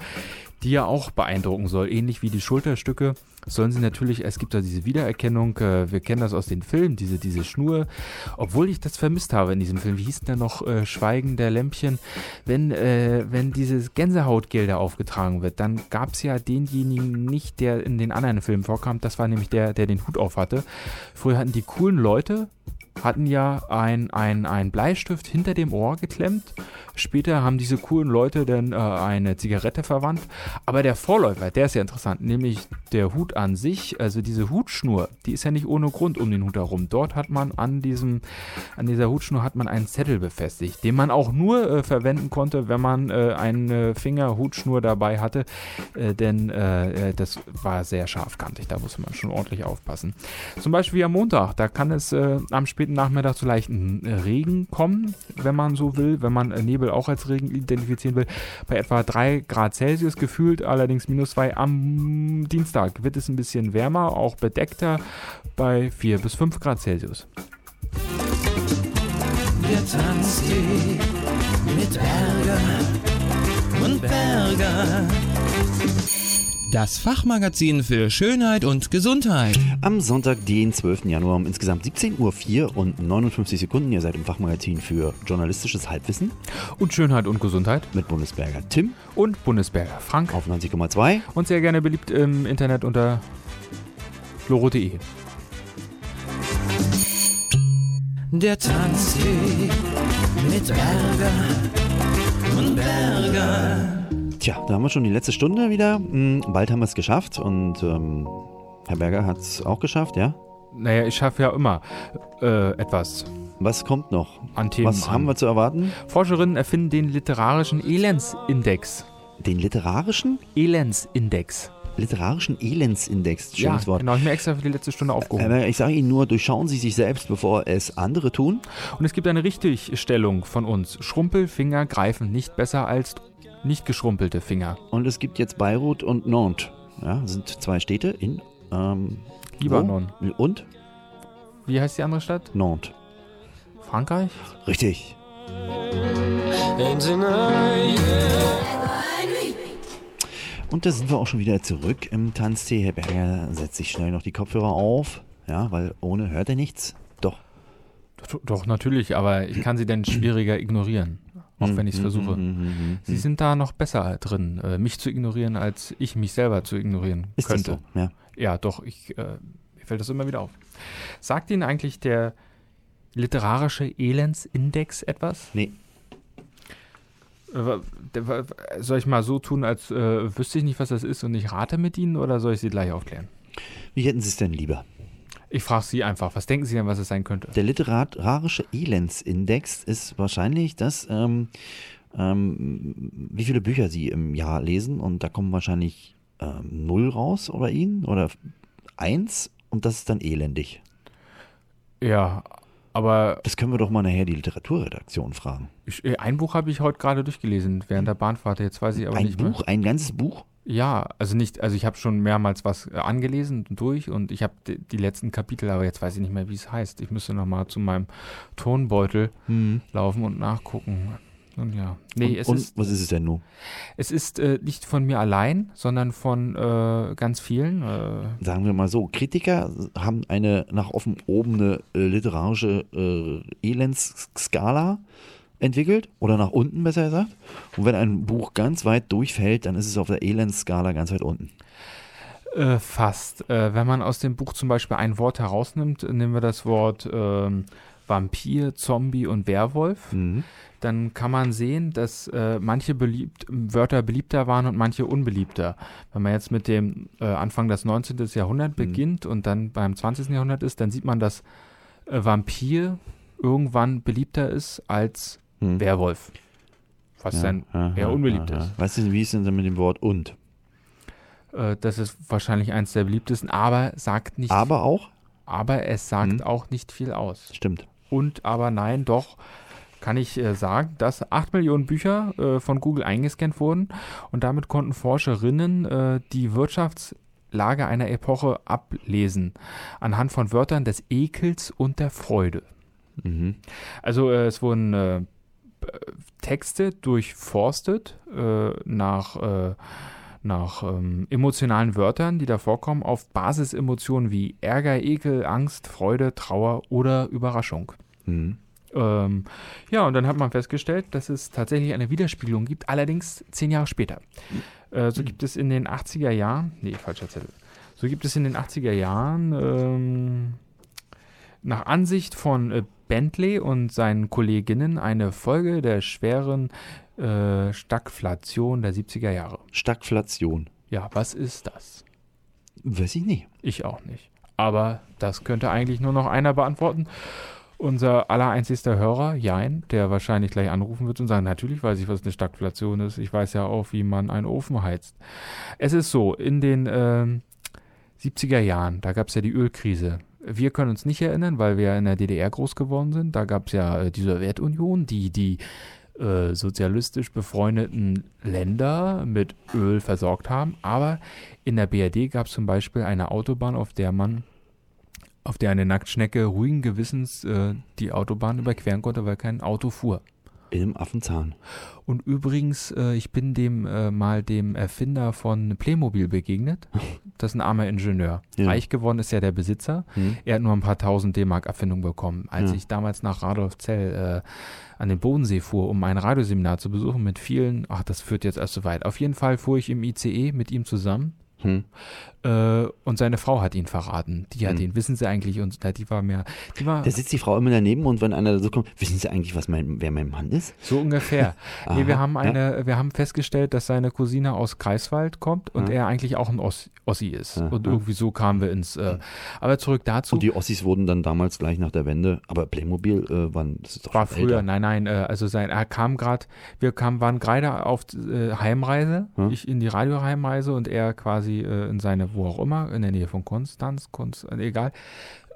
C: die ja auch beeindrucken soll. Ähnlich wie die Schulterstücke sollen sie natürlich, es gibt da diese Wiedererkennung, äh, wir kennen das aus den Filmen, diese, diese Schnur, obwohl ich das vermisst habe in diesem Film, wie hieß denn da noch äh, Schweigen der Lämpchen, wenn, äh, wenn dieses Gänsehautgel da aufgetragen wird, dann gab es ja denjenigen nicht, der in den anderen Filmen vorkam, das war nämlich der, der den Hut auf hatte. Früher hatten die coolen Leute, hatten ja ein, ein, ein Bleistift hinter dem Ohr geklemmt. Später haben diese coolen Leute dann äh, eine Zigarette verwandt. Aber der Vorläufer, der ist ja interessant, nämlich der Hut an sich, also diese Hutschnur, die ist ja nicht ohne Grund um den Hut herum. Dort hat man an diesem, an dieser Hutschnur hat man einen Zettel befestigt, den man auch nur äh, verwenden konnte, wenn man äh, eine Fingerhutschnur dabei hatte. Äh, denn äh, äh, das war sehr scharfkantig, da musste man schon ordentlich aufpassen. Zum Beispiel am Montag, da kann es äh, am späten Nachmittag zu leichten äh, Regen kommen, wenn man so will, wenn man äh, Nebel auch als Regen identifizieren will, bei etwa 3 Grad Celsius gefühlt, allerdings minus 2 am Dienstag wird es ein bisschen wärmer, auch bedeckter bei 4 bis 5 Grad Celsius.
D: Wir tanzen mit Ärger
A: Und Berger. Das Fachmagazin für Schönheit und Gesundheit.
B: Am Sonntag, den 12. Januar um insgesamt 17.04 Uhr und 59 Sekunden. Ihr seid im Fachmagazin für journalistisches Halbwissen
C: Und Schönheit und Gesundheit.
B: mit Bundesberger Tim
C: Und Bundesberger Frank.
B: auf 90,2.
C: Und sehr gerne beliebt im Internet unter loro.de.
A: Der Tanz mit Berger und Berger.
B: Tja, da haben wir schon die letzte Stunde wieder. Hm, Bald haben wir es geschafft und ähm, Herr Berger hat es auch geschafft, ja?
C: Naja, ich schaffe ja immer äh, etwas
B: Was kommt noch?
C: an Themen.
B: Was
C: an.
B: haben wir zu erwarten?
C: Forscherinnen erfinden den literarischen Elendsindex.
B: Den literarischen?
C: Elendsindex.
B: Literarischen Elendsindex. Schönes Wort.
C: genau. Ich hab mir extra für die letzte Stunde aufgehoben.
B: Herr Berger, ich sage Ihnen nur, durchschauen Sie sich selbst, bevor es andere tun.
C: Und es gibt eine Richtigstellung von uns. Schrumpelfinger greifen nicht besser als nicht geschrumpelte Finger.
B: Und es gibt jetzt Beirut und Nantes. Ja, das sind zwei Städte in ähm,
C: Libanon.
B: Wo? Und
C: Wie heißt die andere Stadt?
B: Nantes.
C: Frankreich?
B: Richtig. Und da sind wir auch schon wieder zurück im Tanztee. Herr Berger setzt sich schnell noch die Kopfhörer auf. Ja, weil ohne hört er nichts. Doch.
C: Doch, doch, natürlich, aber ich kann sie dann schwieriger ignorieren, auch wenn ich es
B: Mhm,
C: versuche. Sie sind da noch besser drin, äh, mich zu ignorieren, als ich mich selber zu ignorieren
B: Ist
C: könnte.
B: das so? Ja.
C: Ja, doch, ich, äh, mir fällt das immer wieder auf. Sagt Ihnen eigentlich der literarische Elendsindex etwas?
B: Nee.
C: Äh, wa- der wa- Soll ich mal so tun, als äh, wüsste ich nicht, was das ist und ich rate mit Ihnen oder soll ich Sie gleich aufklären?
B: Wie hätten Sie es denn lieber?
C: Ich frage Sie einfach, was denken Sie denn, was es sein könnte?
B: Der literarische Elendsindex ist wahrscheinlich das, ähm, ähm, wie viele Bücher Sie im Jahr lesen. Und da kommen wahrscheinlich ähm, null raus oder Ihnen oder eins. Und das ist dann elendig.
C: Ja, aber
B: Das können wir doch mal nachher die Literaturredaktion fragen.
C: Ich, äh, ein Buch habe ich heute gerade durchgelesen während der Bahnfahrt. Jetzt weiß ich aber
B: ein
C: nicht ne?
B: Buch, ein ganzes Buch?
C: mehr. Ja, also nicht, also ich habe schon mehrmals was äh, angelesen und durch und ich habe die, die letzten Kapitel, aber jetzt weiß ich nicht mehr, wie es heißt. Ich müsste nochmal zu meinem Tonbeutel laufen und nachgucken. Und ja. Nee,
B: und,
C: es
B: und
C: ist,
B: was ist es denn nun?
C: es ist äh, nicht von mir allein, sondern von äh, ganz vielen. Äh,
B: Sagen wir mal so, Kritiker haben eine nach offen obene äh, literarische äh, Elendsskala entwickelt oder nach unten besser gesagt. Und wenn ein Buch ganz weit durchfällt, dann ist es auf der Elendsskala ganz weit unten.
C: Äh, fast. Äh, wenn man aus dem Buch zum Beispiel ein Wort herausnimmt, äh, nehmen wir das Wort ähm, Vampir, Zombie und Werwolf, dann kann man sehen, dass äh, manche beliebt, Wörter beliebter waren und manche unbeliebter. Wenn man jetzt mit dem äh, Anfang des 19. Jahrhunderts beginnt und dann beim 20. Jahrhundert ist, dann sieht man, dass äh, Vampir irgendwann beliebter ist als
B: Mhm.
C: Werwolf. Was dann eher unbeliebt ist.
B: Weißt du, wie ist denn dann mit dem Wort und?
C: Äh, das ist wahrscheinlich eins der beliebtesten, aber sagt nicht
B: Aber auch?
C: aber es sagt auch nicht viel aus.
B: Stimmt.
C: Und aber nein, doch kann ich äh, sagen, dass 8 Millionen Bücher äh, von Google eingescannt wurden und damit konnten Forscherinnen äh, die Wirtschaftslage einer Epoche ablesen, anhand von Wörtern des Ekels und der Freude.
B: Mhm.
C: Also äh, es wurden äh, äh, Texte durchforstet äh, nach, äh, nach ähm, emotionalen Wörtern, die da vorkommen, auf Basis Emotionen wie Ärger, Ekel, Angst, Freude, Trauer oder Überraschung.
B: Mhm.
C: Ähm, ja, und dann hat man festgestellt, dass es tatsächlich eine Widerspiegelung gibt, allerdings zehn Jahre später. Äh, so gibt es in den 80er Jahren, nee, falscher Zettel. So gibt es in den 80er Jahren ähm, nach Ansicht von äh, Bentley und seinen Kolleginnen eine Folge der schweren äh, Stagflation der 70er Jahre.
B: Stagflation.
C: Ja, was ist das?
B: Weiß ich nicht.
C: Ich auch nicht. Aber das könnte eigentlich nur noch einer beantworten. Unser allereinzigster Hörer, Jein, der wahrscheinlich gleich anrufen wird und sagen, natürlich weiß ich, was eine Stagflation ist. Ich weiß ja auch, wie man einen Ofen heizt. Es ist so, in den ähm, 70er Jahren, da gab es ja die Ölkrise. Wir können uns nicht erinnern, weil wir ja in der DDR groß geworden sind. Da gab es ja äh, die Sowjetunion, die die äh, sozialistisch befreundeten Länder mit Öl versorgt haben. Aber in der BRD gab es zum Beispiel eine Autobahn, auf der man, auf der eine Nacktschnecke ruhigen Gewissens äh, die Autobahn überqueren konnte, weil kein Auto fuhr.
B: im Affenzahn.
C: Und übrigens, äh, ich bin dem äh, mal dem Erfinder von Playmobil begegnet. Das ist ein armer Ingenieur.
B: Ja. Mhm.
C: Reich geworden ist ja der Besitzer. Er hat nur ein paar tausend D-Mark Erfindung bekommen. Als
B: Ja.
C: ich damals nach Radolfzell äh, an den Bodensee fuhr, um ein Radioseminar zu besuchen mit vielen, ach, das führt jetzt erst so weit. Auf jeden Fall fuhr ich im ICE mit ihm zusammen.
B: Hm.
C: Äh, und seine Frau hat ihn verraten. Die hat ihn, wissen Sie eigentlich, und na, die war mehr, die war
B: Da sitzt die Frau immer daneben und wenn einer so kommt, wissen Sie eigentlich, was mein, wer mein Mann ist?
C: So ungefähr. nee, wir
B: Aha,
C: haben eine, wir haben festgestellt, dass seine Cousine aus Greifswald kommt und er eigentlich auch ein Oss, Ossi ist. Und irgendwie so kamen wir ins. Äh, aber zurück dazu.
B: Und die Ossis wurden dann damals gleich nach der Wende, aber Playmobil äh, waren, das ist doch
C: war
B: schon
C: früher,
B: älter.
C: nein, nein, äh, also sein, er kam gerade, wir kamen, waren gerade auf äh, Heimreise,
B: Hm?
C: ich in die Radioheimreise und er quasi äh, in seine, wo auch immer, in der Nähe von Konstanz, Konstanz, egal,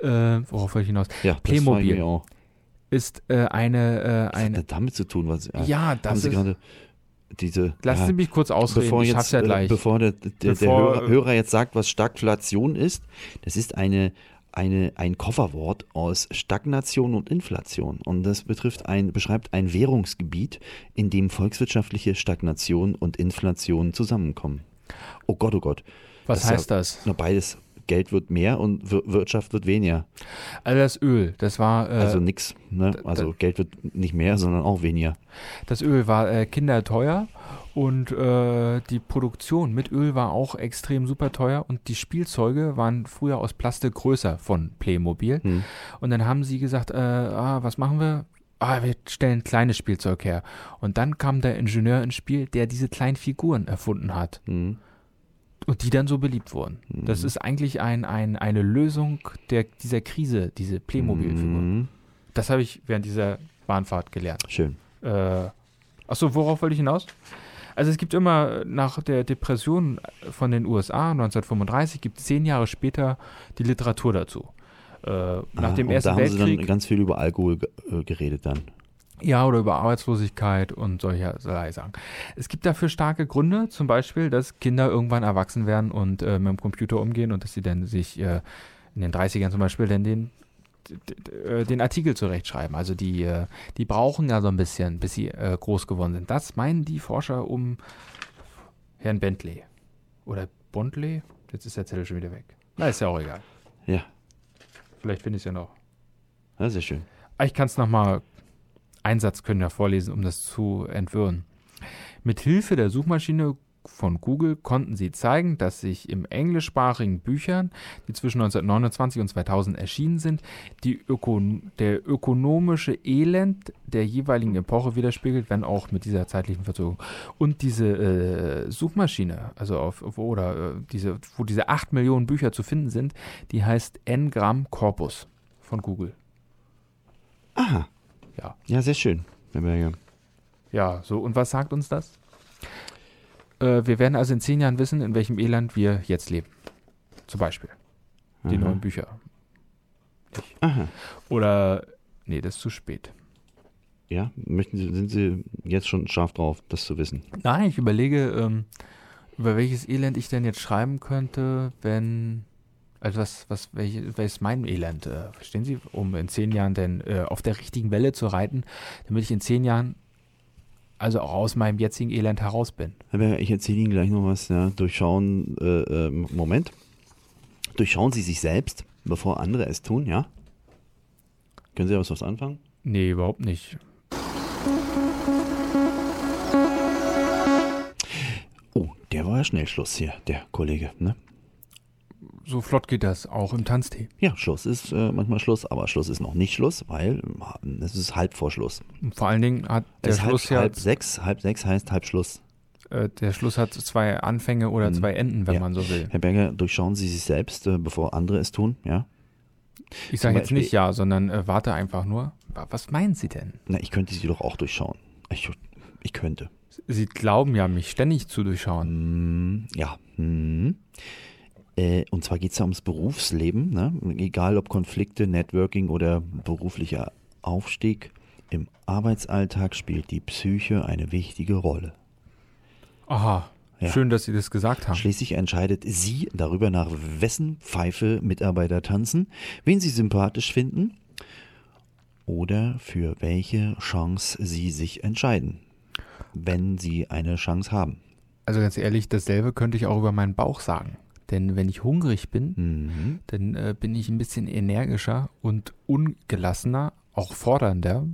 C: äh, worauf wollte ich hinaus?
B: Ja, das war ich
C: Playmobil
B: mir auch.
C: ist äh, eine, äh,
B: Was hat
C: eine,
B: das damit zu tun? Was,
C: ja,
B: haben
C: das
B: Sie
C: ist,
B: gerade diese.
C: lassen
B: ja,
C: Sie mich kurz ausreden,
B: bevor
C: ich
B: jetzt,
C: schaff's ja
B: äh,
C: gleich.
B: Bevor der, der,
C: Bevor-
B: der Hörer, Hörer jetzt sagt, was Stagflation ist, das ist eine, eine, ein Kofferwort aus Stagnation und Inflation. Und das betrifft ein, beschreibt ein Währungsgebiet, in dem volkswirtschaftliche Stagnation und Inflation zusammenkommen. Oh Gott, oh Gott.
C: Was
B: ist ja-
C: heißt das?
B: Na, beides. Geld wird mehr und Wir- Wirtschaft wird weniger.
C: Also das Öl, das war, äh,
B: Also nix. Ne? Also Geld wird nicht mehr, sondern auch weniger.
C: das Öl war äh, kinderteuer und äh, die Produktion mit Öl war auch extrem super teuer und die Spielzeuge waren früher aus Plastik größer von Playmobil. Und dann haben sie gesagt, äh, ah, was machen wir? Ah, wir stellen kleines Spielzeug her. Und dann kam der Ingenieur ins Spiel, der diese kleinen Figuren erfunden hat.
B: Hm.
C: Und die dann so beliebt wurden. Das ist eigentlich ein, ein, eine Lösung der, dieser Krise, diese Playmobil-Figuren.
B: Mhm.
C: Das habe ich während dieser Bahnfahrt gelernt.
B: Schön.
C: Äh, achso, worauf wollte ich hinaus? Also es gibt immer nach der Depression von den USA 1935, gibt es zehn Jahre später die Literatur dazu. Äh, nach
B: Ah,
C: dem
B: und da
C: Ersten
B: haben sie dann
C: Weltkrieg.
B: ganz viel über Alkohol ge- äh, geredet dann.
C: Ja, oder über Arbeitslosigkeit und solcherlei Sachen. Es gibt dafür starke Gründe, zum Beispiel, dass Kinder irgendwann erwachsen werden und äh, mit dem Computer umgehen und dass sie dann sich äh, in den 30ern zum Beispiel dann den, d- d- äh, den Artikel zurechtschreiben. Also die, äh, die brauchen ja so ein bisschen, bis sie äh, groß geworden sind. Das meinen die Forscher um Herrn Bentley. Oder Bondley? Jetzt ist der Zettel schon wieder weg. Na, ist ja auch egal.
B: Ja,
C: Vielleicht finde ich es ja noch.
B: ja sehr schön.
C: Ah, Ich kann es nochmal, einen Satz können wir vorlesen, um das zu entwirren. Mit Hilfe der Suchmaschine von Google konnten sie zeigen, dass sich im englischsprachigen Büchern, die zwischen 1929 und 2000 erschienen sind, die Öko der ökonomische Elend der jeweiligen Epoche widerspiegelt, wenn auch mit dieser zeitlichen Verzögerung. Und diese äh, Suchmaschine, also auf, auf oder äh, diese, wo diese 8 Millionen Bücher zu finden sind, die heißt Ngram Corpus von Google.
B: Ja, sehr schön, Herr Berger.
C: Ja, so, und was sagt uns das? Äh, wir werden also in zehn Jahren wissen, in welchem Elend wir jetzt leben. Zum Beispiel. Die neuen Bücher. Nicht. Oder, nee, das ist zu spät.
B: Ja, möchten Sie, sind Sie jetzt schon scharf drauf, das zu wissen?
C: Nein, ich überlege, ähm, über welches Elend ich denn jetzt schreiben könnte, wenn. Also was, was, welches, welches mein Elend? Äh, verstehen Sie, um in zehn Jahren denn äh, auf der richtigen Welle zu reiten, damit ich in zehn Jahren also auch aus meinem jetzigen Elend heraus bin.
B: Herr Berger, ich erzähle Ihnen gleich noch was. Ja. Durchschauen, äh, äh, Moment. Durchschauen Sie sich selbst, bevor andere es tun, ja? Können Sie was, was anfangen?
C: Nee, überhaupt nicht.
B: Oh, der war ja schnell Schluss hier, der Kollege, ne?
C: So flott geht das, auch im Tanztee.
B: Ja, Schluss ist äh, manchmal Schluss, aber Schluss ist noch nicht Schluss, weil äh, es ist halb vor Schluss.
C: Und vor allen Dingen hat der
B: es ist halb,
C: Schluss ja,
B: halb sechs, halb sechs heißt halb Schluss.
C: äh, der Schluss hat zwei Anfänge oder zwei Enden, wenn
B: Mhm. Ja.
C: man so will.
B: Herr Berger, durchschauen Sie sich selbst, äh, bevor andere es tun, ja?
C: Ich sage jetzt
B: Beispiel-
C: nicht ja, sondern äh, warte einfach nur. Wa- Was meinen Sie denn?
B: Na, ich könnte sie doch auch durchschauen. Ich, ich könnte.
C: Sie glauben ja, mich ständig zu
B: Mhm.
C: durchschauen.
B: Ja. Hm. Äh, und zwar geht es ja ums Berufsleben, ne? egal ob Konflikte, Networking oder beruflicher Aufstieg. Im Arbeitsalltag spielt die Psyche eine wichtige Rolle.
C: Aha,
B: Ja.
C: schön, dass Sie das gesagt haben.
B: Schließlich entscheidet sie darüber, nach wessen Pfeife Mitarbeiter tanzen, wen sie sympathisch finden oder für welche Chance sie sich entscheiden, wenn sie eine Chance haben.
C: Also ganz ehrlich, dasselbe könnte ich auch über meinen Bauch sagen. Denn wenn ich hungrig bin,
B: Mhm.
C: dann äh, bin ich ein bisschen energischer und ungelassener, auch fordernder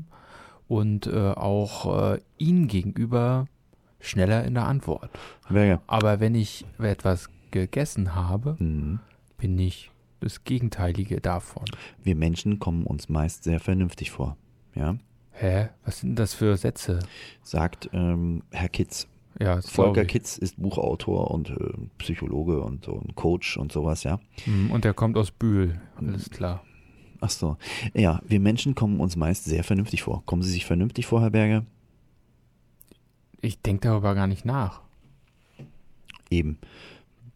C: und äh, auch äh, ihnen gegenüber schneller in der Antwort.
B: Berger.
C: Aber wenn ich etwas gegessen habe,
B: Mhm.
C: bin ich das Gegenteilige davon.
B: Wir Menschen kommen uns meist sehr vernünftig vor. Ja?
C: Hä? Was sind das für Sätze?
B: Sagt ähm, Herr Kitz.
C: Ja, das glaub
B: Volker
C: ich.
B: Kitz ist Buchautor und äh, Psychologe und so ein Coach und sowas, ja.
C: Mhm, Und der kommt aus Bühl. Alles klar.
B: Ach so. Ja, wir Menschen kommen uns meist sehr vernünftig vor. Kommen Sie sich vernünftig vor, Herr Berger?
C: Ich denke darüber gar nicht nach.
B: Eben.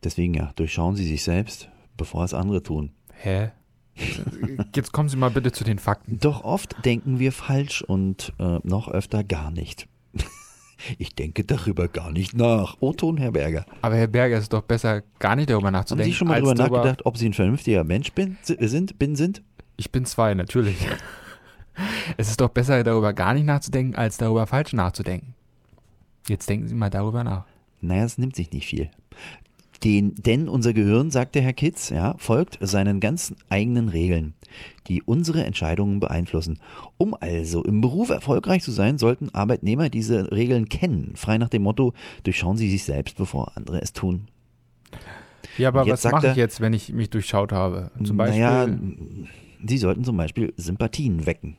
B: Deswegen ja, durchschauen Sie sich selbst, bevor es andere tun.
C: Hä? Jetzt kommen Sie mal bitte zu den Fakten.
B: Doch oft denken wir falsch und äh, noch öfter gar nicht. Ich denke darüber gar nicht nach. Oton Herr Berger.
C: Aber Herr Berger, es ist doch besser, gar nicht darüber
B: Haben
C: nachzudenken.
B: Sie schon mal
C: als
B: darüber nachgedacht, ob Sie ein vernünftiger Mensch bin, sind, bin, sind?
C: Ich bin zwei, natürlich. Es ist doch besser, darüber gar nicht nachzudenken, als darüber falsch nachzudenken. Jetzt denken Sie mal darüber nach.
B: Naja, es nimmt sich nicht viel. Den, denn unser Gehirn, sagte Herr Kitz, ja, folgt seinen ganz eigenen Regeln, die unsere Entscheidungen beeinflussen. Um also im Beruf erfolgreich zu sein, sollten Arbeitnehmer diese Regeln kennen. Frei nach dem Motto, durchschauen Sie sich selbst, bevor andere es tun.
C: Ja, aber
B: Jetzt
C: was
B: sagt
C: mache ich
B: er-
C: jetzt, wenn ich mich durchschaut habe? Zum Beispiel.
B: Naja, Sie sollten zum Beispiel Sympathien wecken.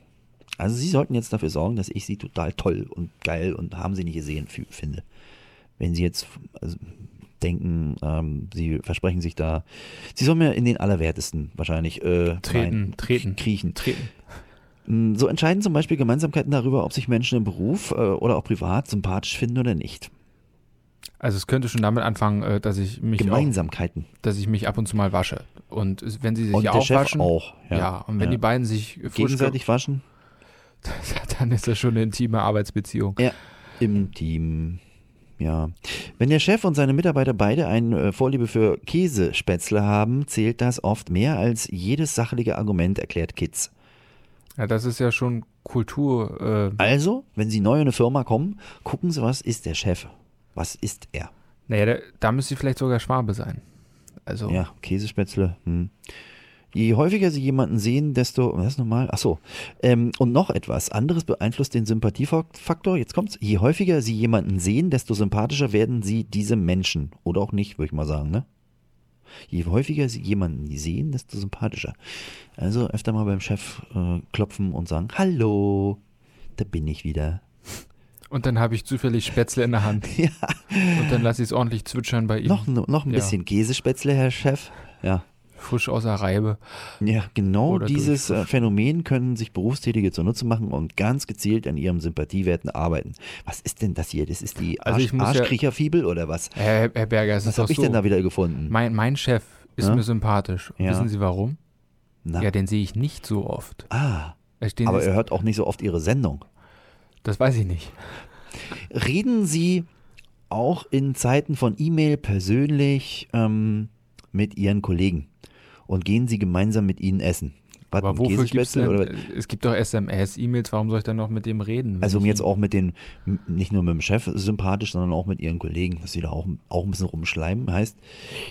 B: Also Sie sollten jetzt dafür sorgen, dass ich Sie total toll und geil und haben Sie nicht gesehen fü- finde. Wenn Sie jetzt also, denken, ähm, Sie versprechen sich da, Sie sollen mir in den Allerwertesten wahrscheinlich äh,
C: Treten, treten.
B: kriechen.
C: treten.
B: Mm, So entscheiden zum Beispiel Gemeinsamkeiten darüber, ob sich Menschen im Beruf äh, oder auch privat sympathisch finden oder nicht.
C: Also es könnte schon damit anfangen, äh, dass ich mich auch,
B: Gemeinsamkeiten.
C: dass ich mich ab und zu mal wasche. Und es- wenn sie sich
B: Und
C: ja
B: der
C: auch
B: Chef
C: waschen,
B: auch,
C: Ja.
B: ja.
C: und wenn
B: Ja.
C: die beiden sich frisch
B: Gegenseitig waschen
C: ge- dann ist das schon eine intime Arbeitsbeziehung.
B: Ja, im Team. Ja. Wenn der Chef und seine Mitarbeiter beide eine äh, Vorliebe für Käsespätzle haben, zählt das oft mehr als jedes sachliche Argument, erklärt Kitz.
C: Ja, das ist ja schon Kultur. Äh,
B: Also, wenn Sie neu in eine Firma kommen, gucken Sie, was ist der Chef? Was ist er?
C: naja, da, da müsste sie vielleicht sogar Schwabe sein. Also
B: Ja, Käsespätzle. Hm. Je häufiger Sie jemanden sehen, desto. Was nochmal? Achso. Ähm, und noch etwas. Anderes beeinflusst den Sympathiefaktor. Jetzt kommt's. Je häufiger Sie jemanden sehen, desto sympathischer werden Sie diesem Menschen. Oder auch nicht, würde ich mal sagen, ne? Je häufiger Sie jemanden sehen, desto sympathischer. Also öfter mal beim Chef äh, klopfen und sagen: Hallo, da bin ich wieder.
C: Und dann habe ich zufällig Spätzle in der Hand.
B: Ja,
C: Und dann lasse ich es ordentlich zwitschern bei ihm.
B: noch, noch ein
C: Ja.
B: bisschen Käsespätzle, Herr Chef. Ja.
C: Frisch außer Reibe.
B: Ja, genau
C: Oder
B: dieses äh, Phänomen können sich Berufstätige zunutze machen und ganz gezielt an ihren Sympathiewerten arbeiten. Was ist denn das hier? Das ist die
C: Also ich
B: Arsch,
C: muss ja-
B: Arschkriecherfibel oder was?
C: Herr, Herr Berger, es
B: Was
C: ist doch
B: habe ich
C: so.
B: denn da wieder gefunden?
C: mein, mein Chef ist
B: Ja?
C: mir sympathisch.
B: Ja.
C: Wissen Sie warum?
B: Na,
C: Ja, den sehe ich nicht so oft.
B: ah,
C: Äh, Den
B: aber
C: ist,
B: er hört auch nicht so oft ihre Sendung.
C: das weiß ich nicht.
B: Reden Sie auch in Zeiten von E-Mail persönlich ähm, mit Ihren Kollegen und gehen Sie gemeinsam mit ihnen essen. Was,
C: Aber
B: ein
C: wofür gibt's
B: Käsespätzle
C: denn?
B: oder was?
C: Es gibt doch SMS, E-Mails, warum soll ich dann noch mit dem reden?
B: Also um
C: Wenn ich
B: jetzt auch mit den, m- nicht nur mit dem Chef sympathisch, sondern auch mit ihren Kollegen, dass sie da auch, auch ein bisschen rumschleimen. Heißt,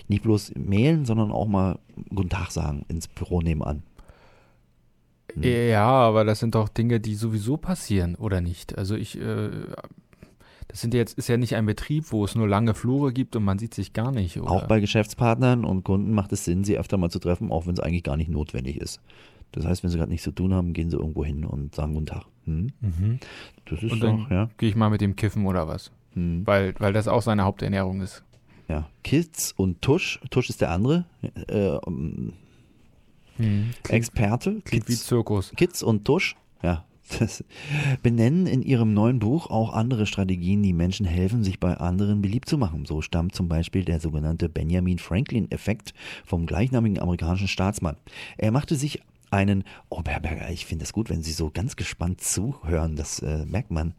B: nicht bloß mailen, sondern auch mal Guten Tag sagen ins Büro nebenan.
C: ihn- Ja, aber das sind doch Dinge, die sowieso passieren, oder nicht? Also ich, äh, das sind ja jetzt, ist ja nicht ein Betrieb, wo es nur lange Flure gibt und man sieht sich gar nicht, oder?
B: Auch bei Geschäftspartnern und Kunden macht es Sinn, sie öfter mal zu treffen, auch wenn es eigentlich gar nicht notwendig ist. Das heißt, wenn sie gerade nichts zu tun haben, gehen sie irgendwo hin und sagen Guten Tag. Hm?
C: mhm.
B: Das ist
C: Und dann
B: doch, ja.
C: gehe ich mal mit dem Kiffen oder was.
B: Hm.
C: Weil, weil das auch seine Haupternährung ist.
B: ja. Kids und Tusch. Tusch ist der andere äh, ähm, Experte.
C: Hm, Klingt wie
B: Kids.
C: Zirkus.
B: Kitz und Tusch, ja, das benennen in ihrem neuen Buch auch andere Strategien, die Menschen helfen, sich bei anderen beliebt zu machen. So stammt zum Beispiel der sogenannte Benjamin Franklin-Effekt vom gleichnamigen amerikanischen Staatsmann. Er machte sich einen, oh Berberger, ich finde es gut, wenn Sie so ganz gespannt zuhören, das äh, merkt man.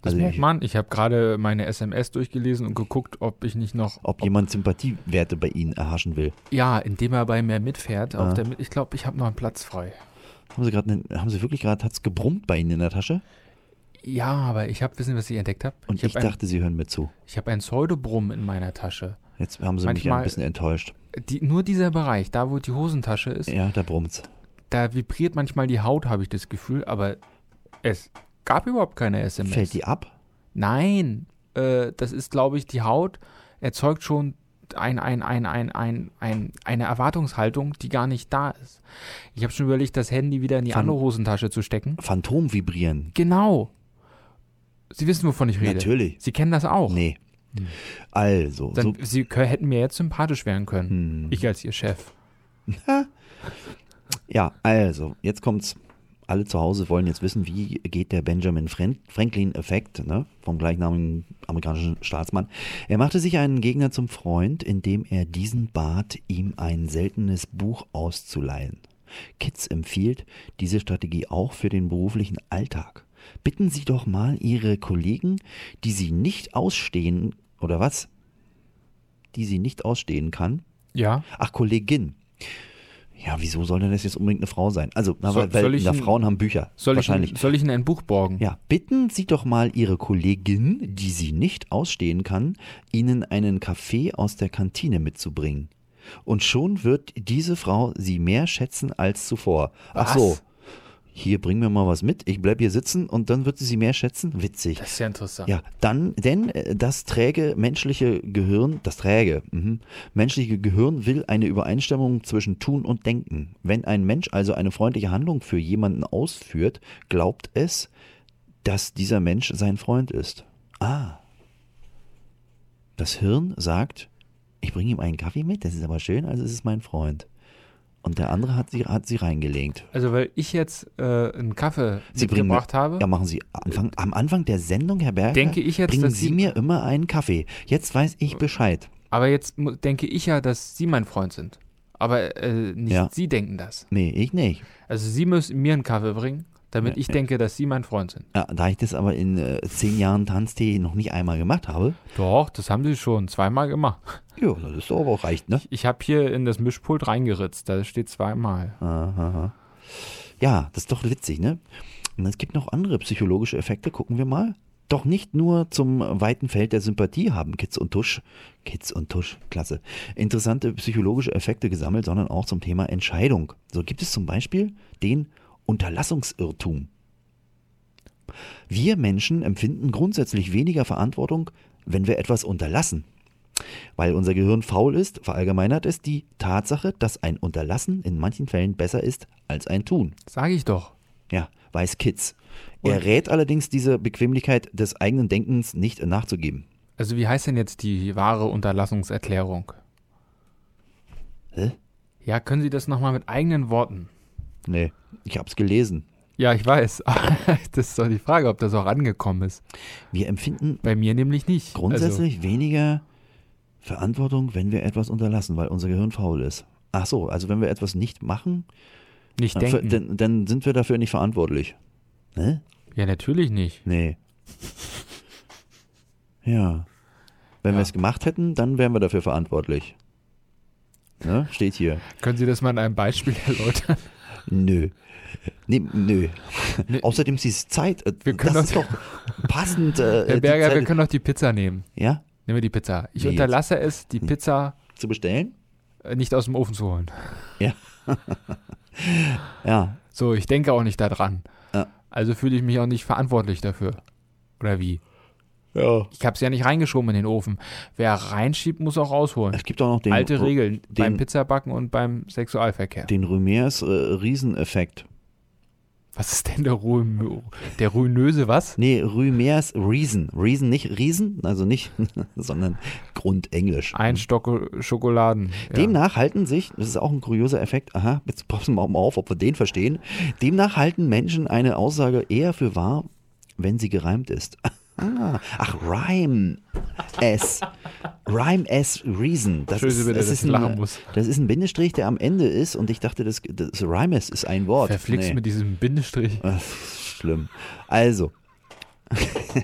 C: Das
B: Also
C: merkt
B: ich-
C: man. Ich habe gerade meine SMS durchgelesen und geguckt, ob ich nicht noch.
B: Ob jemand Sympathiewerte bei Ihnen erhaschen will. Ah.
C: Ja, indem er bei mir mitfährt. Auf der, Mit- ich glaube, ich habe noch einen Platz frei.
B: Haben sie gerade, einen- haben sie wirklich gerade, hat's gebrummt bei Ihnen in der Tasche?
C: Ja, aber ich habe, wissen Sie, was ich entdeckt habe?
B: Und ich,
C: ich habe ein,
B: dachte, Sie hören mir zu.
C: ich hab ein Pseudobrumm in meiner Tasche.
B: Jetzt haben Sie mich
C: Manchmal-
B: ein bisschen enttäuscht.
C: Die, nur dieser Bereich, da wo die Hosentasche ist,
B: Ja, da brummt's.
C: da vibriert manchmal die Haut, habe ich das Gefühl, aber es gab überhaupt keine SMS.
B: Fällt die ab?
C: Nein, äh, das ist, glaube ich, die Haut erzeugt schon ein, ein, ein, ein, ein, ein, eine Erwartungshaltung, die gar nicht da ist. Ich habe schon überlegt, das Handy wieder in die
B: Von-
C: andere Hosentasche zu stecken.
B: Phantom vibrieren?
C: Genau. Sie wissen, wovon ich rede.
B: Natürlich.
C: Sie kennen das auch.
B: Nee. Also,
C: Oh. Dann,
B: so,
C: Sie kö- hätten mir jetzt sympathisch werden können. Ich als Ihr Chef.
B: ja, also, jetzt kommt's. Alle zu Hause wollen jetzt wissen, wie geht der Benjamin Fran- Franklin-Effekt ne, vom gleichnamigen amerikanischen Staatsmann. Er machte sich einen Gegner zum Freund, indem er diesen bat, ihm ein seltenes Buch auszuleihen. Kitz empfiehlt diese Strategie auch für den beruflichen Alltag. Bitten Sie doch mal Ihre Kollegen, die Sie nicht ausstehen, oder was? Die Sie nicht ausstehen kann,
C: Ja.
B: Ach, Kollegin. Ja, wieso soll denn das jetzt unbedingt eine Frau sein? Also, na,
C: Soll-
B: weil
C: soll ich
B: na,
C: ein-
B: Frauen haben Bücher.
C: Soll ich,
B: wahrscheinlich.
C: Ihnen, soll ich Ihnen ein Buch borgen?
B: ja, bitten Sie doch mal Ihre Kollegin, die Sie nicht ausstehen kann, Ihnen einen Kaffee aus der Kantine mitzubringen. Und schon wird diese Frau Sie mehr schätzen als zuvor. Ach
C: Was?
B: so, hier bring mir mal was mit. Ich bleib hier sitzen und dann wird sie Sie mehr schätzen. Witzig.
C: Das ist ja interessant.
B: Ja, dann, denn äh, das träge menschliche Gehirn, das träge mhm, menschliche Gehirn will eine Übereinstimmung zwischen Tun und Denken. Wenn ein Mensch also eine freundliche Handlung für jemanden ausführt, glaubt es, dass dieser Mensch sein Freund ist. Ah. Das Hirn sagt, ich bringe ihm einen Kaffee mit, das ist aber schön, also ist es mein Freund. Und der andere hat sie, hat sie reingelegt.
C: Also, weil ich jetzt äh, einen Kaffee
B: Sie bringen
C: mitgebracht habe.
B: Ja, machen Sie Anfang, am Anfang der Sendung, Herr Berger.
C: Denke ich jetzt,
B: bringen
C: dass
B: Sie
C: Sie-
B: mir immer einen Kaffee. Jetzt weiß ich Bescheid.
C: Aber jetzt mu- denke ich ja, dass Sie mein Freund sind. Aber äh, nicht
B: Ja.
C: Sie denken das.
B: Nee, ich nicht.
C: Also Sie müssen mir einen Kaffee bringen, damit ich denke, dass Sie mein Freund sind.
B: Ja, da ich das aber in äh, zehn Jahren Tanztee noch nicht einmal gemacht habe.
C: Doch, das haben Sie schon zweimal gemacht.
B: Ja, das ist doch aber auch reicht, ne?
C: Ich habe hier in das Mischpult reingeritzt, da steht zweimal.
B: Ja, das ist doch witzig, ne? Und es gibt noch andere psychologische Effekte, gucken wir mal. Doch nicht nur zum weiten Feld der Sympathie haben Kitz und Tusch, Kitz und Tusch, klasse, interessante psychologische Effekte gesammelt, sondern auch zum Thema Entscheidung. So gibt es zum Beispiel den Unterlassungsirrtum. Wir Menschen empfinden grundsätzlich weniger Verantwortung, wenn wir etwas unterlassen. Weil unser Gehirn faul ist, verallgemeinert ist die Tatsache, dass ein Unterlassen in manchen Fällen besser ist als ein Tun.
C: Sage ich doch.
B: Ja, weiß Kids. Er rät allerdings dieser Bequemlichkeit des eigenen Denkens nicht nachzugeben.
C: Also wie heißt denn jetzt die wahre Unterlassungserklärung?
B: Hä?
C: Ja, können Sie das nochmal mit eigenen Worten?
B: Nee, ich hab's gelesen.
C: Ja, ich weiß. das ist doch die Frage, ob das auch angekommen ist.
B: Wir empfinden
C: Bei mir nämlich nicht. Also
B: grundsätzlich weniger Verantwortung, wenn wir etwas unterlassen, weil unser Gehirn faul ist. Ach so, also wenn wir etwas nicht machen,
C: also, nicht
B: dann, ver-
C: denken.
B: dann, dann sind wir dafür nicht verantwortlich. Ne?
C: Ja, natürlich nicht.
B: Nee. Ja. Wenn wir es gemacht hätten, dann wären wir dafür verantwortlich. Ne? Steht hier.
C: Können Sie das mal in einem Beispiel erläutern?
B: Äh, Nö. Nee, nö. Außerdem ist es Zeit. äh,
C: Wir können
B: das ist
C: doch-
B: doch passend. Äh,
C: Herr
B: die
C: Berger,
B: Zeit,
C: wir können doch die Pizza nehmen.
B: ja,
C: Nehmen wir die Pizza. Ich
B: Nee, jetzt.
C: unterlasse es, die Pizza
B: zu bestellen.
C: äh, nicht aus dem Ofen zu holen.
B: Ja,
C: So, ich denke auch nicht daran.
B: Ja.
C: Also fühle ich mich auch nicht verantwortlich dafür. Oder wie? Ja. Ich habe es ja nicht reingeschoben in den Ofen. Wer reinschiebt, muss auch rausholen.
B: es gibt auch noch den,
C: Alte Regeln beim
B: den-
C: Pizzabacken und beim Sexualverkehr.
B: den Rümiers äh, Rieseneffekt.
C: Was ist denn der, Ruin der ruinöse was?
B: Nee, Rümiers Reason. Reason, nicht Riesen, also nicht, sondern Grundenglisch.
C: Ein Stock Schokoladen. Ja.
B: Demnach halten sich, das ist auch ein kurioser Effekt, aha, jetzt passen wir mal auf, ob wir den verstehen. Demnach halten Menschen eine Aussage eher für wahr, wenn sie gereimt ist. Ah, Ach, Rhyme S. Rhyme S Reason. Das
C: Entschuldigung
B: ist,
C: bitte,
B: das,
C: dass
B: ist
C: ich lachen
B: ein,
C: muss.
B: das ist ein Bindestrich, der am Ende ist und ich dachte, das, das Rhyme S ist ein Wort.
C: Verflixt
B: Nee. Äh.
C: mit diesem Bindestrich.
B: Ach, Schlimm. Also.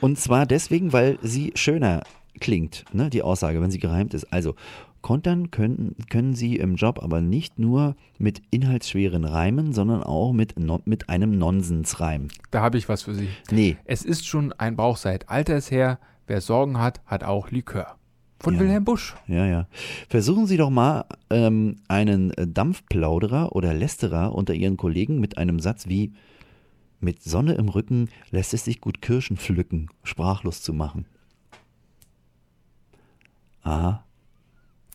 B: Und zwar deswegen, weil sie schöner klingt, ne, die Aussage, wenn sie gereimt ist. Also, Kontern können, können sie im Job aber nicht nur mit inhaltsschweren Reimen, sondern auch mit, no, mit einem Nonsensreim.
C: Da habe ich was für Sie.
B: Nee,
C: Es ist schon ein Brauch seit alters her. Wer Sorgen hat, hat auch Likör. Von Wilhelm Busch.
B: ja, ja. Versuchen Sie doch mal ähm, einen Dampfplauderer oder Lästerer unter Ihren Kollegen mit einem Satz wie Mit Sonne im Rücken lässt es sich gut Kirschen pflücken, sprachlos zu machen. Aha.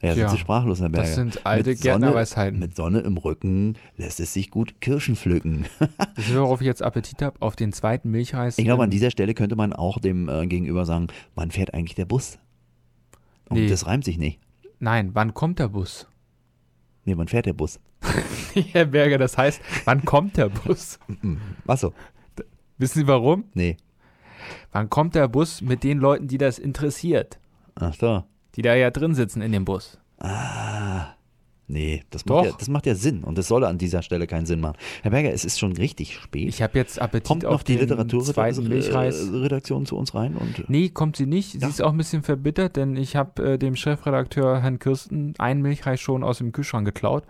B: Ja,
C: Tja,
B: sind Sie sprachlos, Herr Berger.
C: das sind alte
B: Mit Sonne-
C: Gärtnerweisheiten.
B: Mit Sonne im Rücken lässt es sich gut Kirschen pflücken.
C: Das ist, worauf ich jetzt Appetit habe, auf den zweiten Milchreis.
B: Ich glaube, an dieser Stelle könnte man auch dem äh, Gegenüber sagen, wann fährt eigentlich der Bus? Und
C: Nee.
B: das reimt sich nicht.
C: Nein, wann kommt der Bus?
B: Nee, wann fährt der Bus?
C: Herr Berger, das heißt, wann kommt der Bus?
B: Was so?
C: Wissen Sie warum?
B: Nee.
C: Wann kommt der Bus mit den Leuten, die das interessiert?
B: Ach so.
C: Die da ja drin sitzen in dem Bus.
B: Nee, das
C: Doch.
B: macht, ja, das macht ja Sinn und das soll an dieser Stelle keinen Sinn machen. Herr Berger, es ist schon richtig spät.
C: Ich habe jetzt Appetit
B: Kommt
C: auf
B: noch die
C: den
B: Literaturredaktion
C: zweiten Milchreis.
B: Redaktion zu uns rein und
C: Nee, kommt sie nicht. Sie
B: äh, Ja.
C: ist auch ein bisschen verbittert, denn ich habe äh, dem Chefredakteur Herrn Kirsten einen Milchreis schon aus dem Kühlschrank geklaut.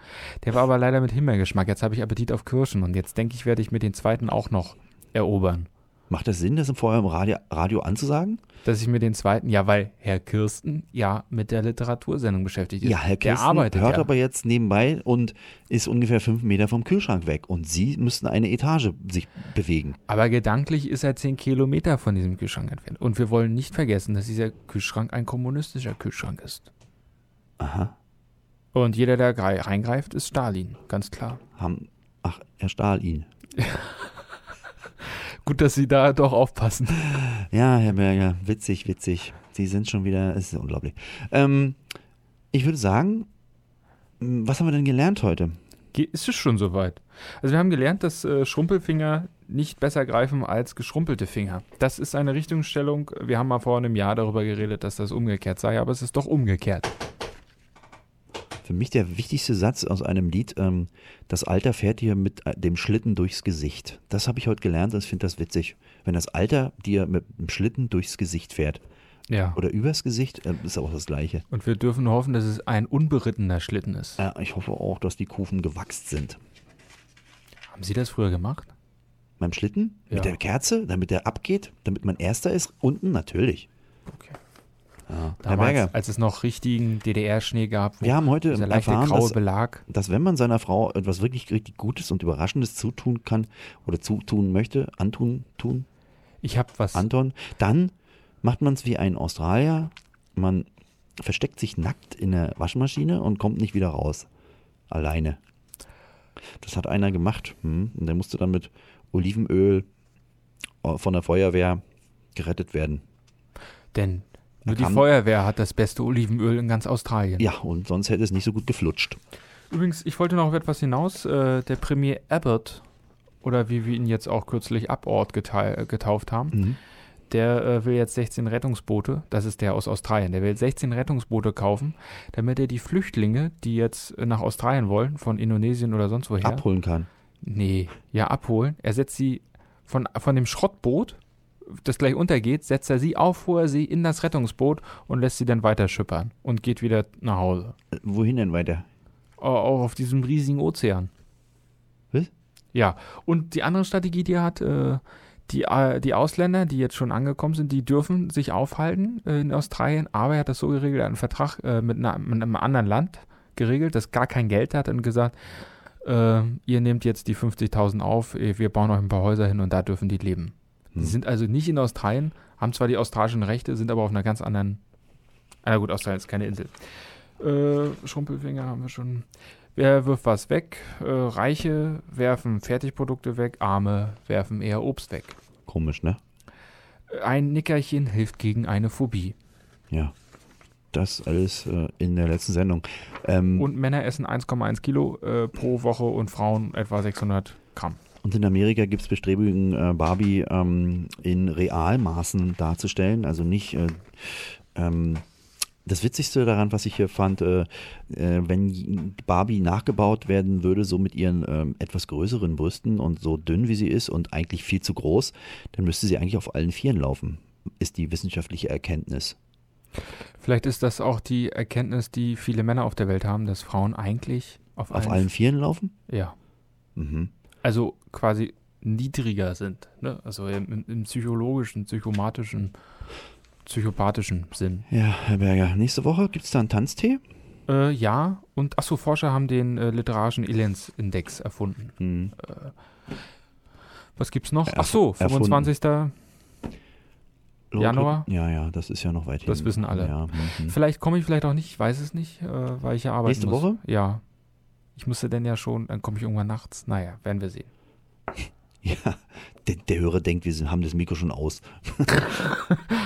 C: Der war aber leider mit Himbeergeschmack. Jetzt habe ich Appetit auf Kirschen und jetzt denke ich, werde ich mir den zweiten auch noch erobern.
B: macht das Sinn, das vorher im Radio, Radio anzusagen?
C: Dass ich mir den zweiten, ja, weil Herr Kirsten ja mit der Literatursendung beschäftigt ist.
B: Ja, Herr
C: der
B: Kirsten hört
C: arbeitet ja.
B: aber jetzt nebenbei und ist ungefähr fünf Meter vom Kühlschrank weg und Sie müssten eine Etage sich bewegen.
C: Aber gedanklich ist er zehn Kilometer von diesem Kühlschrank entfernt. Und wir wollen nicht vergessen, dass dieser Kühlschrank ein kommunistischer Kühlschrank ist.
B: Aha.
C: Und jeder, der grei- reingreift, ist Stalin, ganz klar.
B: Haben, ach, Herr Stalin.
C: Gut, dass Sie da doch aufpassen.
B: Ja, Herr Berger, witzig, witzig. Sie sind schon wieder, es ist unglaublich. Ähm, ich würde sagen, m, was haben wir denn gelernt heute?
C: Ge- Ist es schon soweit? Also wir haben gelernt, dass äh, Schrumpelfinger nicht besser greifen als geschrumpelte Finger. Das ist eine Richtungsstellung. Wir haben mal vor einem Jahr darüber geredet, dass das umgekehrt sei, aber es ist doch umgekehrt.
B: Für mich der wichtigste Satz aus einem Lied, ähm, das Alter fährt dir mit äh, dem Schlitten durchs Gesicht. Das habe ich heute gelernt und ich finde das witzig. Wenn das Alter dir mit dem Schlitten durchs Gesicht fährt
C: Ja.
B: oder übers Gesicht, äh, ist auch das Gleiche.
C: Und wir dürfen hoffen, dass es ein unberittener Schlitten ist.
B: Ja, ich hoffe auch, dass die Kufen gewachst sind.
C: Haben Sie das früher gemacht?
B: Beim Schlitten? Mit
C: Ja.
B: der Kerze? Damit der abgeht? Damit man Erster ist? Unten? Natürlich.
C: Okay.
B: Ja. Herr
C: Damals,
B: Berger.
C: als es noch richtigen DDR-Schnee gab, wo
B: Wir haben heute
C: dieser leichte
B: erfahren,
C: graue
B: dass-
C: Belag.
B: dass wenn man seiner Frau etwas wirklich richtig Gutes und Überraschendes zutun kann oder zutun möchte, antun, tun,
C: Ich habe was.
B: Anton, dann macht man es wie ein Australier. Man versteckt sich nackt in der Waschmaschine und kommt nicht wieder raus. Alleine. Das hat einer gemacht. Hm? Und der musste dann mit Olivenöl äh, von der Feuerwehr gerettet werden.
C: denn nur die
B: kam-
C: Feuerwehr hat das beste Olivenöl in ganz Australien.
B: Ja, und sonst hätte es nicht so gut geflutscht.
C: Übrigens, ich wollte noch auf etwas hinaus. Äh, der Premier Abbott, oder wie wir ihn jetzt auch kürzlich Abort getau- getauft haben,
B: Mhm.
C: der äh, will jetzt 16 Rettungsboote, das ist der aus Australien, der will 16 Rettungsboote kaufen, damit er die Flüchtlinge, die jetzt äh, nach Australien wollen, von Indonesien oder sonst woher,
B: Abholen kann.
C: Nee, ja, abholen. Er setzt sie von, von dem Schrottboot, das gleich untergeht, setzt er sie auf, wo er sie in das Rettungsboot und lässt sie dann weiter schippern und geht wieder nach Hause.
B: Äh, Wohin denn weiter?
C: Au- Äh, Auch auf diesem riesigen Ozean.
B: Was?
C: Ja, und die andere Strategie, die er hat, äh, die, äh, die Ausländer, die jetzt schon angekommen sind, die dürfen sich aufhalten äh, in Australien, aber er hat das so geregelt, er hat einen Vertrag äh, mit, einer, mit einem anderen Land geregelt, das gar kein Geld hat und gesagt, äh, ihr nehmt jetzt die 50.000 auf, eh, wir bauen euch ein paar Häuser hin und da dürfen die leben. Die sind also nicht in Australien, haben zwar die australischen Rechte, sind aber auf einer ganz anderen, ah, na gut, Australien ist keine Insel. Äh, Schrumpelfinger haben wir schon. Wer wirft was weg? Äh, Reiche werfen Fertigprodukte weg, Arme werfen eher Obst weg.
B: Komisch, ne?
C: Ein Nickerchen hilft gegen eine Phobie.
B: Ja. Das alles äh, in der letzten Sendung. Ähm,
C: Und Männer essen 1,1 Kilo äh, pro Woche und Frauen etwa 600 Gramm.
B: Und in Amerika gibt es Bestrebungen, äh, Barbie ähm, in Realmaßen darzustellen. Also nicht. Äh, ähm, das Witzigste daran, was ich hier fand, äh, äh, wenn Barbie nachgebaut werden würde, so mit ihren ähm, etwas größeren Brüsten und so dünn wie sie ist und eigentlich viel zu groß, dann müsste sie eigentlich auf allen Vieren laufen, ist die wissenschaftliche Erkenntnis.
C: Vielleicht ist das auch die Erkenntnis, die viele Männer auf der Welt haben, dass Frauen eigentlich auf,
B: Auf allen Vieren laufen?
C: Ja.
B: Mhm.
C: Also quasi niedriger sind. Ne? Also im, im- im psychologischen, psychomatischen, psychopathischen Sinn.
B: Ja, Herr Berger, nächste Woche gibt es da einen Tanztee?
C: Äh, ja, und achso, Forscher haben den äh, literarischen Elendsindex erfunden.
B: Mhm.
C: Was gibt's noch?
B: Erf-
C: Achso,
B: erfunden.
C: 25. Januar?
B: Ja, ja, das ist ja noch weit hin.
C: Das wissen alle.
B: Ja, mhm.
C: Vielleicht komme ich vielleicht auch nicht, ich weiß es nicht, äh, weil ich ja arbeiten
B: Nächste
C: muss.
B: Woche?
C: Ja. Ich musste denn ja schon, dann komme ich irgendwann nachts. Naja, werden wir sehen.
B: ja der, der Hörer denkt, wir sind, haben das Mikro schon aus.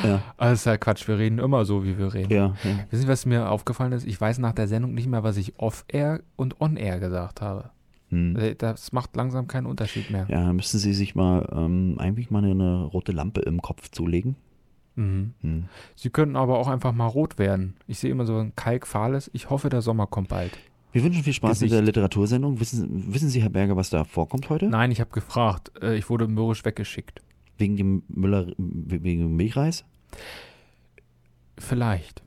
C: Aber Ah, ist ja Quatsch, wir reden immer so, wie wir reden.
B: Ja, ja.
C: Wissen Sie, was mir aufgefallen ist? Ich weiß nach der Sendung nicht mehr, was ich off-air und on-air gesagt habe.
B: Mhm.
C: Also Das macht langsam keinen Unterschied mehr.
B: Ja, dann müssen Sie sich mal ähm, eigentlich mal eine rote Lampe im Kopf zulegen.
C: Mhm.
B: Hm.
C: Sie könnten aber auch einfach mal rot werden. Ich sehe immer so ein kalkfahles. Ich hoffe, der Sommer kommt bald.
B: Wir wünschen viel Spaß mit
C: Gesicht.
B: der Literatursendung. Wissen, wissen Sie, Herr Berger, was da vorkommt heute?
C: Nein, ich habe gefragt. Äh, Ich wurde mürrisch weggeschickt.
B: Wegen dem Müller, wegen dem Milchreis?
C: Vielleicht.